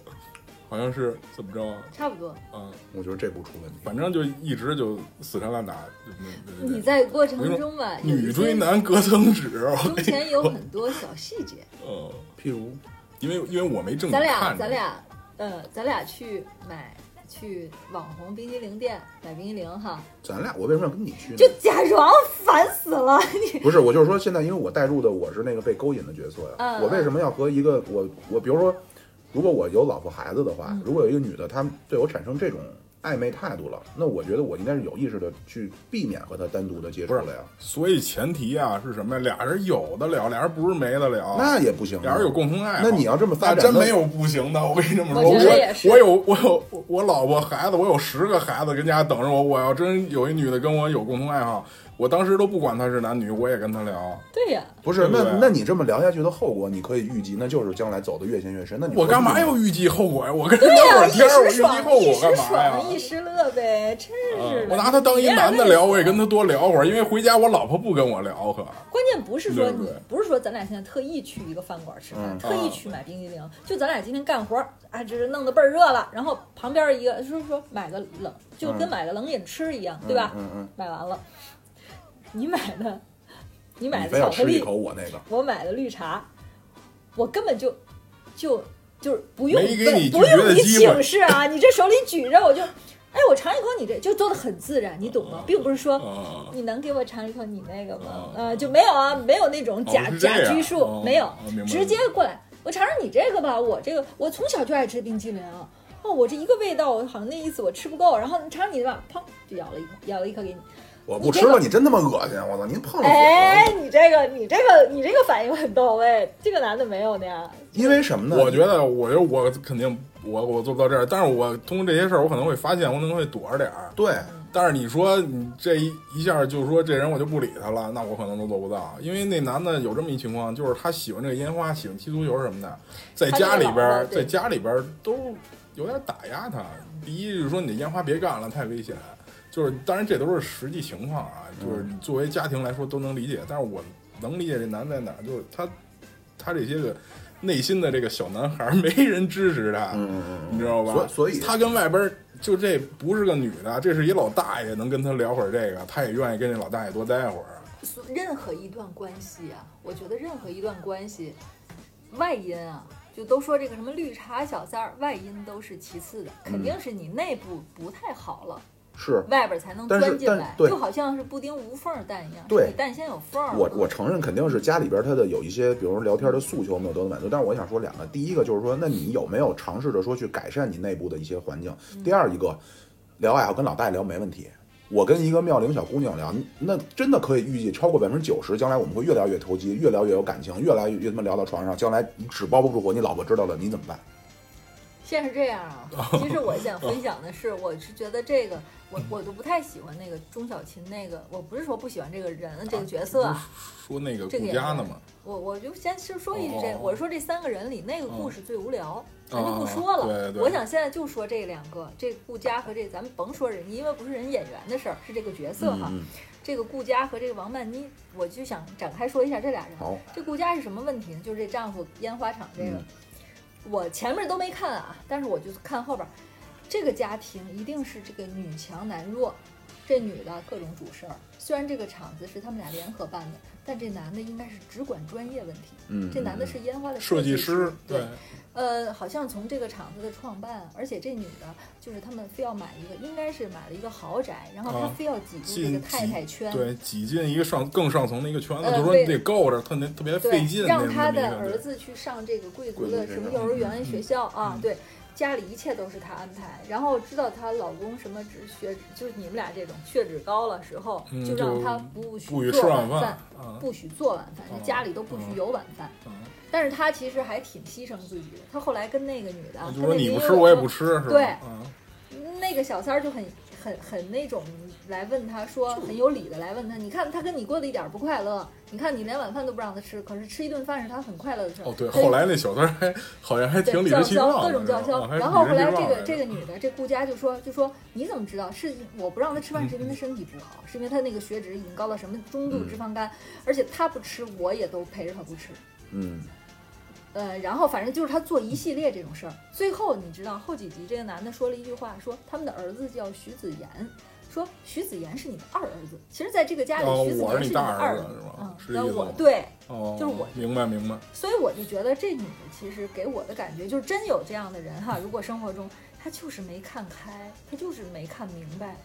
[SPEAKER 2] 好像是怎么着啊？
[SPEAKER 3] 差不多。
[SPEAKER 2] 嗯，
[SPEAKER 1] 我觉得这不出问题，
[SPEAKER 2] 反正就一直就死缠烂打。就那那
[SPEAKER 3] 你
[SPEAKER 2] 那
[SPEAKER 3] 在过程中吧，有
[SPEAKER 2] 女
[SPEAKER 3] 一些
[SPEAKER 2] 追男隔层纸，
[SPEAKER 3] 中间有很多小细节。
[SPEAKER 2] 呃，
[SPEAKER 1] 譬如
[SPEAKER 2] 因为因为我没正经
[SPEAKER 3] 咱
[SPEAKER 2] 看
[SPEAKER 3] 俩
[SPEAKER 2] 着，
[SPEAKER 3] 咱俩呃，咱俩去买去网红冰激凌店买冰激凌哈，
[SPEAKER 1] 咱俩，我为什么要跟你去呢
[SPEAKER 3] 就？假装烦死了。
[SPEAKER 1] 不是，我就是说，现在因为我带入的我是那个被勾引的角色呀，
[SPEAKER 3] 嗯
[SPEAKER 1] 我为什么要和一个我我比如说，如果我有老婆孩子的
[SPEAKER 3] 嗯
[SPEAKER 1] 话，如果有一个女的她对我产生这种暧昧态度了，那我觉得我应该是有意识的去避免和她单独的接触
[SPEAKER 2] 不是
[SPEAKER 1] 了呀，
[SPEAKER 2] 所以前提啊是什么呀？俩人有的聊，俩人不是没得
[SPEAKER 3] 哦
[SPEAKER 2] 聊。
[SPEAKER 1] 那也不行啊，
[SPEAKER 2] 俩人有共同爱好，
[SPEAKER 1] 那你要这么发展
[SPEAKER 2] 那真
[SPEAKER 1] 那
[SPEAKER 2] 没有不行的。我跟你这么说，
[SPEAKER 3] 我
[SPEAKER 2] 我
[SPEAKER 3] 觉得也是
[SPEAKER 2] 我有我有我我老婆孩子，我有十个孩子跟家等着我。我要真有一女的跟我有共同爱好，我当时都不管她是男女，我也跟她聊。
[SPEAKER 3] 对啊呀、
[SPEAKER 1] 不是，
[SPEAKER 2] 对不
[SPEAKER 1] 那
[SPEAKER 2] 对
[SPEAKER 1] 那你这么聊下去的后果，你可以预计，那就是将来走的越陷越深。那你
[SPEAKER 2] 我干嘛
[SPEAKER 1] 何必呢
[SPEAKER 2] 要预计后果呀？我跟人
[SPEAKER 3] 对
[SPEAKER 2] 聊会
[SPEAKER 3] 呀、
[SPEAKER 2] 儿
[SPEAKER 3] 一
[SPEAKER 2] 天儿，我
[SPEAKER 3] 时
[SPEAKER 2] 预计
[SPEAKER 3] 爽
[SPEAKER 2] 后
[SPEAKER 3] 一
[SPEAKER 2] 果
[SPEAKER 3] 时
[SPEAKER 2] 干嘛呀？
[SPEAKER 3] 爽一啊时乐呗，真是
[SPEAKER 2] 嗯
[SPEAKER 3] 的。
[SPEAKER 2] 我拿她当一男的聊，我也跟她多聊会儿，因为回家我老婆不跟我聊，可
[SPEAKER 3] 关键不是说
[SPEAKER 2] 对不
[SPEAKER 3] 你
[SPEAKER 2] 对
[SPEAKER 3] 不是说咱俩现在特意去一个饭馆吃饭，
[SPEAKER 1] 嗯
[SPEAKER 3] 特意去买冰激凌，就咱俩今天干活儿啊，这是弄得倍儿热了，然后旁边一个就是说买个冷，就跟买个冷饮吃一样，对吧？
[SPEAKER 1] 嗯嗯，
[SPEAKER 3] 买完了，你买的，你买
[SPEAKER 1] 你
[SPEAKER 3] 的
[SPEAKER 1] 非要
[SPEAKER 3] 巧克
[SPEAKER 1] 吃一
[SPEAKER 3] 力
[SPEAKER 1] 口，我那个，
[SPEAKER 3] 我买的绿茶，我根本就就就是不用
[SPEAKER 2] 没给你
[SPEAKER 3] 不
[SPEAKER 2] 拒绝
[SPEAKER 3] 用
[SPEAKER 2] 的
[SPEAKER 3] 你
[SPEAKER 2] 机会
[SPEAKER 3] 请示啊，你这手里举着我就，哎，我尝一口你这就做的很自然，你
[SPEAKER 1] 嗯
[SPEAKER 3] 懂吗？并不是说。
[SPEAKER 2] 啊，
[SPEAKER 3] 你能给我尝一口你那个吗
[SPEAKER 2] 哦？
[SPEAKER 3] 呃，就没有啊，没有那种
[SPEAKER 2] 哦
[SPEAKER 3] 假、
[SPEAKER 2] 是这
[SPEAKER 3] 假
[SPEAKER 2] 样
[SPEAKER 3] 拘束，
[SPEAKER 2] 哦
[SPEAKER 3] 没有
[SPEAKER 2] 哦明白，
[SPEAKER 3] 直接过来，我尝尝你这个吧。我这个我从小就爱吃冰淇淋啊，哦，我这一个味道，我好像那意思我吃不够，然后你尝尝你的吧，砰就咬了一口，咬了一口给你。
[SPEAKER 1] 我
[SPEAKER 3] 你
[SPEAKER 1] 不
[SPEAKER 3] 这
[SPEAKER 1] 吃了，
[SPEAKER 3] 个
[SPEAKER 1] 你真他妈恶心！我操，您碰上
[SPEAKER 3] 哎
[SPEAKER 1] 我了。，
[SPEAKER 3] 你这个你这个你这个反应很到位，这个男的没有那样。
[SPEAKER 1] 因为什么呢？
[SPEAKER 2] 我
[SPEAKER 3] 哎
[SPEAKER 2] 觉得，我觉得我肯定我我做不到这儿，但是我通过这些事儿，我可能会发现，我可能会躲着点儿。
[SPEAKER 1] 对，
[SPEAKER 2] 但是你说你这一一下就说这人我就不理他了，那我可能都做不到，因为那男的有这么一情况，就是他喜欢这个烟花，喜欢踢足球什么的，在
[SPEAKER 3] 他就
[SPEAKER 2] 家里边
[SPEAKER 3] 老
[SPEAKER 2] 儿，
[SPEAKER 3] 了对
[SPEAKER 2] 在家里边儿都有点打压他。第一就是说你的烟花别干了，太危险。就是当然这都是实际情况啊，就是作为家庭来说都能理解，但是我能理解这男的在哪儿，就是他他这些个内心的这个小男孩儿没人支持他，
[SPEAKER 1] 嗯嗯
[SPEAKER 2] 你知道吧？
[SPEAKER 1] 所所以
[SPEAKER 2] 他跟外边儿就这不是个女的，这是一老大爷，能跟他聊会儿这个，他也愿意跟这老大爷多待会儿。啊
[SPEAKER 3] 所任何一段关系啊，我觉得任何一段关系，外因啊，就都说这个什么绿茶小三儿，外因都是其次的，
[SPEAKER 1] 嗯
[SPEAKER 3] 肯定是你内部不太好了，
[SPEAKER 1] 是
[SPEAKER 3] 外边才能
[SPEAKER 1] 但是
[SPEAKER 3] 钻进
[SPEAKER 1] 但
[SPEAKER 3] 来，
[SPEAKER 1] 对
[SPEAKER 3] 就好像是布丁无缝儿蛋一样，
[SPEAKER 1] 对
[SPEAKER 3] 是你蛋先有缝儿了。
[SPEAKER 1] 我我承认肯定是家里边他的有一些，比如说聊天的诉求没有得到满足。但是我想说两个，第一个就是说，那你有没有尝试着说去改善你内部的一些环境？
[SPEAKER 3] 嗯
[SPEAKER 1] 第二一个，聊爱好跟老大爷聊没问题。我跟一个妙龄小姑娘聊，那真的可以预计超过百分之九十，将来我们会越聊越投机，越聊越有感情，越来越他妈聊到床上，将来你纸包不住火，你老婆知道了你怎么办？
[SPEAKER 3] 现在是这样 啊，其实我想分享的是，我是觉得这个，我我都不太喜欢那个钟小琴那个，我不是说不喜欢这个人这个角色啊，
[SPEAKER 2] 说那个
[SPEAKER 3] 这个
[SPEAKER 2] 顾
[SPEAKER 3] 也
[SPEAKER 2] 家呢
[SPEAKER 3] 是
[SPEAKER 2] 嘛，
[SPEAKER 3] 我我就先是说一句这个，
[SPEAKER 2] 哦嗯
[SPEAKER 3] 我说这三个人里那个故事最无聊，咱就不
[SPEAKER 2] 哦
[SPEAKER 3] 说了
[SPEAKER 2] 对。对
[SPEAKER 3] 我想现在就说这两个，这个顾佳和这，咱们甭说人，因为不是人演员的事儿，是这个角色哈。
[SPEAKER 1] 嗯，
[SPEAKER 3] 这个顾佳和这个王曼妮，我就想展开说一下这俩人。
[SPEAKER 1] 好，
[SPEAKER 3] 这顾佳是什么问题呢？就是这丈夫烟花厂这个，
[SPEAKER 1] 嗯
[SPEAKER 3] 我前面都没看啊，但是我就看后边儿，这个家庭一定是这个女强男弱，这女的各种主事儿。虽然这个厂子是他们俩联合办的，但这男的应该是只管专业问题。
[SPEAKER 1] 嗯，
[SPEAKER 3] 这男的是烟花的
[SPEAKER 2] 设计
[SPEAKER 3] 师
[SPEAKER 2] 师，
[SPEAKER 3] 对，呃，好像从这个厂子的创办，而且这女的，就是他们非要买一个，应该是买了一个豪宅，然后她
[SPEAKER 2] 啊
[SPEAKER 3] 非要挤入这个
[SPEAKER 2] 进
[SPEAKER 3] 太太圈，
[SPEAKER 2] 对，挤进一个上更上层的一个圈子，
[SPEAKER 3] 呃
[SPEAKER 2] 就说
[SPEAKER 3] 为
[SPEAKER 2] 你得够着，特别特别
[SPEAKER 3] 对
[SPEAKER 2] 费劲那
[SPEAKER 3] 让
[SPEAKER 2] 么
[SPEAKER 3] 他
[SPEAKER 2] 一
[SPEAKER 3] 的
[SPEAKER 2] 个
[SPEAKER 3] 儿
[SPEAKER 2] 人
[SPEAKER 3] 子去上这个贵族
[SPEAKER 1] 贵族
[SPEAKER 3] 的
[SPEAKER 1] 学
[SPEAKER 3] 什么
[SPEAKER 2] 嗯
[SPEAKER 1] 校
[SPEAKER 3] 幼儿园学校啊，对，家里一切都是她安排，然后知道她老公什么脂血脂，就是你们俩这种血脂高了时候，
[SPEAKER 2] 嗯
[SPEAKER 3] 就
[SPEAKER 2] 就
[SPEAKER 3] 让她不许
[SPEAKER 2] 不许吃
[SPEAKER 3] 做
[SPEAKER 2] 晚
[SPEAKER 3] 饭，
[SPEAKER 2] 饭啊，
[SPEAKER 3] 不许做晚饭，
[SPEAKER 2] 哦
[SPEAKER 3] 就家里都不许
[SPEAKER 2] 嗯
[SPEAKER 3] 有晚饭。
[SPEAKER 2] 嗯
[SPEAKER 3] 但是她其实还挺牺牲自己的，她后来跟那个女的，
[SPEAKER 2] 那就
[SPEAKER 3] 跟
[SPEAKER 2] 说
[SPEAKER 3] 那
[SPEAKER 2] 你
[SPEAKER 3] 个
[SPEAKER 2] 不
[SPEAKER 3] 女
[SPEAKER 2] 吃
[SPEAKER 3] 友
[SPEAKER 2] 我也
[SPEAKER 3] 说
[SPEAKER 2] 不吃，是吧？
[SPEAKER 3] 对
[SPEAKER 2] 嗯
[SPEAKER 3] 那个小三儿就很很很那种来问他说，很有理的来问他，你看他跟你过得一点儿不快乐，你看你连晚饭都不让他吃，可是吃一顿饭是他很快乐的事儿。
[SPEAKER 2] 哦，对，
[SPEAKER 3] 所以
[SPEAKER 2] 后来那小三儿还好像还
[SPEAKER 3] 对
[SPEAKER 2] 挺理
[SPEAKER 3] 叫
[SPEAKER 2] 直气壮
[SPEAKER 3] 嚣，
[SPEAKER 2] 的，
[SPEAKER 3] 各种叫
[SPEAKER 2] 是吧
[SPEAKER 3] 嚣。
[SPEAKER 2] 哦还
[SPEAKER 3] 然后
[SPEAKER 2] 理
[SPEAKER 3] 后
[SPEAKER 2] 直气
[SPEAKER 3] 来这
[SPEAKER 2] 壮
[SPEAKER 3] 个
[SPEAKER 2] 来着
[SPEAKER 3] 这个女的，这顾佳就说就说你怎么知道？是我不让她吃饭是因为她身体不好，是因为她那个血脂已经高到什么中度脂肪
[SPEAKER 2] 嗯
[SPEAKER 3] 肝，而且她不吃，我也都陪着她不吃。
[SPEAKER 1] 嗯，
[SPEAKER 3] 呃，然后反正就是她做一系列这种事儿。最后你知道后几集这个男的说了一句话，说他们的儿子叫徐子言，说徐子言是你的二儿子。其实，在这个家里，
[SPEAKER 2] 哦，
[SPEAKER 3] 徐子
[SPEAKER 2] 我
[SPEAKER 3] 言
[SPEAKER 2] 是你
[SPEAKER 3] 你
[SPEAKER 2] 大
[SPEAKER 3] 的
[SPEAKER 2] 儿
[SPEAKER 3] 二
[SPEAKER 2] 子
[SPEAKER 3] 子。
[SPEAKER 2] 是吧
[SPEAKER 3] 嗯？，
[SPEAKER 2] 是这
[SPEAKER 3] 那
[SPEAKER 2] 意思
[SPEAKER 3] 我
[SPEAKER 2] 吗？
[SPEAKER 3] 对，
[SPEAKER 2] 哦，
[SPEAKER 3] 就是我
[SPEAKER 2] 明白明白，
[SPEAKER 3] 所以我就觉得这女的其实给我的感觉就是真有这样的人
[SPEAKER 2] 嗯
[SPEAKER 3] 哈。如果生活中她就是没看开，她就是没看明白。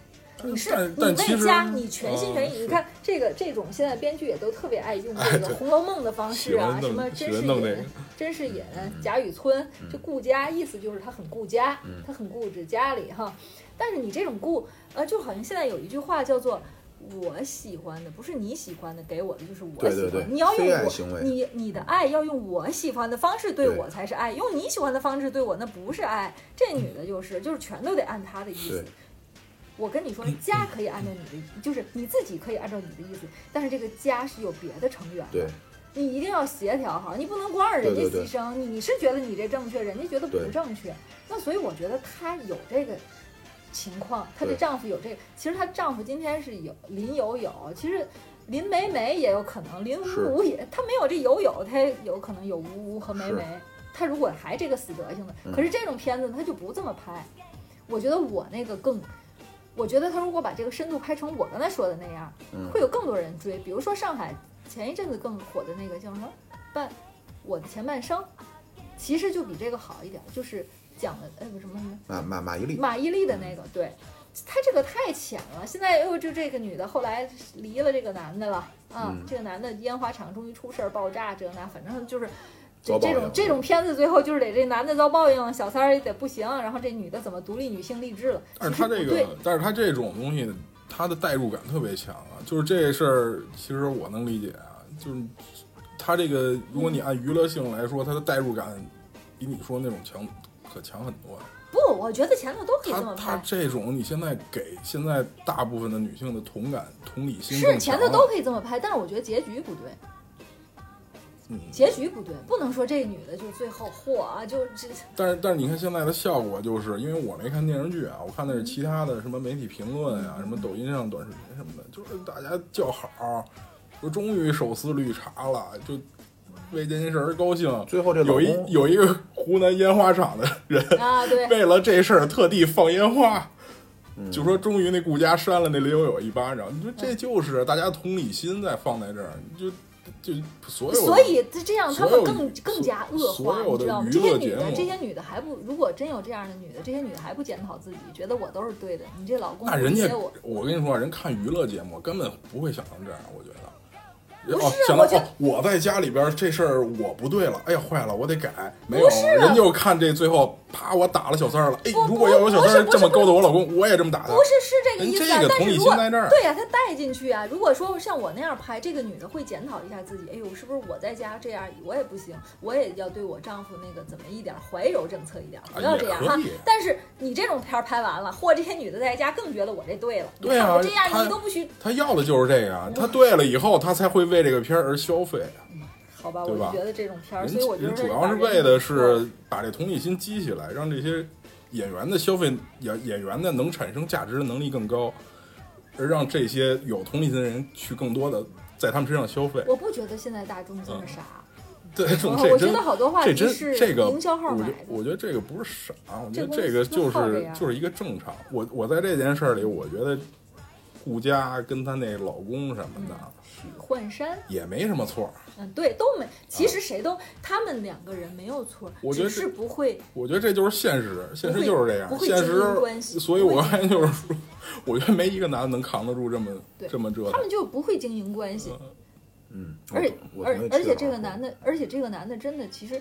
[SPEAKER 3] 你是
[SPEAKER 2] 嗯但
[SPEAKER 3] 你
[SPEAKER 2] 但其
[SPEAKER 3] 为
[SPEAKER 2] 实
[SPEAKER 3] 家，你全心全意。
[SPEAKER 2] 嗯
[SPEAKER 3] 你看这个这种现在编剧也都特别爱用
[SPEAKER 2] 哎
[SPEAKER 3] 这个
[SPEAKER 2] 对
[SPEAKER 3] 《红楼梦》的方式
[SPEAKER 2] 喜
[SPEAKER 3] 啊，
[SPEAKER 2] 欢
[SPEAKER 3] 什
[SPEAKER 2] 弄
[SPEAKER 3] 么
[SPEAKER 2] 喜
[SPEAKER 3] 甄士
[SPEAKER 2] 欢弄这个嗯
[SPEAKER 3] 隐、甄士隐、贾雨村，这顾家意思就是他很顾家
[SPEAKER 1] 嗯，
[SPEAKER 3] 他很固执家里哈。但是你这种顾，呃，就好像现在有一句话叫做。我喜欢的不是你喜欢的，给我的就是我
[SPEAKER 1] 对
[SPEAKER 3] 喜欢的。
[SPEAKER 1] 对对
[SPEAKER 3] 你要用
[SPEAKER 1] 非爱
[SPEAKER 3] 我
[SPEAKER 1] 行为
[SPEAKER 3] 你你的爱要用我喜欢的方式对
[SPEAKER 1] 对
[SPEAKER 3] 我才是爱，用你喜欢的方式对我那不是爱。这女的就是就是全都得按她的意思
[SPEAKER 1] 嗯对。
[SPEAKER 3] 我跟你说，家可以按照你的，就是你自己可以按照你的意思，但是这个家是有别的成员的，
[SPEAKER 1] 对，
[SPEAKER 3] 你一定要协调好，你不能光让人家
[SPEAKER 1] 对对对
[SPEAKER 3] 牺牲，你你是觉得你这正确，人家觉得不
[SPEAKER 1] 对
[SPEAKER 3] 正确，那所以我觉得她有这个情况，她这
[SPEAKER 1] 对
[SPEAKER 3] 丈夫有这个，其实她丈夫今天是有林有有，其实林梅梅也有可能，林
[SPEAKER 1] 是
[SPEAKER 3] 无无也，她没有这有有，她也有可能有无无和梅
[SPEAKER 1] 是
[SPEAKER 3] 梅，她如果还这个死德性的，
[SPEAKER 1] 嗯
[SPEAKER 3] 可是这种片子她就不这么拍，我觉得我那个更。我觉得她如果把这个深度拍成我刚才说的那样，
[SPEAKER 1] 嗯，
[SPEAKER 3] 会有更多人追。比如说上海前一阵子更火的那个叫什么“半我的前半生”，其实就比这个好一点，就是讲的呃不是什么什么
[SPEAKER 1] 马马马伊琍，
[SPEAKER 3] 马伊琍的那个，对，她这个太浅了。现在又就这个女的后来离了这个男的了啊，
[SPEAKER 1] 嗯
[SPEAKER 3] 这个男的烟花厂终于出事儿爆炸，这个那反正就是。
[SPEAKER 1] 遭报
[SPEAKER 3] 这这
[SPEAKER 1] 应
[SPEAKER 3] 种这种片子最后就是得这男的遭报应，小三儿也得不行，然后这女的怎么独立女性励志了？
[SPEAKER 2] 但是
[SPEAKER 3] 其
[SPEAKER 2] 他
[SPEAKER 3] 实
[SPEAKER 2] 这
[SPEAKER 3] 不对
[SPEAKER 2] 个，但是他这种东西，他的代入感特别强啊。就是这事儿，其实我能理解啊。就是他这个，如果你
[SPEAKER 3] 嗯
[SPEAKER 2] 按娱乐性来说，他的代入感比你说那种强，可强很多。啊
[SPEAKER 3] 不，我觉得前头都可以这
[SPEAKER 2] 他
[SPEAKER 3] 么
[SPEAKER 2] 他
[SPEAKER 3] 拍。
[SPEAKER 2] 这种，你现在给现在大部分的女性的同感、同理心
[SPEAKER 3] 是
[SPEAKER 2] 更
[SPEAKER 3] 前
[SPEAKER 2] 强
[SPEAKER 3] 头都
[SPEAKER 2] 了。
[SPEAKER 3] 可以这么拍，但是我觉得结局不对，
[SPEAKER 2] 嗯，
[SPEAKER 3] 结局不对，不能说这女的就最后嚯啊，就这
[SPEAKER 2] 但是但是你看现在的效果，就是因为我没看电视剧啊，我看的是其他的什么媒体评论啊，什么抖音上短视频什么的，就是大家叫好，说终于手撕绿茶了，就为这件事儿高兴。
[SPEAKER 1] 最后这老
[SPEAKER 2] 有一
[SPEAKER 1] 公
[SPEAKER 2] 有一个湖南烟花厂的人，
[SPEAKER 3] 啊，对，
[SPEAKER 2] 为了这事儿特地放烟花，
[SPEAKER 1] 嗯
[SPEAKER 2] 就说终于那顾家扇了那林有有一巴掌。你说
[SPEAKER 3] 嗯
[SPEAKER 2] 这就是大家同理心在放在这儿，你就就所有
[SPEAKER 3] 所以这这样他
[SPEAKER 2] 所
[SPEAKER 3] 们
[SPEAKER 2] 有
[SPEAKER 3] 更更加恶
[SPEAKER 2] 所
[SPEAKER 3] 化，
[SPEAKER 2] 有
[SPEAKER 3] 你
[SPEAKER 2] 的
[SPEAKER 3] 知道吗？
[SPEAKER 2] 娱
[SPEAKER 3] 这些
[SPEAKER 2] 乐
[SPEAKER 3] 女
[SPEAKER 2] 节
[SPEAKER 3] 的，
[SPEAKER 2] 目
[SPEAKER 3] 这些女的还不，如果真有这样的女的，这些女的还不检讨自己，觉得我都是对的，你这老公
[SPEAKER 2] 那人家
[SPEAKER 3] 不理解我，
[SPEAKER 2] 我跟你说啊，人看娱乐节目根本不会想成这样，我觉得。
[SPEAKER 3] 不是啊
[SPEAKER 2] 哦，想到
[SPEAKER 3] 我觉
[SPEAKER 2] 哦
[SPEAKER 3] 得，
[SPEAKER 2] 我在家里边这事儿我不对了，哎呀坏了，我得改。没有，啊
[SPEAKER 3] 不是啊
[SPEAKER 2] 人就看这最后，啪，我打了小三儿了。哎
[SPEAKER 3] 不，
[SPEAKER 2] 如果要有小三儿
[SPEAKER 3] 不是不
[SPEAKER 2] 这
[SPEAKER 3] 是
[SPEAKER 2] 么勾搭我老公，我也这么打他
[SPEAKER 3] 不。是是这个意思、啊，
[SPEAKER 2] 嗯人这个
[SPEAKER 3] 但
[SPEAKER 2] 同
[SPEAKER 3] 是
[SPEAKER 2] 理
[SPEAKER 3] 如
[SPEAKER 2] 心
[SPEAKER 3] 果
[SPEAKER 2] 在这儿
[SPEAKER 3] 对呀、她带进去啊。如果说像我那样拍，这个女的会检讨一下自己，哎呦，是不是我在家这样我也不行，我也要对我丈夫那个怎么一点怀柔政策一点，不要这样哈、
[SPEAKER 2] 啊也可以
[SPEAKER 3] 但是你这种片儿拍完了，嚯，这些女的在家更觉得我这对了，
[SPEAKER 2] 对啊
[SPEAKER 3] 你看我这
[SPEAKER 2] 她
[SPEAKER 3] 样你都不许，
[SPEAKER 2] 他要的就是这个啊，他对了以后，他才会为这个片儿而消费啊。
[SPEAKER 3] 好吧？
[SPEAKER 2] 对
[SPEAKER 3] 我
[SPEAKER 2] 吧
[SPEAKER 3] 就觉得这种片儿，
[SPEAKER 2] 人
[SPEAKER 3] 所以我觉
[SPEAKER 2] 人
[SPEAKER 3] 得
[SPEAKER 2] 主要是
[SPEAKER 3] 把人
[SPEAKER 2] 为的是把这同理心激起来，让这些演员的消费演演员的能产生价值的能力更高，而让这些有同理心的人去更多的在他们身上消费。
[SPEAKER 3] 我不觉得现在大众这么傻，啊
[SPEAKER 2] 对，嗯这种
[SPEAKER 3] 我
[SPEAKER 2] 这
[SPEAKER 3] 我觉
[SPEAKER 2] 真
[SPEAKER 3] 得好多话
[SPEAKER 2] 这
[SPEAKER 3] 题
[SPEAKER 2] 真
[SPEAKER 3] 是
[SPEAKER 2] 这个，
[SPEAKER 3] 营销号
[SPEAKER 2] 我
[SPEAKER 3] 买
[SPEAKER 2] 觉
[SPEAKER 3] 的。
[SPEAKER 2] 我觉得这个不是傻，我觉得
[SPEAKER 3] 这
[SPEAKER 2] 这个就
[SPEAKER 3] 公司靠这
[SPEAKER 2] 是
[SPEAKER 3] 样
[SPEAKER 2] 就是一个正常。我我在这件事儿里，我觉得顾佳跟她那老公什么的
[SPEAKER 3] 许幻山，
[SPEAKER 2] 也没什么错儿。
[SPEAKER 3] 嗯，对，都没，其实谁都，他们两个人没有错，
[SPEAKER 2] 我觉得
[SPEAKER 3] 只
[SPEAKER 2] 这
[SPEAKER 3] 是不会
[SPEAKER 2] 我觉得这就是现实，现实
[SPEAKER 3] 会
[SPEAKER 2] 就是这样
[SPEAKER 3] 不，会
[SPEAKER 2] 现
[SPEAKER 3] 经营关
[SPEAKER 2] 实。
[SPEAKER 3] 系
[SPEAKER 2] 所以
[SPEAKER 3] 不会
[SPEAKER 2] 我刚才就是说，我觉得没一个男的能扛得住这么
[SPEAKER 3] 对
[SPEAKER 2] 这么折
[SPEAKER 3] 他
[SPEAKER 2] 腾。
[SPEAKER 3] 们就不会经营关系，
[SPEAKER 1] 嗯，
[SPEAKER 3] 而且
[SPEAKER 1] 我
[SPEAKER 3] 而
[SPEAKER 1] 同意
[SPEAKER 3] 而且
[SPEAKER 1] 曲
[SPEAKER 3] 这
[SPEAKER 1] 老
[SPEAKER 3] 个
[SPEAKER 1] 师
[SPEAKER 3] 男的，而且这个男的真的其实，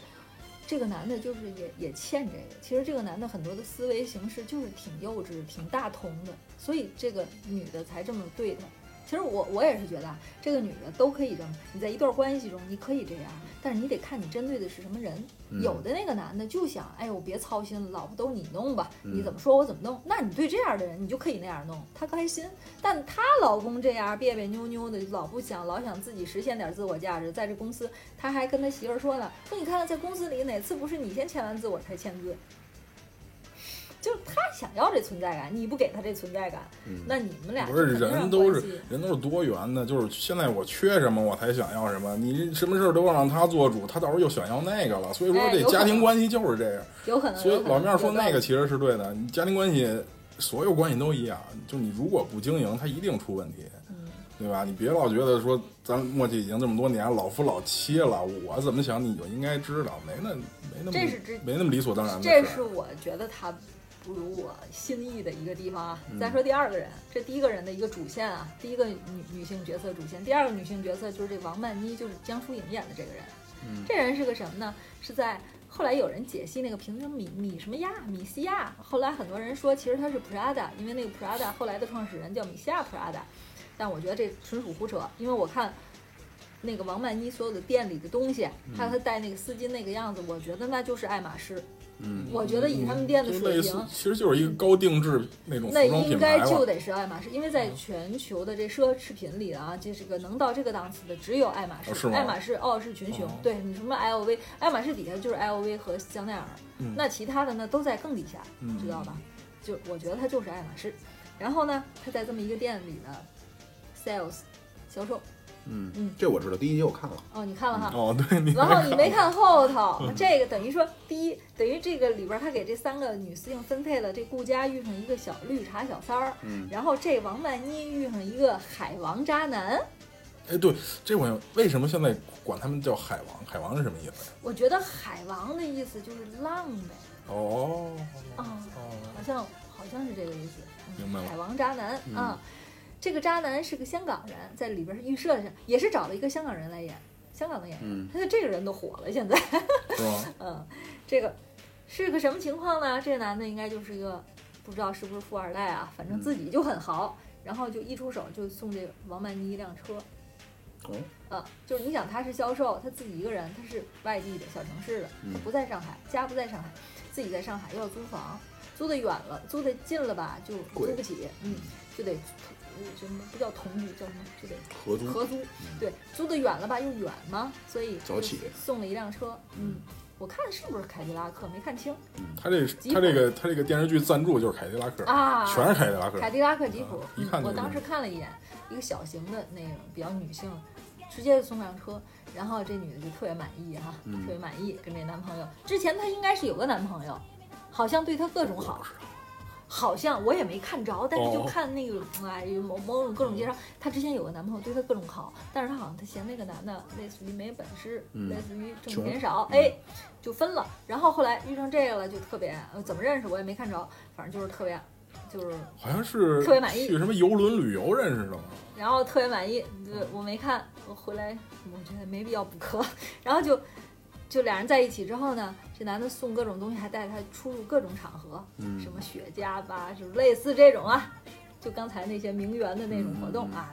[SPEAKER 3] 这个男的就是也也欠这个。其实这个男的很多的思维形式就是挺幼稚、挺大同的，所以这个女的才这么对他。其实我我也是觉得啊，这个女的都可以这么，你在一段关系中你可以这样，但是你得看你针对的是什么人。
[SPEAKER 1] 嗯
[SPEAKER 3] 有的那个男的就想，哎呦，别操心了，老婆都你弄吧，
[SPEAKER 1] 嗯
[SPEAKER 3] 你怎么说我怎么弄。那你对这样的人，你就可以那样弄，他开心。但她老公这样别别扭扭的，老不想，老想自己实现点自我价值，在这公司，他还跟他媳妇儿说呢，说你看看在公司里哪次不是你先签完字我才签字，就是他想要这存在感，你不给他这存在感，
[SPEAKER 1] 嗯
[SPEAKER 3] 那你们俩
[SPEAKER 2] 不是
[SPEAKER 3] 就肯定让
[SPEAKER 2] 人都
[SPEAKER 3] 关系
[SPEAKER 2] 是人都是多元的，就是现在我缺什么我才想要什么，你什么事儿都让他做主，他到时候又想要那个了，所以说
[SPEAKER 3] 哎
[SPEAKER 2] 这
[SPEAKER 3] 有可
[SPEAKER 2] 家庭
[SPEAKER 3] 能
[SPEAKER 2] 关系就是这样。
[SPEAKER 3] 有可能。
[SPEAKER 2] 所以
[SPEAKER 3] 有可能
[SPEAKER 2] 老面说
[SPEAKER 3] 有道理
[SPEAKER 2] 那个其实是对的，你家庭关系所有关系都一样，就你如果不经营，它一定出问题，
[SPEAKER 3] 嗯
[SPEAKER 2] 对吧？你别老觉得说咱默契已经这么多年，老夫老妻了，我怎么想你就应该知道，没那没那么
[SPEAKER 3] 这是之
[SPEAKER 2] 没那么理所当然的
[SPEAKER 3] 这
[SPEAKER 2] 事
[SPEAKER 3] 是
[SPEAKER 2] 儿。
[SPEAKER 3] 我觉得他不如我心意的一个地方啊。
[SPEAKER 2] 嗯
[SPEAKER 3] 再说第二个人，这第一个人的一个主线啊，第一个女女性角色主线，第二个女性角色就是这王曼妮，就是江疏影演的这个人。
[SPEAKER 1] 嗯
[SPEAKER 3] 这人是个什么呢？是在后来有人解析那个平成米米什么亚米西亚，后来很多人说其实他是 Prada，因为那个 Prada 后来的创始人叫米西亚 Prada，但我觉得这纯属胡扯，因为我看。那个王曼妮所有的店里的东西，
[SPEAKER 2] 嗯
[SPEAKER 3] 还有她戴那个丝巾那个样子，我觉得那就是爱马仕。
[SPEAKER 1] 嗯
[SPEAKER 3] 我觉得以他们店的
[SPEAKER 2] 就
[SPEAKER 3] 水
[SPEAKER 2] 类似
[SPEAKER 3] 平，，
[SPEAKER 2] 其实就是一个高定制那种
[SPEAKER 3] 那
[SPEAKER 2] 服装
[SPEAKER 3] 应
[SPEAKER 2] 品牌
[SPEAKER 3] 该
[SPEAKER 2] 了。嗯
[SPEAKER 3] 就得是爱马仕，因为在全球的这奢侈品里啊，这是个能到这个档次的只有爱马
[SPEAKER 2] 哦
[SPEAKER 3] 仕
[SPEAKER 2] 是。吗
[SPEAKER 3] 爱马仕、傲视群雄
[SPEAKER 2] 哦，
[SPEAKER 3] 对你什么 LV，爱马仕底下就是 LV 和香奈儿
[SPEAKER 2] 嗯，
[SPEAKER 3] 那其他的呢都在更底下，
[SPEAKER 2] 嗯
[SPEAKER 3] 知道吧？就我觉得它就是爱马仕。然后呢，他在这么一个店里呢，sales 销售，
[SPEAKER 1] 嗯
[SPEAKER 3] 嗯，
[SPEAKER 1] 这我知道，第一集我看了，
[SPEAKER 3] 哦，你看了哈？
[SPEAKER 2] 哦，对，你
[SPEAKER 3] 然后你没看后头，
[SPEAKER 2] 嗯
[SPEAKER 3] 这个等于说，第一，等于这个里边儿他给这三个女司令分配了，这顾佳遇上一个小绿茶小三儿，
[SPEAKER 1] 嗯
[SPEAKER 3] 然后这王曼妮遇上一个海王渣男。
[SPEAKER 2] 哎，对，这我为什么现在管他们叫海王？海王是什么意思呀？
[SPEAKER 3] 我觉得海王的意思就是浪呗，
[SPEAKER 2] 哦，
[SPEAKER 3] 啊，
[SPEAKER 2] 哦
[SPEAKER 3] 好像好像是这个意思。嗯
[SPEAKER 2] 明白了嗯
[SPEAKER 3] 海王渣男啊，这个渣男是个香港人，在里边儿是预设的是，也是找了一个香港人来演，香港的演员。
[SPEAKER 1] 嗯
[SPEAKER 3] 他就这个人都火了，现在。
[SPEAKER 2] 是吗？
[SPEAKER 3] 嗯，这个是个什么情况呢？这个男的应该就是一个不知道是不是富二代啊，反正
[SPEAKER 1] 嗯
[SPEAKER 3] 自己就很豪，然后就一出手就送这个王曼妮一辆车。
[SPEAKER 1] 哦，
[SPEAKER 3] 啊，就是你想他是销售，他自己一个人，他是外地的小城市的，
[SPEAKER 1] 嗯
[SPEAKER 3] 他不在上海，家不在上海，自己在上海又要租房，租的远了，租的近了吧就
[SPEAKER 1] 贵
[SPEAKER 3] 租不起，嗯，就得呃什么不叫同居，叫什么就得
[SPEAKER 1] 合租，嗯
[SPEAKER 3] 合租，对，租的远了吧，又远嘛，所以
[SPEAKER 1] 早起
[SPEAKER 3] 就送了一辆车，
[SPEAKER 1] 嗯
[SPEAKER 3] 嗯，我看是不是凯迪拉克，没看清
[SPEAKER 2] 他 这他这个他这个电视剧赞助就是凯迪拉克，
[SPEAKER 3] 啊，
[SPEAKER 2] 全是凯迪拉克。
[SPEAKER 3] 凯迪拉克吉普
[SPEAKER 2] 啊，一
[SPEAKER 3] 嗯
[SPEAKER 2] 看就
[SPEAKER 3] 我
[SPEAKER 2] 是
[SPEAKER 3] 当时看了一眼，一个小型的那种比较女性，直接就送上车，然后这女的就特别满意哈、
[SPEAKER 1] 嗯
[SPEAKER 3] 特别满意跟这男朋友。之前她应该是有个男朋友，好像对她各种好，好像我也没看着，但是就
[SPEAKER 2] 哦
[SPEAKER 3] 看那个哎有某某种各种介绍，她之前有个男朋友对她各种好，但是她好像她嫌那个男的类似于没本事，
[SPEAKER 1] 嗯
[SPEAKER 3] 类似于挣
[SPEAKER 1] 穷
[SPEAKER 3] 钱少，
[SPEAKER 1] 嗯
[SPEAKER 3] 哎，就分了。然后后来遇上这个了，就特别呃怎么认识我也没看着，反正就是特别就是。
[SPEAKER 2] 好像是
[SPEAKER 3] 特别满意
[SPEAKER 2] 去什么游轮旅游认识的吗？
[SPEAKER 3] 然后特别满意，对我没看，我回来我觉得没必要补课， 然后就就俩人在一起之后呢，这男的送各种东西，还带她出入各种场合，
[SPEAKER 1] 嗯
[SPEAKER 3] 什么雪茄吧，就是类似这种啊，就刚才那些名媛的那种活动啊，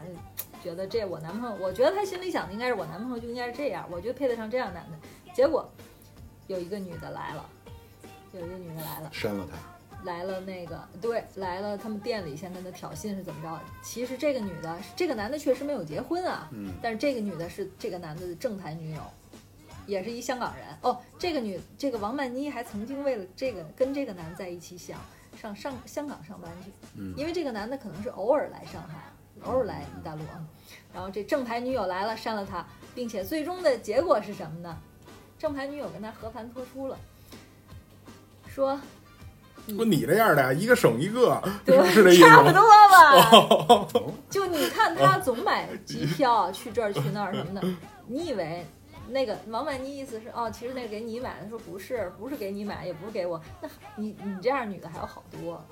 [SPEAKER 3] 觉得这我男朋友，我觉得他心里想的应该是我男朋友就应该是这样，我就配得上这样男的。结果有一个女的来了，有一个女的来了。
[SPEAKER 1] 删了他，
[SPEAKER 3] 来了那个对，来了他们店里先跟他挑衅是怎么着？其实这个女的，这个男的确实没有结婚啊，
[SPEAKER 1] 嗯
[SPEAKER 3] 但是这个女的是这个男的的正牌女友，也是一香港人哦。这个女，这个王曼妮还曾经为了这个跟这个男在一起想上上香港上班去，
[SPEAKER 1] 嗯
[SPEAKER 3] 因为这个男的可能是偶尔来上海，偶尔来大陆啊。然后这正牌女友来了，删了他，并且最终的结果是什么呢？正牌女友跟他和盘托出了，说
[SPEAKER 2] 不，你这样的呀，一个省一个，
[SPEAKER 3] 对，
[SPEAKER 2] 是这意
[SPEAKER 3] 差不
[SPEAKER 2] 思
[SPEAKER 3] 多
[SPEAKER 2] 吗？
[SPEAKER 3] 吧。
[SPEAKER 2] 哦，
[SPEAKER 3] 就你看他总买机票去这儿去那儿什么的，你以为那个王曼妮意思是哦，其实那个给你买的，说不是，不是给你买，也不是给我。那你你这样女的还有好多，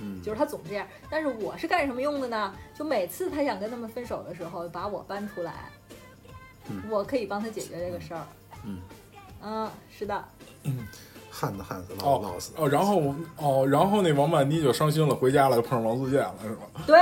[SPEAKER 1] 嗯，
[SPEAKER 3] 就是他总这样。但是我是干什么用的呢？就每次他想跟他们分手的时候，把我搬出来
[SPEAKER 1] 嗯，
[SPEAKER 2] 嗯
[SPEAKER 3] 我可以帮他解决这个事儿。
[SPEAKER 1] 嗯
[SPEAKER 3] 嗯，是的，
[SPEAKER 4] 旱的旱死，涝
[SPEAKER 2] 哦
[SPEAKER 4] 的涝死。
[SPEAKER 2] 哦，然后哦，然后那王曼妮就伤心了，回家了，碰上王自健了，是吧？
[SPEAKER 3] 对，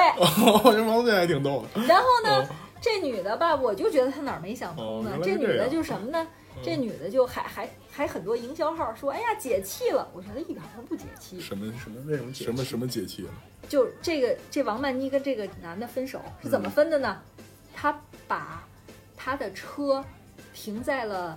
[SPEAKER 2] 我觉得王自健还挺逗的。
[SPEAKER 3] 然后呢，这女的吧，我就觉得她哪儿没想通呢
[SPEAKER 2] 哦哦原？来
[SPEAKER 3] 这
[SPEAKER 2] 是
[SPEAKER 3] 女
[SPEAKER 2] 这
[SPEAKER 3] 的
[SPEAKER 2] 样嗯
[SPEAKER 3] 就什么呢？这女的就还还还很多营销号说，哎呀解气了，我觉哎得一点儿都不解气。
[SPEAKER 2] 什么
[SPEAKER 4] 什么？为什么解
[SPEAKER 2] 什么
[SPEAKER 4] 释
[SPEAKER 2] 什么解气了？
[SPEAKER 3] 就这个这王曼妮跟这个男的分手是怎么分的呢？她把她的车停在了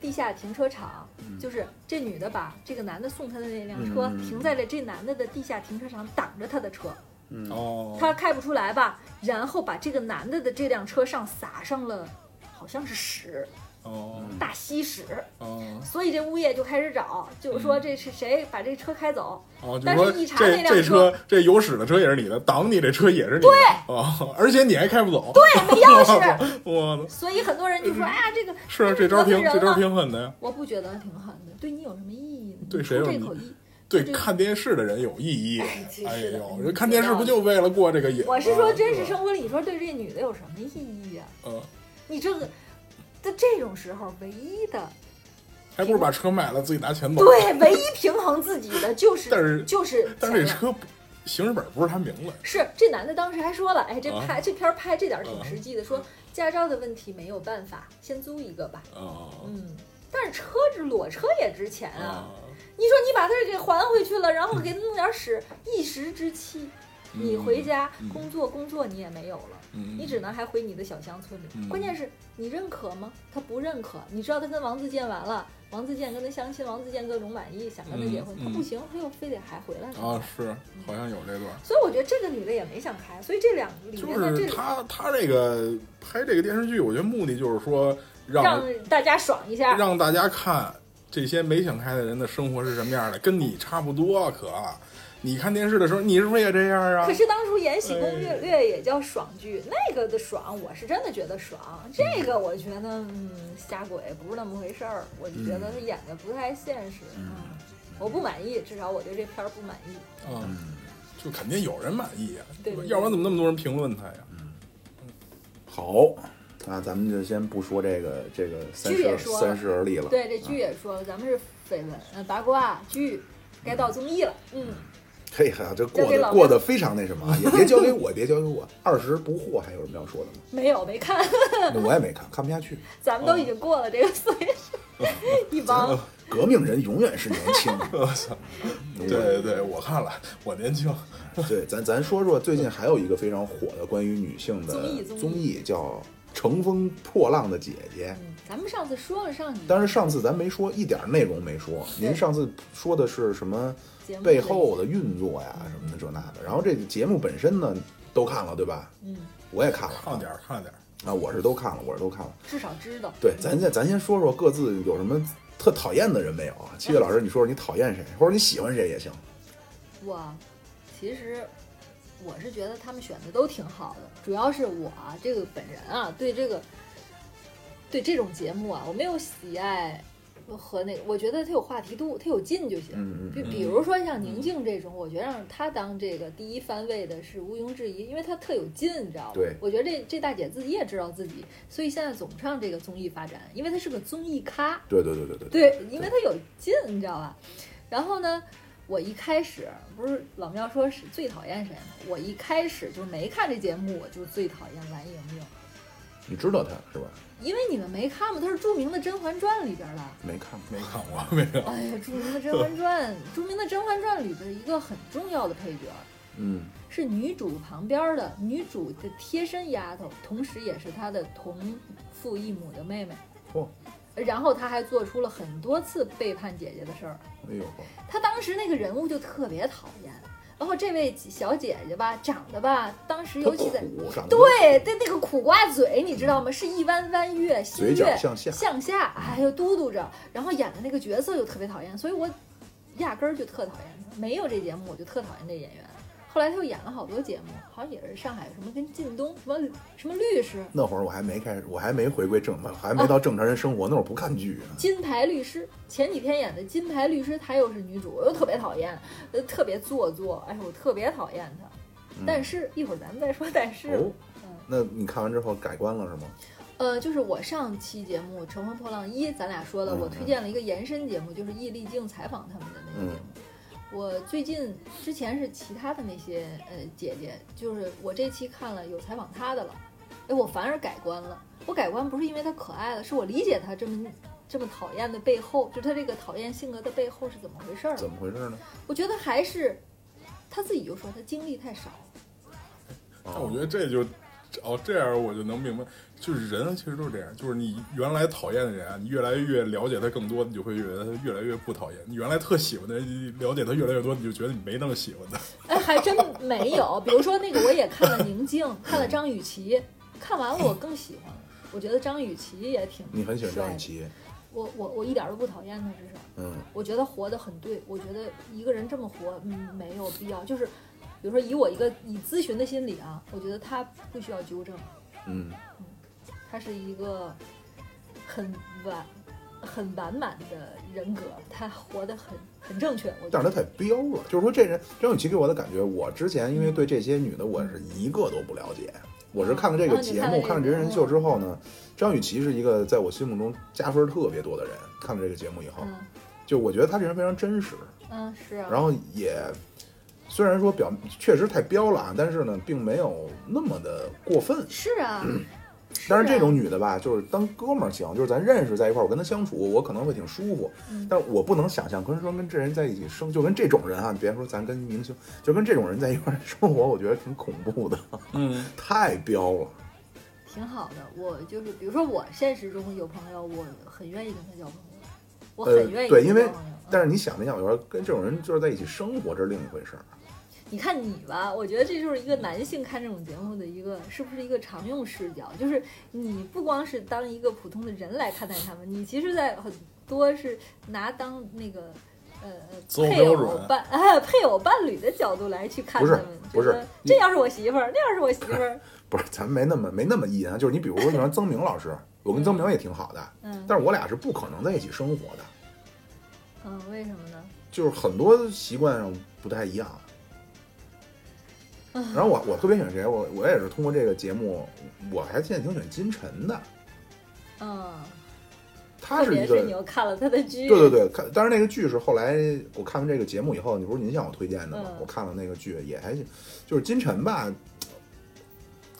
[SPEAKER 3] 地下停车场，
[SPEAKER 2] 嗯
[SPEAKER 3] 就是这女的把这个男的送她的那辆车
[SPEAKER 1] 嗯
[SPEAKER 3] 停在了这男的的地下停车场，挡着他的车，
[SPEAKER 4] 嗯
[SPEAKER 2] 哦，
[SPEAKER 3] 他开不出来吧？然后把这个男的的这辆车上撒上了好像是屎，
[SPEAKER 2] 哦
[SPEAKER 3] 大稀屎，
[SPEAKER 2] 哦
[SPEAKER 3] 所以这物业就开始找，就是
[SPEAKER 2] 嗯
[SPEAKER 3] 说这是谁把这车 开走？
[SPEAKER 2] 哦，就
[SPEAKER 3] 但是
[SPEAKER 2] 说
[SPEAKER 3] 一查那
[SPEAKER 2] 这
[SPEAKER 3] 辆
[SPEAKER 2] 这
[SPEAKER 3] 车
[SPEAKER 2] 车这有屎的车也是你的，挡你这车也是你的，对哦，而且你还开不走，对，
[SPEAKER 3] 没钥匙。
[SPEAKER 2] 我操，
[SPEAKER 3] 所以很多人就
[SPEAKER 2] 嗯
[SPEAKER 3] 说：“哎呀，这个
[SPEAKER 2] 是啊这招挺
[SPEAKER 3] 得罪人
[SPEAKER 2] 这招
[SPEAKER 3] 了
[SPEAKER 2] 挺狠的呀，
[SPEAKER 3] 我不觉得挺狠的，对你有什么意义呢？
[SPEAKER 2] 对
[SPEAKER 3] 你
[SPEAKER 2] 谁
[SPEAKER 3] 出
[SPEAKER 2] 有
[SPEAKER 3] 这
[SPEAKER 2] 意
[SPEAKER 3] 口
[SPEAKER 2] 义
[SPEAKER 3] 气？
[SPEAKER 2] 对
[SPEAKER 3] 这
[SPEAKER 2] 看电视的人有意义。
[SPEAKER 3] 其
[SPEAKER 2] 哎
[SPEAKER 3] 实的
[SPEAKER 2] 呦，人看电视不就为了过这个瘾吗？
[SPEAKER 3] 我是说，真实
[SPEAKER 2] 是吧
[SPEAKER 3] 生活里，你说对这女的有什么意义呀、
[SPEAKER 2] 嗯，
[SPEAKER 3] 你这个，在这种时候，唯一的
[SPEAKER 2] 还不如把车卖了自己拿钱走。
[SPEAKER 3] 对唯一平衡自己的就是，
[SPEAKER 2] 但是
[SPEAKER 3] 就是
[SPEAKER 2] 但是这
[SPEAKER 3] 前面
[SPEAKER 2] 车不行驶本不是他名字，
[SPEAKER 3] 是这男的当时还说了，哎，这
[SPEAKER 2] 啊
[SPEAKER 3] 拍、这片儿拍这点儿挺
[SPEAKER 2] 啊
[SPEAKER 3] 实际的，说驾照的问题没有办法，先租一个吧。
[SPEAKER 2] 啊
[SPEAKER 3] 嗯，但是车这裸车也值钱啊
[SPEAKER 2] 啊，嗯
[SPEAKER 3] 你说你把它给还回去了，然后给弄点屎，一时之气，你回家
[SPEAKER 2] 嗯
[SPEAKER 3] 工作工作你也没有了，
[SPEAKER 2] 嗯
[SPEAKER 3] 你只能还回你的小乡村里。
[SPEAKER 2] 嗯
[SPEAKER 3] 关键是你认可吗？他不认可。你知道他跟王自健完了，王自健跟他相亲，王自健各种满意，想跟他结婚，
[SPEAKER 2] 嗯嗯
[SPEAKER 3] 他不行，他又非得还回来了。
[SPEAKER 2] 啊是
[SPEAKER 3] 嗯
[SPEAKER 2] 好像有这段。
[SPEAKER 3] 所以我觉得这个女的也没想开，所以这两里面的
[SPEAKER 2] 就
[SPEAKER 3] 这
[SPEAKER 2] 是他他这个拍这个电视剧，我觉得目的就是说让
[SPEAKER 3] 让大家爽一下，
[SPEAKER 2] 让大家看这些没想开的人的生活是什么样的，跟你差不多可。啊你看电视的时候，你是不是也这样啊
[SPEAKER 3] 可？是当初《延禧攻略
[SPEAKER 2] 哎》
[SPEAKER 3] 略也叫爽剧，那个的爽，我是真的觉得爽。这个我觉得，嗯，瞎鬼不是那么回事儿，我就觉得他演的不太现实。嗯，我不满意，至少我对这片儿不满意。
[SPEAKER 2] 嗯，就肯定有人满意啊，
[SPEAKER 3] 对
[SPEAKER 2] 吧
[SPEAKER 3] 对对
[SPEAKER 2] 要不然怎么那么多人评论他呀？
[SPEAKER 1] 好，那咱们就先不说这个这个三
[SPEAKER 3] 剧也
[SPEAKER 1] 十
[SPEAKER 3] 说了
[SPEAKER 1] 三十而立了。
[SPEAKER 3] 对，这剧也说了，咱们是绯闻、呃八卦剧，该到综艺了。嗯，
[SPEAKER 1] 嘿，还这
[SPEAKER 3] 交
[SPEAKER 1] 过
[SPEAKER 3] 给
[SPEAKER 1] 得
[SPEAKER 3] 老
[SPEAKER 1] 过得非常那什么啊，也别交给我，别交给我。二十不惑还有什么要说 的吗？
[SPEAKER 3] 没有没看，
[SPEAKER 1] 那我也没看，看不下去。
[SPEAKER 3] 咱们都已经过了这个岁数，一帮
[SPEAKER 1] 革命人永远是年 轻的。嗯
[SPEAKER 2] 对对对，我看了，我年轻，
[SPEAKER 1] 对，咱咱说说最近还有一个非常火的关于女性的
[SPEAKER 3] 综艺综艺
[SPEAKER 1] 综艺，叫《乘风破浪的姐姐》。
[SPEAKER 3] 嗯，咱们上次说了上集
[SPEAKER 1] 但是上次咱没说一点内容没说，您
[SPEAKER 3] 对
[SPEAKER 1] 上次说的是什么
[SPEAKER 3] 节目
[SPEAKER 1] 背后的运作呀什么的这那的，然后这个节目本身呢都看了对吧？
[SPEAKER 3] 嗯，
[SPEAKER 1] 我也看了
[SPEAKER 2] 看了点儿看了点儿。
[SPEAKER 1] 啊，我是都看了，我是都看了。
[SPEAKER 3] 至少知道。
[SPEAKER 1] 对，咱先咱先说说各自有什么特讨厌的人没有啊？七月老师，你说说你讨厌谁，或者你喜欢谁也行。
[SPEAKER 3] 我其实我是觉得他们选的都挺好的，主要是我啊这个本人啊，对这个对这种节目啊，我没有喜爱和那个，我觉得它有话题度，它有劲就行。
[SPEAKER 1] 嗯
[SPEAKER 3] 比比如说像宁静这种，我觉得让她当这个第一番位的是毋庸置疑，因为她特有劲，你知道吗？
[SPEAKER 1] 对
[SPEAKER 3] 我觉得这这大姐自己也知道自己，所以现在总上这个综艺发展，因为她是个综艺咖。
[SPEAKER 1] 对对对对对
[SPEAKER 3] 对，因为他有劲，你知道吧？然后呢，我一开始不是老喵说是最讨厌谁吗？我一开始就没看这节目，我就最讨厌蓝莹莹，
[SPEAKER 1] 你知道他是吧？
[SPEAKER 3] 因为你们没看过，她是著名的《甄嬛传》里边的。
[SPEAKER 1] 没看过
[SPEAKER 2] 没看过，没有。
[SPEAKER 3] 哎呀，著名的《甄嬛传》，著名的《甄嬛传》里边一个很重要的配角，
[SPEAKER 1] 嗯，
[SPEAKER 3] 是女主旁边的女主的贴身丫头，同时也是她的同父异母的妹妹。
[SPEAKER 1] 嚯，
[SPEAKER 3] 然后她还做出了很多次背叛姐姐的事儿。
[SPEAKER 1] 哎呦，
[SPEAKER 3] 她当时那个人物就特别讨厌。然后这位小姐姐吧，长得吧，当时尤其在
[SPEAKER 1] 他苦长得
[SPEAKER 3] 对对那个苦瓜嘴，你知道吗？是一弯弯月，心
[SPEAKER 1] 嘴角
[SPEAKER 3] 月
[SPEAKER 1] 向下
[SPEAKER 3] 向下，哎呦嘟嘟着，然后演的那个角色又特别讨厌，所以我压根儿就特讨厌她。没有这节目，我就特讨厌这演员。后来她又演了好多节目，好像也是上海什么跟靳东什么什么律师、
[SPEAKER 1] 那会儿我还没开始，我还没回归正，还没到正常人生活，那会儿不看剧啊。
[SPEAKER 3] 金牌律师，前几天演的《金牌律师》，她又是女主，我又特别讨厌， 呃，特别做作，哎，我特别讨厌她。
[SPEAKER 1] 嗯哦
[SPEAKER 3] 但是一会儿咱们再说，但是、
[SPEAKER 1] 哦，那你看完之后改观了是吗？
[SPEAKER 3] 呃，嗯就是我上期节目《乘风破浪一》，咱俩说了，
[SPEAKER 1] 嗯
[SPEAKER 3] 我推荐了一个延伸节目，就是易立竞采访他们的那个节目。
[SPEAKER 1] 嗯
[SPEAKER 3] 我最近之前是其他的那些呃姐姐，就是我这期看了有采访她的了，哎，我反而改观了。我改观不是因为她可爱了，是我理解她这么这么讨厌的背后，就她这个讨厌性格的背后是怎么回事儿了
[SPEAKER 1] 怎。么回事呢？
[SPEAKER 3] 我觉得还是她自己就说她经历太少，
[SPEAKER 2] 但我觉得这就哦，这样我就能明白，就是人其实都是这样，就是你原来讨厌的人啊，你越来越了解他更多，你就会觉得他越来越不讨厌；你原来特喜欢的，你了解他越来越多，你就觉得你没那么喜欢他。
[SPEAKER 3] 哎，还真没有。比如说那个，我也看了宁静，看了张雨绮，看完了我更喜欢了。我觉得张雨绮也挺
[SPEAKER 1] 你很喜欢张
[SPEAKER 3] 帅
[SPEAKER 1] 雨
[SPEAKER 3] 的，
[SPEAKER 1] 绮，
[SPEAKER 3] 我我我一点都不讨厌她，至少
[SPEAKER 1] 嗯
[SPEAKER 3] 我觉得活得很对。我觉得一个人这么活，嗯，没有必要。就是比如说以我一个以咨询的心理啊，我觉得她不需要纠正，
[SPEAKER 1] 嗯，
[SPEAKER 3] 她是一个很完很完满的人格，她活得很很正确。我觉
[SPEAKER 1] 但
[SPEAKER 3] 得
[SPEAKER 1] 是她太彪了，就是说这人张雨绮给我的感觉，我之前因为对这些女的我是一个都不了解，我是看了这个节
[SPEAKER 3] 然后
[SPEAKER 1] 目，
[SPEAKER 3] 哦你看
[SPEAKER 1] 看
[SPEAKER 3] 了这个
[SPEAKER 1] 了
[SPEAKER 3] 嗯
[SPEAKER 1] 真人秀之后呢，张雨绮是一个在我心目中加分特别多的人。看了这个节目以后，
[SPEAKER 3] 嗯
[SPEAKER 1] 就我觉得她这人非常真实，
[SPEAKER 3] 嗯是啊。
[SPEAKER 1] 然后 也虽然说表确实太彪了啊，但是呢，并没有那么的过分。
[SPEAKER 3] 是啊，是
[SPEAKER 1] 但是这
[SPEAKER 3] 啊
[SPEAKER 1] 种女的吧，就是当哥们儿行，就是咱认识在一块儿，我跟她相处，我可能会挺舒服。
[SPEAKER 3] 嗯
[SPEAKER 1] 但我不能想象跟说跟这人在一起生，就跟这种人啊，你别说咱跟明星，就跟这种人在一块儿生活，我觉得挺恐怖的，
[SPEAKER 2] 嗯，
[SPEAKER 1] 太彪了。
[SPEAKER 3] 挺好的。我就是，比如说我现实中有朋友，我很愿意跟他交朋友，我
[SPEAKER 1] 呃
[SPEAKER 3] 很愿意
[SPEAKER 1] 对
[SPEAKER 3] 跟他
[SPEAKER 1] 因为
[SPEAKER 3] 交朋友
[SPEAKER 1] 但是你想没想，有时候跟这种人就是在一起生活，这是另一回事儿。
[SPEAKER 3] 你看你吧，我觉得这就是一个男性看这种节目的一个是不是一个常用视角，就是你不光是当一个普通的人来看待他们，你其实，在很多是拿当那个呃
[SPEAKER 2] 择偶
[SPEAKER 3] 配
[SPEAKER 2] 标
[SPEAKER 3] 偶
[SPEAKER 2] 准
[SPEAKER 3] 伴 哎配偶伴侣的角度来去看
[SPEAKER 1] 不
[SPEAKER 3] 他
[SPEAKER 1] 是
[SPEAKER 3] 们，
[SPEAKER 1] 不是
[SPEAKER 3] 觉得这要是我媳妇儿，那要是我媳 妇儿，
[SPEAKER 1] 不是，咱没那么没那么意淫啊。就是你比如说，你说曾明老师，我跟曾明也挺好的，
[SPEAKER 3] 嗯
[SPEAKER 1] 但是我俩是不可能在一起生活的，
[SPEAKER 3] 嗯，为什么呢？
[SPEAKER 1] 就是很多习惯上不太一样。
[SPEAKER 3] 嗯
[SPEAKER 1] 然后我我特别喜欢谁，我我也是通过这个节目，我还现在挺喜欢金晨的，
[SPEAKER 3] 嗯，
[SPEAKER 1] 她是
[SPEAKER 3] 特
[SPEAKER 1] 一
[SPEAKER 3] 别
[SPEAKER 1] 个
[SPEAKER 3] 是你又看了他的剧，
[SPEAKER 1] 对对对，看，当然那个剧是后来我看完这个节目以后，你不是您向我推荐的吗？
[SPEAKER 3] 嗯
[SPEAKER 1] 我看了那个剧也还行，就是金晨吧，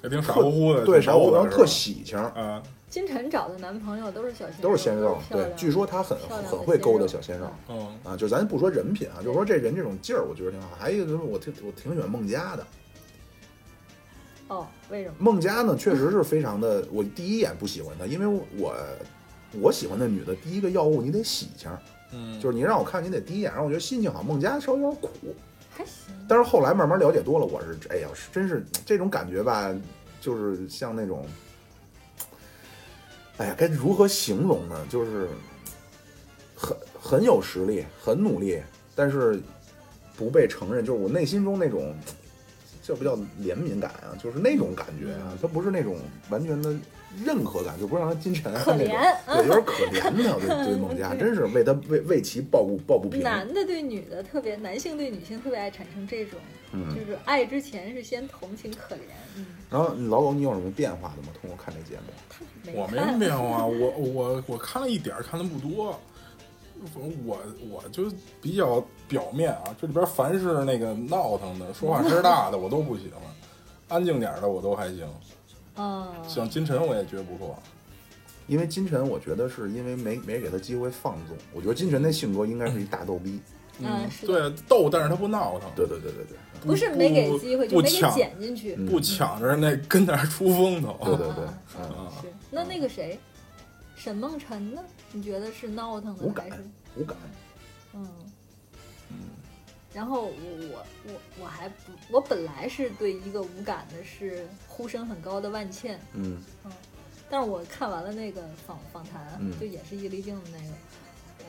[SPEAKER 2] 也挺傻乎乎的，
[SPEAKER 1] 对，
[SPEAKER 2] 挺
[SPEAKER 1] 然后
[SPEAKER 2] 逗的
[SPEAKER 1] 然后特
[SPEAKER 2] 是
[SPEAKER 1] 喜庆，
[SPEAKER 2] 吧
[SPEAKER 3] 哎
[SPEAKER 2] 啊，
[SPEAKER 3] 金晨找的男朋友都是小鲜
[SPEAKER 1] 都是鲜
[SPEAKER 3] 肉
[SPEAKER 1] 肉，，对，据说
[SPEAKER 3] 说
[SPEAKER 1] 他很
[SPEAKER 3] 漂亮的
[SPEAKER 1] 很会勾搭小
[SPEAKER 3] 鲜肉
[SPEAKER 1] 鲜肉
[SPEAKER 2] 嗯，
[SPEAKER 1] 啊，就咱不说人品啊，就说这人这种劲儿，我觉得挺好。还有一个就是我挺我挺喜欢孟佳的，
[SPEAKER 3] 哦，为什么？
[SPEAKER 1] 孟佳呢确实是非常的，我第一眼不喜欢她，因为我我喜欢的女的第一个要务你得喜庆，
[SPEAKER 2] 嗯，
[SPEAKER 1] 就是你让我看你得第一眼让我觉得心情好，孟佳稍微有点苦，
[SPEAKER 3] 还行，
[SPEAKER 1] 但是后来慢慢了解多了，我是哎呀，是真是这种感觉吧，就是像那种，哎呀，该如何形容呢？就是很很有实力，很努力，但是不被承认，就是我内心中那种。这不叫怜悯感啊，就是那种感觉啊，它不是那种完全的认可感，就不是让他金晨啊
[SPEAKER 3] 可
[SPEAKER 1] 那种，
[SPEAKER 3] 怜。
[SPEAKER 1] 对，有点可怜他，我对对孟佳，真是为他为为其抱不抱不平，
[SPEAKER 3] 男的对女的特别，男性对女性特别爱产生这种，
[SPEAKER 1] 嗯，
[SPEAKER 3] 就是爱之前是先同情可怜，嗯，
[SPEAKER 1] 然后老狗，你有什么变化的吗？通过看这节目，
[SPEAKER 2] 我没什么
[SPEAKER 3] 看，
[SPEAKER 2] 变化，我我我看了一点儿，看的不多。我我就比较表面啊，这里边凡是那个闹腾的、说话声儿大的，我都不喜欢；安静点儿的我都还行。
[SPEAKER 3] 嗯，
[SPEAKER 2] 像金晨，我也觉得不错。
[SPEAKER 1] 因为金晨，我觉得是因为没没给他机会放纵。我觉得金晨那性格应该是一大逗逼。
[SPEAKER 3] 嗯是
[SPEAKER 2] 对，啊逗，但是他不闹腾，
[SPEAKER 1] 对对对对对
[SPEAKER 3] 不是没给机会，就
[SPEAKER 2] 不
[SPEAKER 3] 没给
[SPEAKER 2] 抢，
[SPEAKER 3] 剪进去，
[SPEAKER 1] 嗯
[SPEAKER 2] 不抢着那跟那儿出风
[SPEAKER 1] 对
[SPEAKER 2] 头。
[SPEAKER 1] 对对
[SPEAKER 3] 啊，
[SPEAKER 1] 嗯，
[SPEAKER 2] 啊
[SPEAKER 3] 是。那那个谁，沈梦辰呢？你觉得是闹腾
[SPEAKER 1] 无
[SPEAKER 3] 的
[SPEAKER 1] 感
[SPEAKER 3] 还是？
[SPEAKER 1] 无感。
[SPEAKER 3] 嗯
[SPEAKER 2] 嗯，
[SPEAKER 3] 然后我我我我还不，我本来是对一个无感的是呼声很高的万茜，
[SPEAKER 1] 嗯，
[SPEAKER 3] 但是我看完了那个访访谈，
[SPEAKER 1] 嗯
[SPEAKER 3] 就也是易立竞的那个，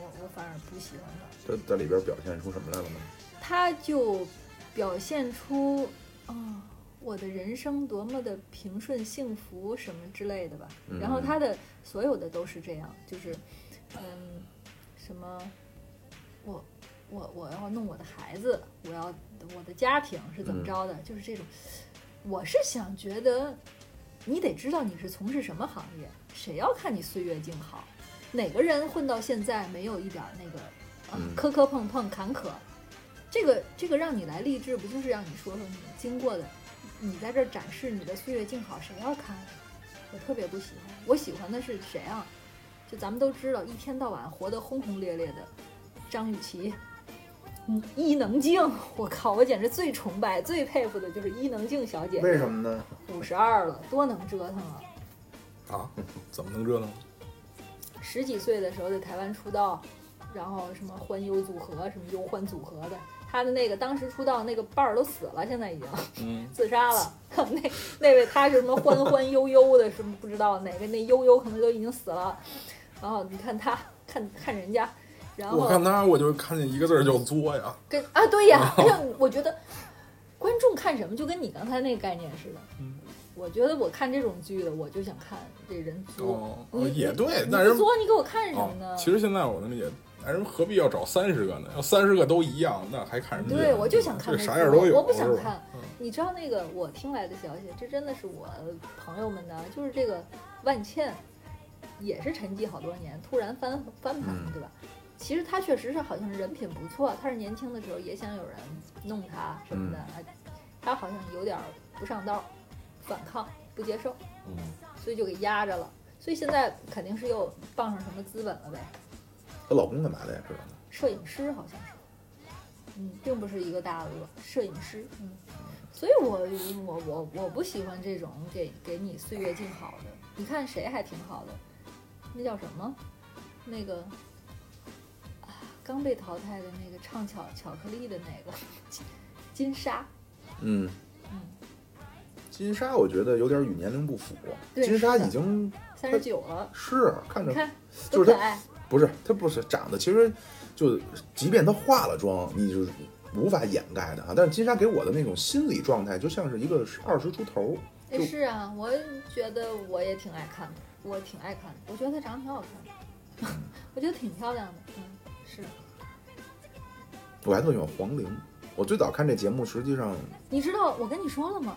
[SPEAKER 3] 我我反而不喜欢他，
[SPEAKER 1] 这在里边表现出什么来了呢？
[SPEAKER 3] 他就表现出啊、我的人生多么的平顺幸福什么之类的吧，
[SPEAKER 1] 嗯
[SPEAKER 3] 然后他的所有的都是这样，就是嗯什么我。我我要弄我的孩子，我要我的家庭是怎么着的？就是这种，我是想觉得你得知道你是从事什么行业，谁要看你岁月静好？哪个人混到现在没有一点儿那个啊
[SPEAKER 1] 嗯
[SPEAKER 3] 磕磕碰碰坎坷？这个这个让你来励志，不就是让你说说你经过的？你在这儿展示你的岁月静好，谁要看啊？我特别不喜欢，我喜欢的是谁啊？就咱们都知道，一天到晚活得轰轰烈烈的张雨绮，嗯，伊能静，我靠，我简直最崇拜、最佩服的就是伊能静小姐，
[SPEAKER 4] 为什么呢？
[SPEAKER 3] 五十二了，多能折腾啊！
[SPEAKER 2] 啊，怎么能折腾？
[SPEAKER 3] 十几岁的时候在台湾出道，然后什么欢忧组合、什么忧欢组合的，他的那个当时出道那个伴儿都死了，现在已经
[SPEAKER 2] 嗯，
[SPEAKER 3] 自杀了。 那那位他是什么欢欢悠悠的，什么不知道哪个那悠悠可能都已经死了。然后你看他，看看人家，然后
[SPEAKER 2] 我看他我就看见一个字儿叫作呀。
[SPEAKER 3] 跟啊，对呀，哎呀，我觉得观众看什么就跟你刚才那个概念似的。
[SPEAKER 2] 嗯
[SPEAKER 3] 我觉得我看这种剧的，我就想看这人作。
[SPEAKER 2] 哦，
[SPEAKER 3] 你
[SPEAKER 2] 哦也对，
[SPEAKER 3] 你
[SPEAKER 2] 但是
[SPEAKER 3] 不作，你给我看什么呢
[SPEAKER 2] 哦，？其实现在我能理解，但是何必要找三十个呢？要三十个都一样，那还看什么劲？
[SPEAKER 3] 对，我就想看
[SPEAKER 2] 这
[SPEAKER 3] 那
[SPEAKER 2] 啥
[SPEAKER 3] 字
[SPEAKER 2] 样
[SPEAKER 3] 幕
[SPEAKER 2] 都有，
[SPEAKER 3] 我不想
[SPEAKER 2] 是吧嗯
[SPEAKER 3] 看。你知道那个我听来的消息，这真的是我朋友们的，就是这个万茜，也是沉寂好多年，突然翻翻盘
[SPEAKER 1] 嗯，
[SPEAKER 3] 对吧？其实她确实是好像人品不错，她是年轻的时候也想有人弄她什么的，
[SPEAKER 2] 嗯
[SPEAKER 3] 哎她好像有点儿不上道，反抗不接受，
[SPEAKER 1] 嗯，
[SPEAKER 3] 所以就给压着了。所以现在肯定是又傍上什么资本了呗，
[SPEAKER 1] 她老公干嘛的呀？知道吗？
[SPEAKER 3] 摄影师好像是，嗯，并不是一个大鳄，摄影师，嗯，所以我我我我不喜欢这种给给你岁月静好的。你看谁还挺好的，那叫什么？那个啊，刚被淘汰的那个唱巧巧克力的那个金金莎，
[SPEAKER 1] 嗯
[SPEAKER 3] 嗯，
[SPEAKER 1] 金莎我觉得有点与年龄不符。
[SPEAKER 3] 对
[SPEAKER 1] 金莎
[SPEAKER 3] 是的
[SPEAKER 1] 已经
[SPEAKER 3] 三十九了，
[SPEAKER 1] 是看
[SPEAKER 3] 你
[SPEAKER 1] 着
[SPEAKER 3] 看
[SPEAKER 1] 就
[SPEAKER 3] 多
[SPEAKER 1] 是
[SPEAKER 3] 可
[SPEAKER 1] 她
[SPEAKER 3] 爱。
[SPEAKER 1] 不是她不是长得，其实就即便她化了妆，你就是无法掩盖的啊。但是金莎给我的那种心理状态，就像是一个二十出头，
[SPEAKER 3] 哎，
[SPEAKER 1] 就是
[SPEAKER 3] 啊，我觉得我也挺爱看的，我挺爱看的，我觉得她长得挺好看的， 我觉得挺漂亮的，嗯，是。
[SPEAKER 1] 我还特喜欢黄龄。我最早看这节目，实际上
[SPEAKER 3] 你知道我跟你说了吗？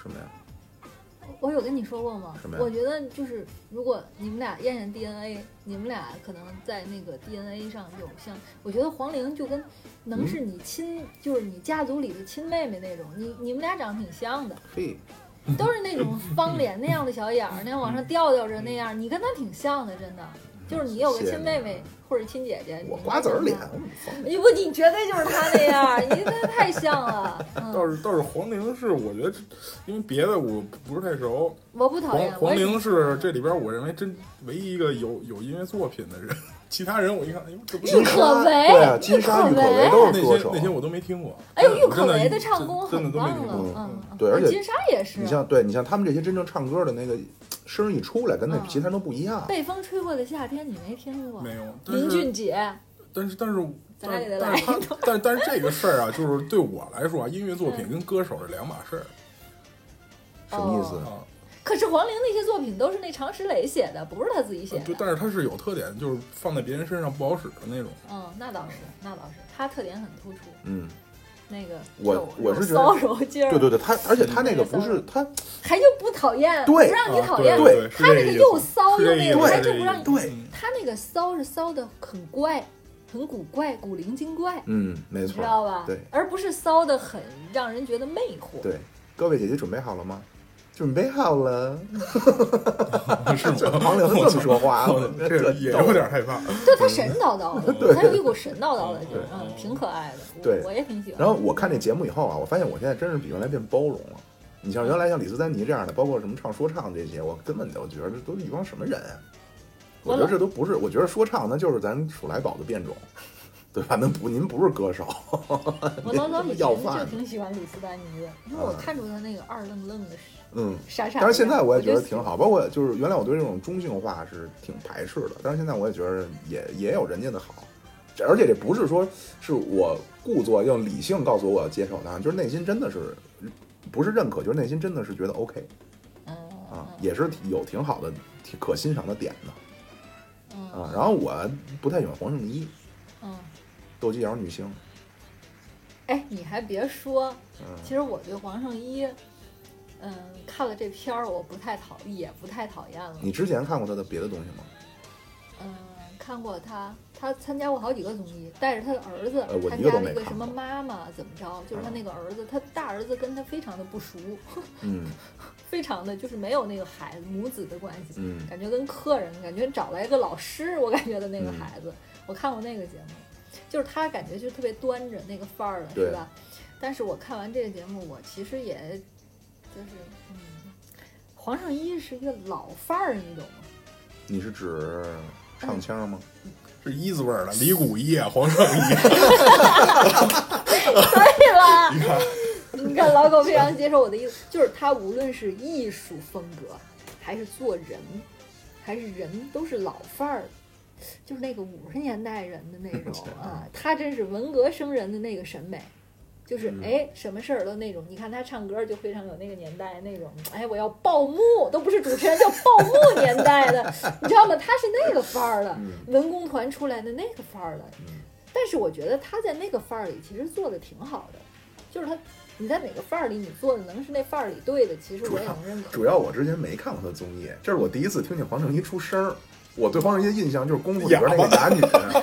[SPEAKER 1] 什么呀？
[SPEAKER 3] 我有跟你说过吗
[SPEAKER 1] 什么？呀
[SPEAKER 3] 我觉得就是，如果你们俩验验 DNA，你们俩可能在那个 DNA 上有像，我觉得黄龄就跟能
[SPEAKER 1] 嗯
[SPEAKER 3] 是你亲，就是你家族里的亲妹妹那种，你你们俩长得挺像 的，
[SPEAKER 1] 嘿，
[SPEAKER 3] 都是那种方脸那样的小眼儿，那样往上吊吊着那样，你跟她挺像的，真的，就是你有个
[SPEAKER 1] 谢谢
[SPEAKER 3] 亲
[SPEAKER 1] 你
[SPEAKER 3] 妹妹或者亲姐姐，
[SPEAKER 1] 嗯我
[SPEAKER 3] 你
[SPEAKER 1] 瓜子儿
[SPEAKER 3] 就
[SPEAKER 1] 脸
[SPEAKER 3] 像她，
[SPEAKER 1] 我方脸。
[SPEAKER 3] 你不，你绝对就是她那样儿，你真的太像了，嗯，
[SPEAKER 2] 倒是倒是黄龄是我觉得，因为别的我不是太熟，
[SPEAKER 3] 我不讨
[SPEAKER 2] 黄
[SPEAKER 3] 厌，我
[SPEAKER 2] 黄
[SPEAKER 3] 也挺
[SPEAKER 2] 龄是这里边我认为真唯一一个有有音乐作品的人，其他人我一看，哎呦，这不是
[SPEAKER 3] 郁可唯，
[SPEAKER 1] 对啊，
[SPEAKER 3] 郁
[SPEAKER 1] 金莎、郁可
[SPEAKER 3] 唯
[SPEAKER 1] 唯，都
[SPEAKER 2] 那
[SPEAKER 1] 是歌
[SPEAKER 2] 些
[SPEAKER 1] 手。啊
[SPEAKER 2] 那些我都没听过。
[SPEAKER 3] 哎呦，
[SPEAKER 2] 真
[SPEAKER 3] 郁可
[SPEAKER 2] 真
[SPEAKER 3] 唯的唱功
[SPEAKER 2] 真的
[SPEAKER 3] 很
[SPEAKER 2] 都没
[SPEAKER 3] 棒
[SPEAKER 2] 听
[SPEAKER 3] 了
[SPEAKER 2] 过。，
[SPEAKER 3] 嗯，嗯
[SPEAKER 1] 对而且
[SPEAKER 3] 金莎也是
[SPEAKER 1] 你，像对你像他们这些真正唱歌的那个声儿一出来，跟那
[SPEAKER 3] 嗯
[SPEAKER 1] 其他人都不一样。
[SPEAKER 3] 被风吹过的夏天，你没听过？
[SPEAKER 2] 没有，但是
[SPEAKER 3] 林俊杰，
[SPEAKER 2] 但是但是
[SPEAKER 3] 咱俩
[SPEAKER 2] 但
[SPEAKER 3] 给
[SPEAKER 2] 是但
[SPEAKER 3] 他来
[SPEAKER 2] 是他
[SPEAKER 3] 一段，
[SPEAKER 2] 但但是这个事儿啊，就是对我来说啊，音乐作品跟歌手是两码事儿
[SPEAKER 1] 什么意思？
[SPEAKER 3] 哦
[SPEAKER 2] 啊。
[SPEAKER 3] 可是黄龄那些作品都是那常石磊写的，不是他自己写
[SPEAKER 2] 啊对，
[SPEAKER 3] 的。
[SPEAKER 2] 但是它是有特点，就是放在别人身上不好使的那种。
[SPEAKER 3] 嗯，那倒是，那倒是，他特点很突出，
[SPEAKER 1] 嗯，
[SPEAKER 3] 那个
[SPEAKER 1] 我
[SPEAKER 3] 有
[SPEAKER 1] 我是觉得
[SPEAKER 3] 有骚柔劲儿，
[SPEAKER 1] 对对对，他而且他那个不是
[SPEAKER 3] 嗯
[SPEAKER 1] 他，
[SPEAKER 3] 还就不讨厌，
[SPEAKER 1] 对
[SPEAKER 3] 不让你
[SPEAKER 2] 啊
[SPEAKER 3] 讨厌，
[SPEAKER 2] 对，
[SPEAKER 3] 他那个又骚又那个，
[SPEAKER 2] 对
[SPEAKER 3] 还就不让你，
[SPEAKER 1] 对
[SPEAKER 3] 他那个骚是骚的很怪，很古怪，古灵精怪，
[SPEAKER 1] 嗯，没
[SPEAKER 3] 你知
[SPEAKER 1] 错，
[SPEAKER 3] 道吧？
[SPEAKER 1] 对
[SPEAKER 3] 而不是骚的很让人觉得魅惑。
[SPEAKER 1] 对，各位姐姐准备好了吗？准备 好了，
[SPEAKER 2] 是吗？
[SPEAKER 1] 黄龄这么说话，
[SPEAKER 2] 嗯 这也有点害怕。
[SPEAKER 3] 对他神叨叨的，
[SPEAKER 1] 嗯 对
[SPEAKER 3] 他有一股神叨叨的劲儿
[SPEAKER 2] 对，
[SPEAKER 3] 嗯，挺可爱的，我
[SPEAKER 1] 对
[SPEAKER 3] 我也挺喜欢。
[SPEAKER 1] 然后我看这节目以后啊，我发现我现在真是比原来变包容了。你像原来像李斯丹妮这样的，包括什么唱说唱这些，我根本就觉得这都是一帮什么人啊！我觉得这都不是，我觉得说唱那就是咱鼠来宝的变种， 对吧？那不您不是歌手，
[SPEAKER 3] 我老早以前
[SPEAKER 1] 要
[SPEAKER 3] 就
[SPEAKER 1] 饭
[SPEAKER 3] 挺喜欢李斯丹妮的，因为我看出他那个二愣愣的
[SPEAKER 1] 嗯。
[SPEAKER 3] 傻傻的样子。
[SPEAKER 1] 但是现在我也觉得
[SPEAKER 3] 就
[SPEAKER 1] 挺好，包括就是原来我对这种中性化是挺排斥的，但是现在我也觉得也也有人家的好，这而且这不是说是我故作用理性告诉我我要接受它，就是内心真的是不是认可，就是内心真的是觉得 OK
[SPEAKER 3] 嗯
[SPEAKER 1] 啊，
[SPEAKER 3] 嗯
[SPEAKER 1] 也是挺有挺好的、挺可欣赏的点的
[SPEAKER 3] 嗯
[SPEAKER 1] 啊。然后我不太喜欢黄圣依，
[SPEAKER 3] 嗯，
[SPEAKER 1] 斗鸡眼女星，
[SPEAKER 3] 哎，你还别说，
[SPEAKER 1] 嗯
[SPEAKER 3] 其实我对黄圣依，嗯，看了这片儿，我不太讨，也不太讨厌了。
[SPEAKER 1] 你之前看过他的别的东西吗？
[SPEAKER 3] 嗯，看过他，他参加过好几个综艺，带着他的儿子
[SPEAKER 1] 呃我
[SPEAKER 3] 参
[SPEAKER 1] 一个
[SPEAKER 3] 加
[SPEAKER 1] 都
[SPEAKER 3] 了
[SPEAKER 1] 没
[SPEAKER 3] 一个
[SPEAKER 1] 看
[SPEAKER 3] 什么
[SPEAKER 1] 过
[SPEAKER 3] 妈妈怎么着，就是他
[SPEAKER 1] 嗯
[SPEAKER 3] 那个儿子，他大儿子跟他非常的不熟，
[SPEAKER 1] 嗯
[SPEAKER 3] 非常的就是没有那个孩子母子的关系，
[SPEAKER 1] 嗯
[SPEAKER 3] 感觉跟客人，感觉找来一个老师，我感觉的那个
[SPEAKER 1] 嗯
[SPEAKER 3] 孩子，我看过那个节目，就是他感觉就特别端着那个范儿的，
[SPEAKER 1] 对
[SPEAKER 3] 是吧？但是我看完这个节目，我其实也就是，嗯，黄圣依是一个老范儿，你懂吗？
[SPEAKER 1] 你是指唱腔吗？
[SPEAKER 2] 是一字辈儿的，李谷一啊，黄圣依，
[SPEAKER 3] 对了，
[SPEAKER 2] 你 看，
[SPEAKER 3] 你看老狗非常接受我的意思，就是他无论是艺术风格，还是做人，还是人，都是老范儿，就是那个五十年代人 的那种啊，他真是文革生人的那个审美。就是
[SPEAKER 1] 嗯
[SPEAKER 3] 哎，什么事儿都那种，你看他唱歌就非常有那个年代那种，哎，我要报幕，都不是主持人，叫报幕年代的，你知道吗？他是那个范儿的，
[SPEAKER 1] 嗯
[SPEAKER 3] 文工团出来的那个范儿的。但是我觉得他在那个范儿里其实做的挺好的，就是他你在哪个范儿里你做的能是那范儿里对的，其实我也能认可。
[SPEAKER 1] 主要我之前没看过他的综艺，这是我第一次听见黄圣依出声儿。我对黄圣依的印象就是功夫里边那个哑女，
[SPEAKER 3] 但他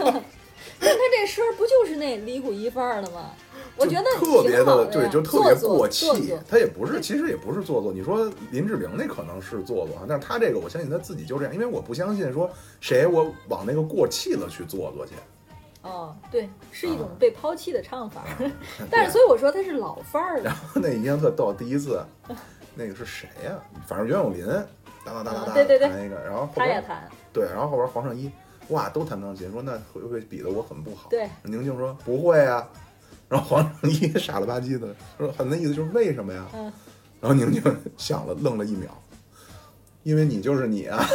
[SPEAKER 3] 这声儿不就是那李谷一范儿的吗？ 我觉得
[SPEAKER 1] 就特别
[SPEAKER 3] 挺好
[SPEAKER 1] 的，
[SPEAKER 3] 呀
[SPEAKER 1] 对，就特别
[SPEAKER 3] 做作
[SPEAKER 1] 过气
[SPEAKER 3] 做作。
[SPEAKER 1] 他也不是，其实也不是做作。你说林志玲那可能是做作，但是他这个我相信他自己就这样，因为我不相信说谁我往那个过气了去做作去。
[SPEAKER 3] 哦，对，是一种
[SPEAKER 1] 啊
[SPEAKER 3] 被抛弃的唱法。但是所以我说他是老范儿的，
[SPEAKER 1] 那印象特逗，第一次那个是谁呀、反正袁咏琳，哒哒哒哒哒，
[SPEAKER 3] 啊对对对
[SPEAKER 1] 弹一个，然后后
[SPEAKER 3] 他也
[SPEAKER 1] 边
[SPEAKER 3] 弹，
[SPEAKER 1] 对，然后后边黄圣依，哇，都弹钢琴，说那会不会比的我很不好？
[SPEAKER 3] 对，
[SPEAKER 1] 宁静说不会啊，然后黄圣依傻了吧唧的说，很那意思就是为什么呀？
[SPEAKER 3] 嗯
[SPEAKER 1] 然后宁静想了愣了一秒，因为你就是你啊，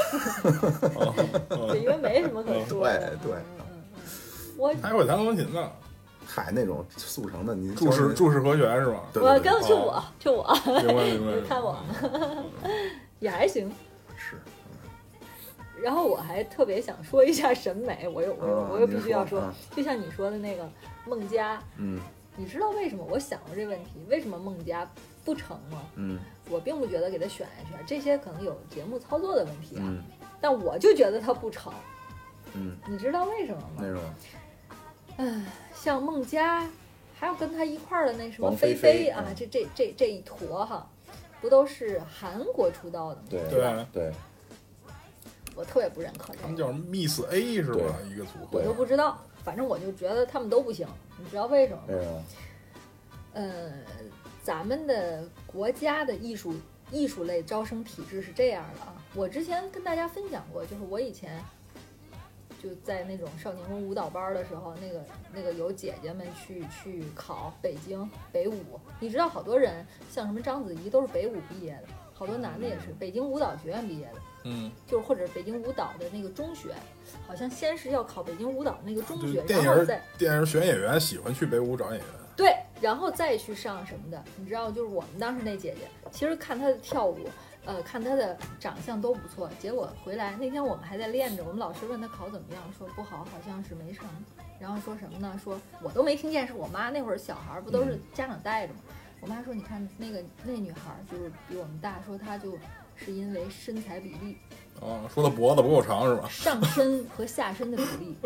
[SPEAKER 3] 对，因为没什么可说
[SPEAKER 1] 对
[SPEAKER 3] 的。
[SPEAKER 1] 嗯
[SPEAKER 3] 嗯
[SPEAKER 1] 对，啊
[SPEAKER 3] 我
[SPEAKER 2] 还会弹钢琴呢，
[SPEAKER 1] 嗨，那种速成的，你
[SPEAKER 2] 注释注释和弦是吧？
[SPEAKER 1] 对
[SPEAKER 3] 我
[SPEAKER 1] 对
[SPEAKER 3] 跟
[SPEAKER 1] 对，啊嗯
[SPEAKER 3] 就我就我
[SPEAKER 2] 明白明白。
[SPEAKER 3] 你 看我也还行。
[SPEAKER 1] 是
[SPEAKER 3] 然后我还特别想说一下审美，我又我又
[SPEAKER 1] 嗯
[SPEAKER 3] 我又
[SPEAKER 1] 您
[SPEAKER 3] 必须要
[SPEAKER 1] 说
[SPEAKER 3] 说
[SPEAKER 1] 嗯，
[SPEAKER 3] 就像你说的那个孟佳，
[SPEAKER 1] 嗯
[SPEAKER 3] 你知道为什么？我想过这问题，为什么孟佳不成吗？
[SPEAKER 1] 嗯
[SPEAKER 3] 我并不觉得给他选下去啊，这些可能有节目操作的问题啊，
[SPEAKER 1] 嗯
[SPEAKER 3] 但我就觉得他不成，
[SPEAKER 1] 嗯，
[SPEAKER 3] 你知道为什么吗
[SPEAKER 1] 那？种
[SPEAKER 3] 像孟佳，还有跟他一块儿的那什
[SPEAKER 1] 嗯
[SPEAKER 3] 么
[SPEAKER 1] 王菲
[SPEAKER 3] 菲
[SPEAKER 1] 菲
[SPEAKER 3] 啊，
[SPEAKER 1] 嗯
[SPEAKER 3] 这这这这一坨哈，不都是韩国出道的吗？
[SPEAKER 1] 对
[SPEAKER 2] 对啊
[SPEAKER 1] 对，
[SPEAKER 3] 我特别不认可这
[SPEAKER 2] 他们
[SPEAKER 3] 个，
[SPEAKER 2] 叫什么 Miss A 是吧？一个组合
[SPEAKER 3] 我都不知道，反正我就觉得他们都不行，你知道为什么吗？
[SPEAKER 1] 那种
[SPEAKER 3] 呃，咱们的国家的艺术艺术类招生体制是这样的啊。我之前跟大家分享过，就是我以前就在那种少年宫舞蹈班儿的时候，那个那个有姐姐们去去考北京北舞，你知道好多人像什么章子怡都是北舞毕业的，好多男的也是北京舞蹈学院毕业的，
[SPEAKER 2] 嗯，
[SPEAKER 3] 就是或者北京舞蹈的那个中学，好像先是要考北京舞蹈那个中
[SPEAKER 2] 就
[SPEAKER 3] 学，
[SPEAKER 2] 电
[SPEAKER 3] 然
[SPEAKER 2] 影
[SPEAKER 3] 后
[SPEAKER 2] 儿
[SPEAKER 3] 再
[SPEAKER 2] 电影选演员喜欢去北舞找演员，
[SPEAKER 1] 啊
[SPEAKER 3] 对，然后再去上什么的，你知道，就是我们当时那姐姐，其实看她的跳舞，呃，看她的长相都不错。结果回来那天我们还在练着，我们老师问她考怎么样，说不好，好像是没成。然后说什么呢？说我都没听见，是我妈那会儿小孩儿不都是家长带着吗？我妈说你看那个那女孩儿就是比我们大，说她就是因为身材比例
[SPEAKER 2] 啊，说他脖子不够长是吧？
[SPEAKER 3] 上身和下身的比 例，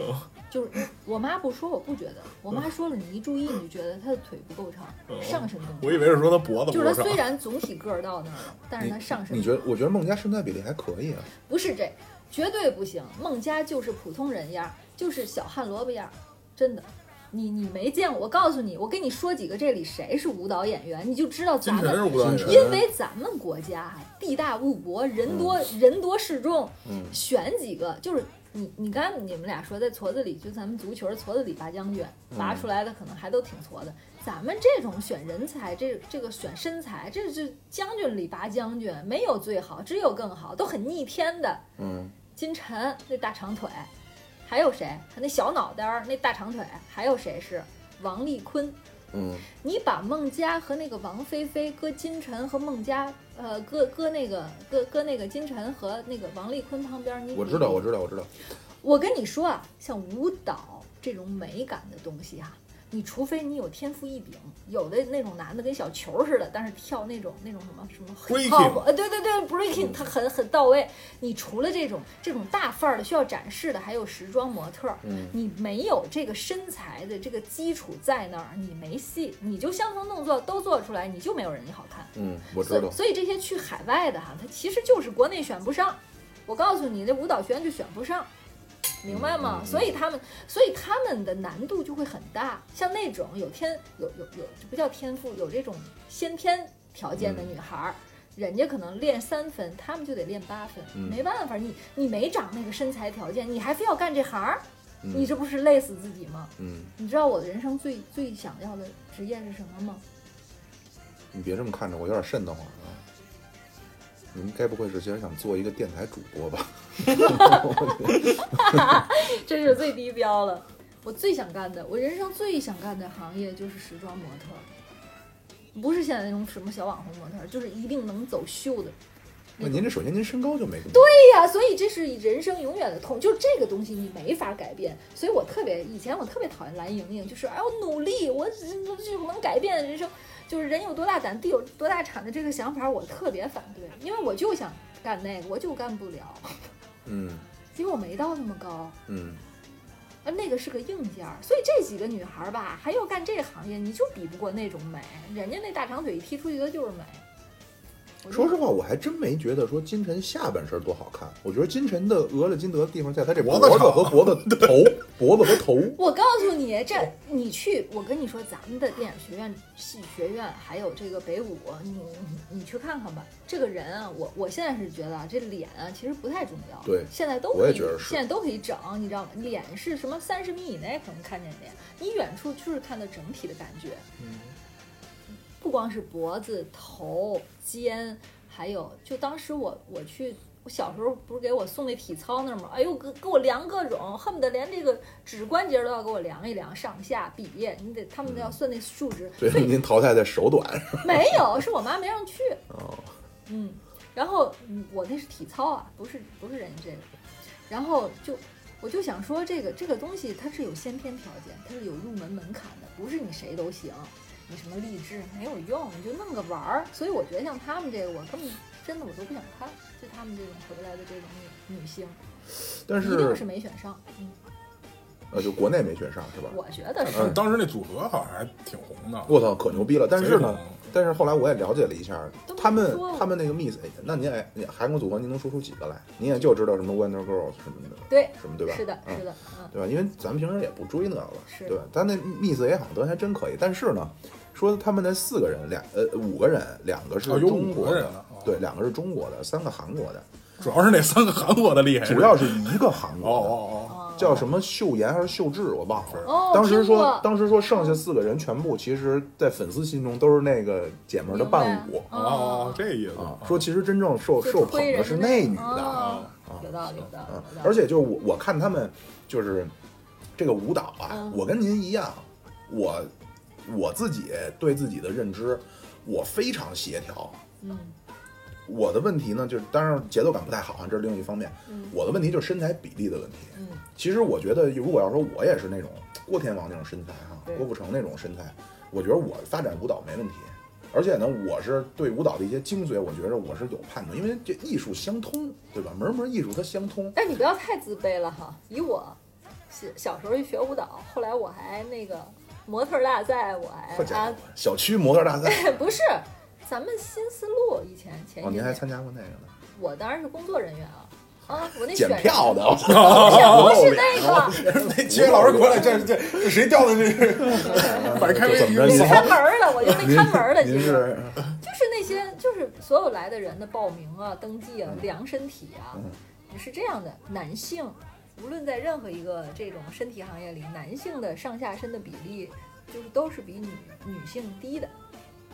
[SPEAKER 3] 就是我妈不说我不觉得，我妈说了你一注意你就觉得她的腿不够长，上身更
[SPEAKER 2] 我
[SPEAKER 3] 长。
[SPEAKER 2] 以为是说他脖子不
[SPEAKER 3] 就是
[SPEAKER 2] 够
[SPEAKER 3] 她
[SPEAKER 2] 长
[SPEAKER 3] 虽。然总体个儿到那儿了，但是她上身
[SPEAKER 1] 你觉得？我觉得孟佳身材比例还可以啊。
[SPEAKER 3] 不是这，绝对不行。孟佳就是普通人样儿，就是小旱萝卜样儿，真的。你你没见过，我告诉你，我跟你说几个这里谁是舞蹈演员，你就知道咱
[SPEAKER 2] 金晨是
[SPEAKER 3] 们。
[SPEAKER 2] 舞蹈演员，
[SPEAKER 1] 金晨
[SPEAKER 3] 因为咱们国家啊地大物博，人多、人多势众，
[SPEAKER 1] 嗯
[SPEAKER 3] 选几个就是你你刚才你们俩说在矬子里，就咱们足球矬子里拔将军，拔出来的可能还都挺矬的。咱们这种选人才，这这个选身材，这是将军里拔将军，没有最好，只有更好，都很逆天的。
[SPEAKER 1] 嗯
[SPEAKER 3] 金晨那大长腿，还有谁？那小脑袋儿那大长腿，还有谁是王丽坤？
[SPEAKER 1] 嗯
[SPEAKER 3] 你把孟佳和那个王菲菲搁金晨和孟佳，呃，搁搁那个搁搁那个金晨和那个王丽坤旁边儿，你，
[SPEAKER 1] 我知道，我知道，我知道。
[SPEAKER 3] 我跟你说啊，像舞蹈这种美感的东西哈、你除非你有天赋异禀，有的那种男的跟小球似的，但是跳那种那种什么什么
[SPEAKER 2] Breaking
[SPEAKER 3] 呃，对对对，breaking 他很很到位。你除了这种这种大范儿的需要展示的，还有时装模特儿，
[SPEAKER 1] 嗯
[SPEAKER 3] 你没有这个身材的这个基础在那儿，你没戏。你就相同动作都做出来，你就没有人家好看。
[SPEAKER 1] 嗯，我知
[SPEAKER 3] 所
[SPEAKER 1] 道
[SPEAKER 3] 所以这些去海外的哈，他其实就是国内选不上。我告诉你，这舞蹈学院就选不上，明白
[SPEAKER 1] 嗯
[SPEAKER 3] 吗？所以他们，所以他们的难度就会很大。像那种有天有有有，这不叫天赋，有这种先天条件
[SPEAKER 1] 嗯
[SPEAKER 3] 的女孩儿。人家可能练三分，他们就得练八分，
[SPEAKER 1] 嗯
[SPEAKER 3] 没办法，你你没长那个身材条件，你还非要干这行儿，
[SPEAKER 1] 嗯
[SPEAKER 3] 你这不是累死自己吗？
[SPEAKER 1] 嗯，
[SPEAKER 3] 你知道我的人生最最想要的职业是什么吗？
[SPEAKER 1] 你别这么看着我，有点瘆得慌啊。您该不会是其实想做一个电台主播吧？
[SPEAKER 3] 这是最低标了。我最想干的，我人生最想干的行业就是时装模特，不是现在那种什么小网红模特，就是一定能走秀的。
[SPEAKER 1] 那哦您这首先您身高就没对，
[SPEAKER 3] 对呀、所以这是人生永远的痛，就是这个东西你没法改变。所以我特别以前我特别讨厌蓝盈莹，就是哎我努力，我我就能改变人生，就是人有多大胆，地有多大产的这个想法，我特别反对，因为我就想干那个，我就干不了，
[SPEAKER 1] 嗯
[SPEAKER 3] 结果我没到那么高。
[SPEAKER 1] 嗯，
[SPEAKER 3] 啊，那个是个硬件儿，所以这几个女孩儿吧，还要干这行业，你就比不过那种美，人家那大长腿一踢出去，的就是美。我就
[SPEAKER 1] 说实话，我还真没觉得说金晨下半身多好看。我觉得金晨的额了金德的地方在他这脖
[SPEAKER 2] 脖
[SPEAKER 1] 子
[SPEAKER 2] 子
[SPEAKER 1] 和
[SPEAKER 2] 上
[SPEAKER 1] 脖子头，脖子和头。
[SPEAKER 3] 我告诉你，这你去，我跟你说，咱们的电影学院、戏剧学院，还有这个北舞，你你你去看看吧。这个人啊，我我现在是觉得啊，这脸啊，其实不太重要。
[SPEAKER 1] 对
[SPEAKER 3] 现在都
[SPEAKER 1] 我
[SPEAKER 3] 可
[SPEAKER 1] 也
[SPEAKER 3] 以
[SPEAKER 1] 觉得，是
[SPEAKER 3] 现在都可以整，你知道吗？脸是什么？三十米以内可能看见脸，你远处就是看到整体的感觉。
[SPEAKER 1] 嗯
[SPEAKER 3] 不光是脖子、头、肩，还有就当时我我去。我小时候不是给我送那体操那儿吗？哎呦，给给我量各种，恨不得连这个指关节都要给我量一量，上下比，你得他们都要算那数值。
[SPEAKER 1] 所以您淘汰在手短。
[SPEAKER 3] 没有，是我妈没让去。
[SPEAKER 1] 哦，
[SPEAKER 3] 嗯，然后嗯我那是体操啊，不是不是人家这个。然后就我就想说，这个这个东西它是有先天条件，它是有入门门槛的，不是你谁都行，你什么励志没有用，你就弄个玩儿。所以我觉得像他们这个，我根本真的我都不想看，就他们这种回来的这种女女星，
[SPEAKER 1] 但
[SPEAKER 3] 一定
[SPEAKER 1] 是
[SPEAKER 3] 是没选上。嗯，
[SPEAKER 1] 呃，就国内没选上是吧？
[SPEAKER 3] 我觉得是。
[SPEAKER 2] 嗯当时那组合好像还挺红的，
[SPEAKER 1] 我操，可牛逼了！但
[SPEAKER 2] 贼
[SPEAKER 1] 是呢
[SPEAKER 2] 红，
[SPEAKER 1] 但是后来我也了解了一下
[SPEAKER 3] 都，
[SPEAKER 1] 嗯
[SPEAKER 3] 没
[SPEAKER 1] 他们
[SPEAKER 3] 说
[SPEAKER 1] 他们那个 Miss，哎那您哎，你韩国组合您能说出几个来？您也就知道什么 Wonder Girls 什么的，
[SPEAKER 3] 对，
[SPEAKER 1] 什么对吧？
[SPEAKER 3] 是的，
[SPEAKER 1] 嗯
[SPEAKER 3] 是的，嗯，
[SPEAKER 1] 对吧？因为咱们平时也不追那个了，
[SPEAKER 3] 是
[SPEAKER 1] 对吧？但那 Miss A 好像还真可以，但是呢，说他们那四个人，两呃五个人，两个是
[SPEAKER 2] 哦有
[SPEAKER 1] 中
[SPEAKER 2] 五
[SPEAKER 1] 国
[SPEAKER 2] 个人
[SPEAKER 1] 的，
[SPEAKER 2] 呢，哦
[SPEAKER 1] 对，，两个是中国的，三个韩国的，
[SPEAKER 2] 主要是那三个韩国的厉害，
[SPEAKER 1] 主要是一个韩
[SPEAKER 2] 哎哦
[SPEAKER 1] 国的，
[SPEAKER 2] 哦
[SPEAKER 3] 哦
[SPEAKER 1] 叫什么秀妍还是秀智，我忘了。
[SPEAKER 3] 哦，
[SPEAKER 1] 当时
[SPEAKER 3] 听
[SPEAKER 1] 说
[SPEAKER 3] 过，
[SPEAKER 1] 当时说剩下四个人全部，其实，在粉丝心中都是那个姐们儿的伴舞
[SPEAKER 2] 哦哦哦，这意思
[SPEAKER 1] 啊。说其实真正受
[SPEAKER 3] 就
[SPEAKER 1] 受捧
[SPEAKER 3] 推人
[SPEAKER 1] 的
[SPEAKER 3] 家
[SPEAKER 1] 是
[SPEAKER 3] 那
[SPEAKER 1] 那
[SPEAKER 3] 个
[SPEAKER 1] 女的啊，
[SPEAKER 3] 哦有道理，有道理
[SPEAKER 1] 啊
[SPEAKER 3] 有道理。
[SPEAKER 1] 而且就是我我看他们就是这个舞蹈啊
[SPEAKER 3] 嗯，
[SPEAKER 1] 我跟您一样，我我自己对自己的认知，我非常协调。
[SPEAKER 3] 嗯
[SPEAKER 1] 我的问题呢，就是当然节奏感不太好啊，这是另一方面。
[SPEAKER 3] 嗯
[SPEAKER 1] 我的问题就是身材比例的问题。
[SPEAKER 3] 嗯
[SPEAKER 1] 其实我觉得，如果要说我也是那种郭天王那种身材哈、
[SPEAKER 3] 对
[SPEAKER 1] 郭富城那种身材，我觉得我发展舞蹈没问题。而且呢，我是对舞蹈的一些精髓，我觉得我是有判断，因为这艺术相通，对吧？门门艺术它相通。
[SPEAKER 3] 哎但你不要太自卑了哈。以我小小时候就学舞蹈，后来我还那个模特儿大赛，我还
[SPEAKER 1] 好家
[SPEAKER 3] 啊
[SPEAKER 1] 伙，，小区模特大赛，
[SPEAKER 3] 不是，咱们新思路以前前
[SPEAKER 1] 哦，
[SPEAKER 3] 一
[SPEAKER 1] 您还
[SPEAKER 3] 年，
[SPEAKER 1] 参加过那个呢？
[SPEAKER 3] 我当然是工作人员啊啊，我那
[SPEAKER 1] 检
[SPEAKER 3] 选人
[SPEAKER 1] 票的，我操！
[SPEAKER 3] 不是 那个，
[SPEAKER 2] 哦，那几位老师过来，这这这谁掉的这？反正开
[SPEAKER 1] 这
[SPEAKER 2] 微
[SPEAKER 1] 怎么着
[SPEAKER 2] 信
[SPEAKER 1] 您
[SPEAKER 3] 看门儿的，我就被看门儿的，其
[SPEAKER 1] 您
[SPEAKER 3] 实
[SPEAKER 1] 是
[SPEAKER 3] 就是那些就是所有来的人的报名啊、登记
[SPEAKER 1] 嗯
[SPEAKER 3] 啊、量身体啊，是这样的。男性无论在任何一个这种身体行业里，男性的上下身的比例就是都是比女女性低的，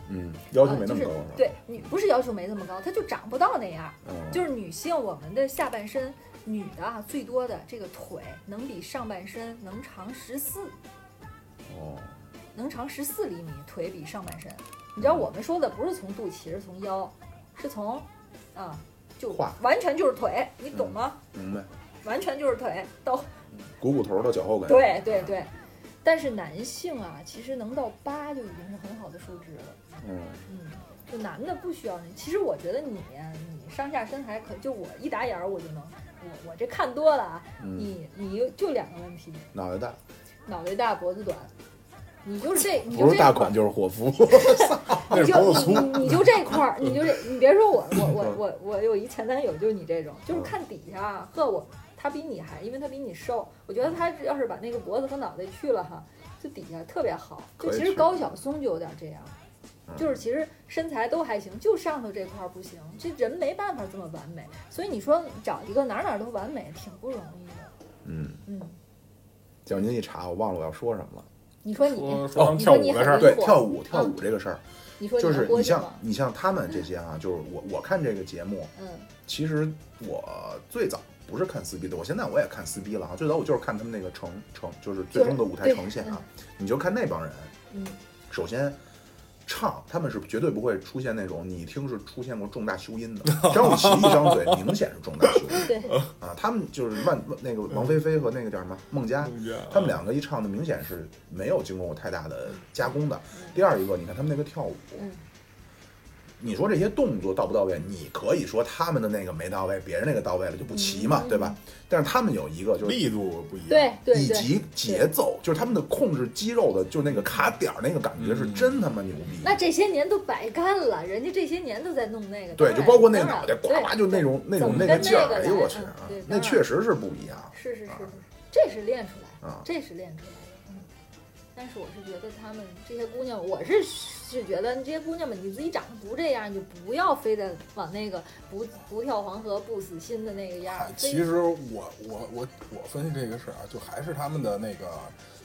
[SPEAKER 1] 嗯，要求没那么高，
[SPEAKER 3] 啊
[SPEAKER 1] 是吧
[SPEAKER 3] 就是、对，你不是要求没那么高，它就长不到那样。
[SPEAKER 1] 嗯，
[SPEAKER 3] 就是女性，我们的下半身，女的啊，最多的这个腿能比上半身能长十四，
[SPEAKER 1] 哦，
[SPEAKER 3] 能长十四厘米，腿比上半身。你知道我们说的不是从肚脐，是从腰，是从，啊，就
[SPEAKER 1] 胯嗯
[SPEAKER 3] 完全就是腿，你懂吗？
[SPEAKER 1] 明白，
[SPEAKER 3] 完全就是腿到
[SPEAKER 1] 股骨头到脚后跟，
[SPEAKER 3] 对对对，但是男性啊，其实能到八就已经是很好的数值了。
[SPEAKER 1] 嗯，
[SPEAKER 3] 嗯，就男的不需要你。其实我觉得你，你上下身还可，就我一打眼儿我就能，我我这看多了啊。
[SPEAKER 1] 嗯
[SPEAKER 3] 你你就两个问题，
[SPEAKER 1] 脑袋大，
[SPEAKER 3] 脑袋大脖子短，你就这，你就
[SPEAKER 1] 不
[SPEAKER 3] 这
[SPEAKER 1] 是大款就是伙夫，
[SPEAKER 2] 那
[SPEAKER 3] 你
[SPEAKER 2] 是
[SPEAKER 3] 就
[SPEAKER 2] 脖子
[SPEAKER 3] 你
[SPEAKER 2] 粗，
[SPEAKER 3] 你你就这块儿，你就这，你别说我我我我我有一前男友就是你这种，就是
[SPEAKER 1] 嗯
[SPEAKER 3] 看底下呵我他比你还，因为他比你瘦，我觉得他要是把那个脖子和脑袋去了哈，就底下特别好。就
[SPEAKER 1] 可以
[SPEAKER 3] 其实
[SPEAKER 1] 去
[SPEAKER 3] 高晓松就有点这样
[SPEAKER 1] 嗯，
[SPEAKER 3] 就是其实身材都还行，就上头这块儿不行，这人没办法这么完美，所以你说找一个哪儿哪儿都完美挺不容易的。
[SPEAKER 1] 嗯，
[SPEAKER 3] 嗯，
[SPEAKER 1] 叫您一查，我忘了我要说什么了。
[SPEAKER 3] 你说你，
[SPEAKER 2] 说说他们
[SPEAKER 3] 你
[SPEAKER 2] 跳
[SPEAKER 3] 说
[SPEAKER 2] 舞
[SPEAKER 3] 你
[SPEAKER 2] 的事
[SPEAKER 3] 很
[SPEAKER 2] 儿，
[SPEAKER 1] 对，
[SPEAKER 3] 火啊
[SPEAKER 1] 跳舞跳舞这个事儿，
[SPEAKER 3] 你说你
[SPEAKER 1] 就是
[SPEAKER 3] 郭
[SPEAKER 1] 你
[SPEAKER 3] 靖
[SPEAKER 1] 像
[SPEAKER 3] 吗？
[SPEAKER 1] 你像他们这些啊，就是我我看这个节目，
[SPEAKER 3] 嗯
[SPEAKER 1] 其实我最早不是看撕逼的，我现在我也看撕逼了啊。最早我就是看他们那个呈呈，就是最终的舞台
[SPEAKER 3] 对
[SPEAKER 1] 呈现啊。你就看那帮人，
[SPEAKER 3] 嗯，
[SPEAKER 1] 首先唱，他们是绝对不会出现那种你听是出现过重大修音的。张雨绮一张嘴明显是重大修音
[SPEAKER 3] 对，
[SPEAKER 1] 啊，他们就是万那个王菲菲和那个叫什么孟佳，他们两个一唱的明显是没有经过过太大的加工的。第二一个，你看他们那个跳舞，
[SPEAKER 3] 嗯
[SPEAKER 1] 你说这些动作到不到位？你可以说他们的那个没到位，别人那个到位了就不齐嘛，
[SPEAKER 3] 嗯
[SPEAKER 1] 对吧？但是他们有一个就是
[SPEAKER 2] 力度不一样，
[SPEAKER 3] 对对
[SPEAKER 1] 以
[SPEAKER 3] 对。
[SPEAKER 1] 及节奏，就是他们的控制肌肉的，就是那个卡点儿那个感觉是真他妈牛逼。
[SPEAKER 3] 嗯那这些年都白干了，人家这些年都在弄那个。
[SPEAKER 1] 对，
[SPEAKER 3] 当
[SPEAKER 1] 就
[SPEAKER 3] 然
[SPEAKER 1] 包括那个
[SPEAKER 3] 当然
[SPEAKER 1] 脑袋呱
[SPEAKER 3] 对
[SPEAKER 1] 呱就那种那种
[SPEAKER 3] 怎么
[SPEAKER 1] 个
[SPEAKER 3] 跟
[SPEAKER 1] 劲儿，
[SPEAKER 3] 那个
[SPEAKER 1] 哎呦
[SPEAKER 3] 来
[SPEAKER 1] 我去
[SPEAKER 3] 嗯
[SPEAKER 1] 啊
[SPEAKER 3] 对当，
[SPEAKER 1] 那
[SPEAKER 3] 然
[SPEAKER 1] 确实是不一样
[SPEAKER 3] 是是是
[SPEAKER 1] 啊
[SPEAKER 3] 是，这是练出来的
[SPEAKER 1] 啊，
[SPEAKER 3] 这是练出来的。嗯，但是我是觉得他们这些姑娘，我是是觉得这些姑娘们，你自己长得不这样，你就不要非得往那个不不跳黄河不死心的那个样
[SPEAKER 2] 哎。
[SPEAKER 3] 儿非
[SPEAKER 2] 其实我我我我分析这个事儿啊，就还是他们的那个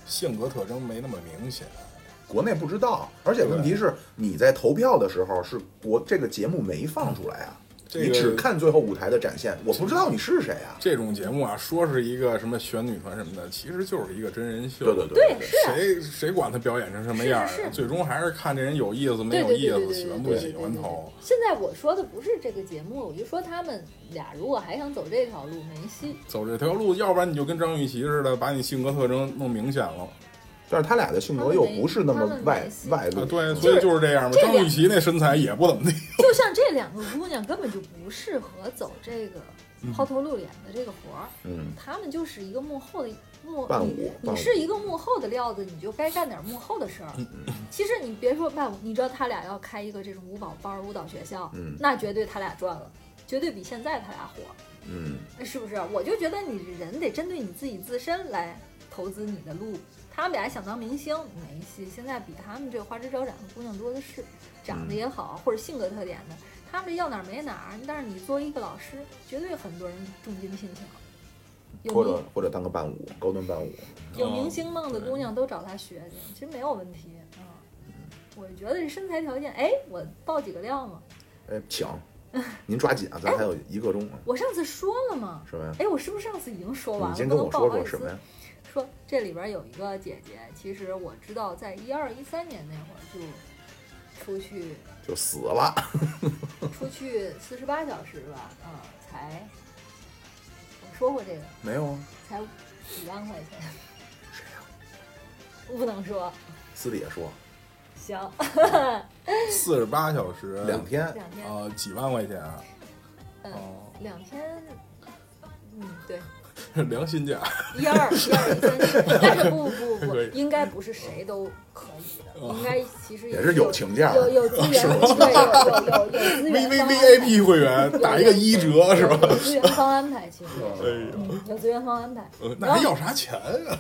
[SPEAKER 2] 性格特征没那么明显。
[SPEAKER 1] 国内不知道，而且问题是你在投票的时候是国这个节目没放出来啊，
[SPEAKER 2] 这个
[SPEAKER 1] 你只看最后舞台的展现，我不知道你是谁啊。
[SPEAKER 2] 这种节目啊，说是一个什么选女团什么的，其实就是一个真人秀。
[SPEAKER 1] 对对
[SPEAKER 3] 对
[SPEAKER 1] 对对，
[SPEAKER 3] 是啊
[SPEAKER 2] 谁谁管他表演成什么样儿啊？
[SPEAKER 3] 是是是
[SPEAKER 2] 最终还是看这人有意思没
[SPEAKER 3] 对
[SPEAKER 2] 有
[SPEAKER 3] 对
[SPEAKER 2] 意
[SPEAKER 3] 对对
[SPEAKER 2] 思，喜
[SPEAKER 3] 对，对
[SPEAKER 2] 欢不
[SPEAKER 3] 对
[SPEAKER 2] 喜欢头。。
[SPEAKER 3] 对对对现在我说的不是这个节目，我就说他们俩如果还想走这条路，没戏。
[SPEAKER 2] 走这条路，要不然你就跟张雨绮似的，把你性格特征弄明显了。
[SPEAKER 1] 但是他俩的性格又不是那么
[SPEAKER 3] 他们没
[SPEAKER 1] 外
[SPEAKER 3] 戏
[SPEAKER 1] 外
[SPEAKER 2] 啊
[SPEAKER 1] 露，，
[SPEAKER 2] 对，
[SPEAKER 1] 嗯
[SPEAKER 2] 所以就是这样嘛。
[SPEAKER 3] 这
[SPEAKER 2] 张
[SPEAKER 3] 两
[SPEAKER 2] 雨绮那身材也不怎么地，
[SPEAKER 3] 就像这两个姑娘根本就不适合走这个抛头露脸的这个活儿，
[SPEAKER 1] 嗯，
[SPEAKER 3] 她们就是一个幕后的幕
[SPEAKER 1] 伴舞伴
[SPEAKER 3] 你
[SPEAKER 1] 舞嗯
[SPEAKER 3] 你是一个幕后的料子，你就该干点幕后的事儿。其实你别说伴舞，你知道他俩要开一个这种舞蹈班儿、舞蹈学校，
[SPEAKER 1] 嗯
[SPEAKER 3] 那绝对他俩赚了，绝对比现在他俩火。
[SPEAKER 1] 嗯，
[SPEAKER 3] 是不是？我就觉得你人得针对你自己自身来投资你的路。他们俩想当明星没戏，现在比他们这花枝招展的姑娘多的是，长得也
[SPEAKER 1] 嗯
[SPEAKER 3] 好或者性格特点的，他们这要哪儿没哪儿。但是你作为一个老师，绝对很多人重金聘请，有
[SPEAKER 1] 或者嗯
[SPEAKER 3] 明
[SPEAKER 1] 或者当个伴舞，高端伴舞，
[SPEAKER 3] 有明
[SPEAKER 2] 啊
[SPEAKER 3] 星梦的姑娘都找他学去，其实没有问题啊。
[SPEAKER 1] 嗯
[SPEAKER 3] 我觉得这身材条件，哎，我爆几个料嘛。
[SPEAKER 1] 哎，请，您抓紧啊，咱还有一个钟啊，
[SPEAKER 3] 我上次说了嘛，
[SPEAKER 1] 是吧？
[SPEAKER 3] 哎，我是不是上次已经说完
[SPEAKER 1] 你
[SPEAKER 3] 了？
[SPEAKER 1] 先
[SPEAKER 3] 不
[SPEAKER 1] 跟
[SPEAKER 3] 能
[SPEAKER 1] 我
[SPEAKER 3] 爆
[SPEAKER 1] 说
[SPEAKER 3] 好
[SPEAKER 1] 说
[SPEAKER 3] 几
[SPEAKER 1] 什
[SPEAKER 3] 次
[SPEAKER 1] 么呀？
[SPEAKER 3] 说这里边有一个姐姐，其实我知道，在一二一三年那会儿就出去
[SPEAKER 1] 就死 了，
[SPEAKER 3] 出去四十八小时吧，啊、才我说过这个，
[SPEAKER 1] 没有啊？
[SPEAKER 3] 才五万块钱，
[SPEAKER 1] 谁呀？
[SPEAKER 3] 不能说
[SPEAKER 1] 私底下说，
[SPEAKER 3] 行，
[SPEAKER 2] 哦四十八小时，
[SPEAKER 1] 两天，
[SPEAKER 3] 两天，
[SPEAKER 2] 啊，几万块钱啊，
[SPEAKER 3] 嗯、
[SPEAKER 2] 哦，
[SPEAKER 3] 两天，嗯，对，
[SPEAKER 2] 良心价。
[SPEAKER 3] 一 二一二一三年，但是不不不，
[SPEAKER 2] 可以
[SPEAKER 3] 应该不是谁都可以的，
[SPEAKER 2] 哦
[SPEAKER 3] 应该其实
[SPEAKER 1] 也是有情价
[SPEAKER 3] 有有资源，对，有有有有资
[SPEAKER 2] 啊 V
[SPEAKER 3] 源
[SPEAKER 2] V
[SPEAKER 3] 方
[SPEAKER 2] V
[SPEAKER 3] 案
[SPEAKER 2] I P 会员打一个一折 是吧？
[SPEAKER 3] 有资源方安排，其实也
[SPEAKER 2] 哎
[SPEAKER 3] 是
[SPEAKER 2] 呦，
[SPEAKER 3] 嗯有资源方安排。
[SPEAKER 2] 呃那还要啥钱啊？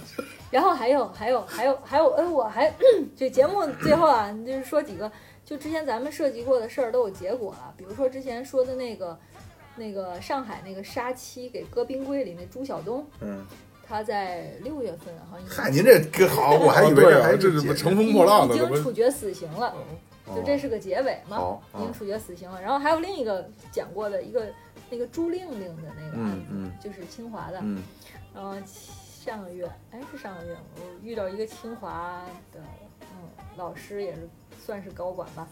[SPEAKER 3] 然后还有还有还有还有，哎，我还 这节目最后啊，你就是说几个，就之前咱们涉及过的事儿都有结果了，比如说之前说的那个那个上海那个杀妻给搁冰柜里那朱晓东，
[SPEAKER 1] 嗯，
[SPEAKER 3] 他在六月份好
[SPEAKER 1] 嗨，
[SPEAKER 3] 像已
[SPEAKER 1] 您 这个好，我还以
[SPEAKER 2] 啊
[SPEAKER 1] 为
[SPEAKER 2] 对
[SPEAKER 1] 这
[SPEAKER 2] 啊
[SPEAKER 1] 还
[SPEAKER 2] 这
[SPEAKER 1] 是
[SPEAKER 2] 怎么
[SPEAKER 1] 解
[SPEAKER 2] 乘风破浪的？
[SPEAKER 3] 经
[SPEAKER 2] 怎
[SPEAKER 3] 已经处
[SPEAKER 2] 么哦
[SPEAKER 3] 决死刑了，就这是个结尾嘛。
[SPEAKER 1] 好，
[SPEAKER 3] 已经
[SPEAKER 1] 啊
[SPEAKER 3] 处决死刑了。然后还有另一个讲过的一个那个朱令令的那个
[SPEAKER 1] 嗯
[SPEAKER 3] 案子，
[SPEAKER 1] 嗯
[SPEAKER 3] 就是清华的。
[SPEAKER 1] 嗯，
[SPEAKER 3] 然后上个月，哎是上个月吗，我遇到一个清华的嗯老师，也是算是高管吧。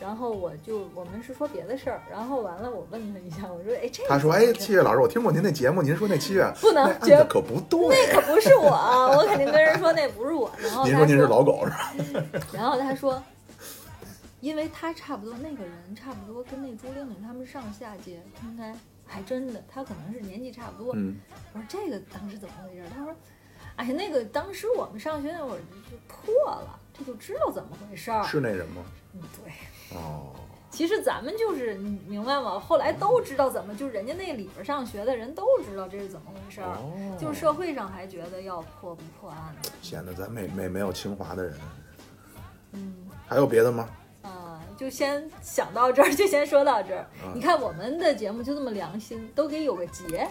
[SPEAKER 3] 然后我就我们是说别的事儿，然后完了我问他一下，我说哎这
[SPEAKER 1] 他说：“
[SPEAKER 3] 怎么
[SPEAKER 1] 哎，
[SPEAKER 3] 着
[SPEAKER 1] 七月老师，我听过您那节目，您说那七月
[SPEAKER 3] 不能
[SPEAKER 1] 那案
[SPEAKER 3] 绝
[SPEAKER 1] 子可不对。
[SPEAKER 3] 可不是我，啊我肯定跟人说那不是我。然后
[SPEAKER 1] 您
[SPEAKER 3] 他
[SPEAKER 1] 说您是老狗是吧？
[SPEAKER 3] 然后他说，因为他差不多那个人差不多跟那朱玲玲他们上下届，应该还真的，他可能是年纪差不多。
[SPEAKER 1] 嗯，
[SPEAKER 3] 我说这个当时怎么回事？他说，哎，那个当时我们上学那会儿就破了，这就知道怎么回事儿。
[SPEAKER 1] 是那人吗？
[SPEAKER 3] 嗯，对。
[SPEAKER 1] 哦，
[SPEAKER 3] 其实咱们就是你明白吗？后来都知道怎么，就是人家那里边上学的人都知道这是怎么回事儿，
[SPEAKER 1] 哦
[SPEAKER 3] 就是社会上还觉得要破不破案呢。
[SPEAKER 1] 显得咱没没没有清华的人。
[SPEAKER 3] 嗯，
[SPEAKER 1] 还有别的吗？
[SPEAKER 3] 啊，就先想到这儿，就先说到这儿。
[SPEAKER 1] 嗯
[SPEAKER 3] 你看我们的节目就这么良心，都给有个结，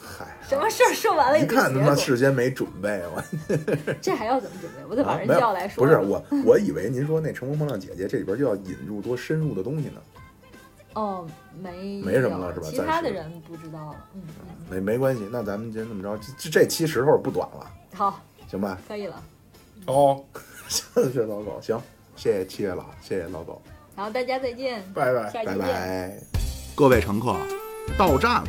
[SPEAKER 1] 嗨，
[SPEAKER 3] 什么事儿说完了
[SPEAKER 1] 一
[SPEAKER 3] 有个
[SPEAKER 1] 看他
[SPEAKER 3] 结
[SPEAKER 1] 妈
[SPEAKER 3] 果，
[SPEAKER 1] 事先没准备，我
[SPEAKER 3] 这还要怎么准备？我得把
[SPEAKER 1] 啊
[SPEAKER 3] 人
[SPEAKER 1] 没有
[SPEAKER 3] 叫来说。
[SPEAKER 1] 不是我，我以为您说那《乘风破浪姐姐》这里边就要引入多深入的东西呢，
[SPEAKER 3] 哦，没
[SPEAKER 1] 没什么了是吧
[SPEAKER 3] 其
[SPEAKER 1] 暂
[SPEAKER 3] 他
[SPEAKER 1] 时
[SPEAKER 3] 的人不知道了。嗯嗯，
[SPEAKER 1] 没没关系，那咱们先这么着，这这期时候不短了，
[SPEAKER 3] 好，
[SPEAKER 1] 行吧？
[SPEAKER 3] 可以了。
[SPEAKER 2] 哦，
[SPEAKER 1] 谢谢老狗，行，谢谢七月老，谢谢老狗，
[SPEAKER 3] 好，大家再见，
[SPEAKER 2] 拜拜。
[SPEAKER 3] 下期
[SPEAKER 1] 拜
[SPEAKER 3] 见。
[SPEAKER 1] 拜，各位乘客，到站了，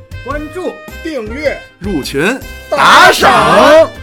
[SPEAKER 4] 关注。
[SPEAKER 2] 订阅。
[SPEAKER 1] 入群
[SPEAKER 3] 打赏。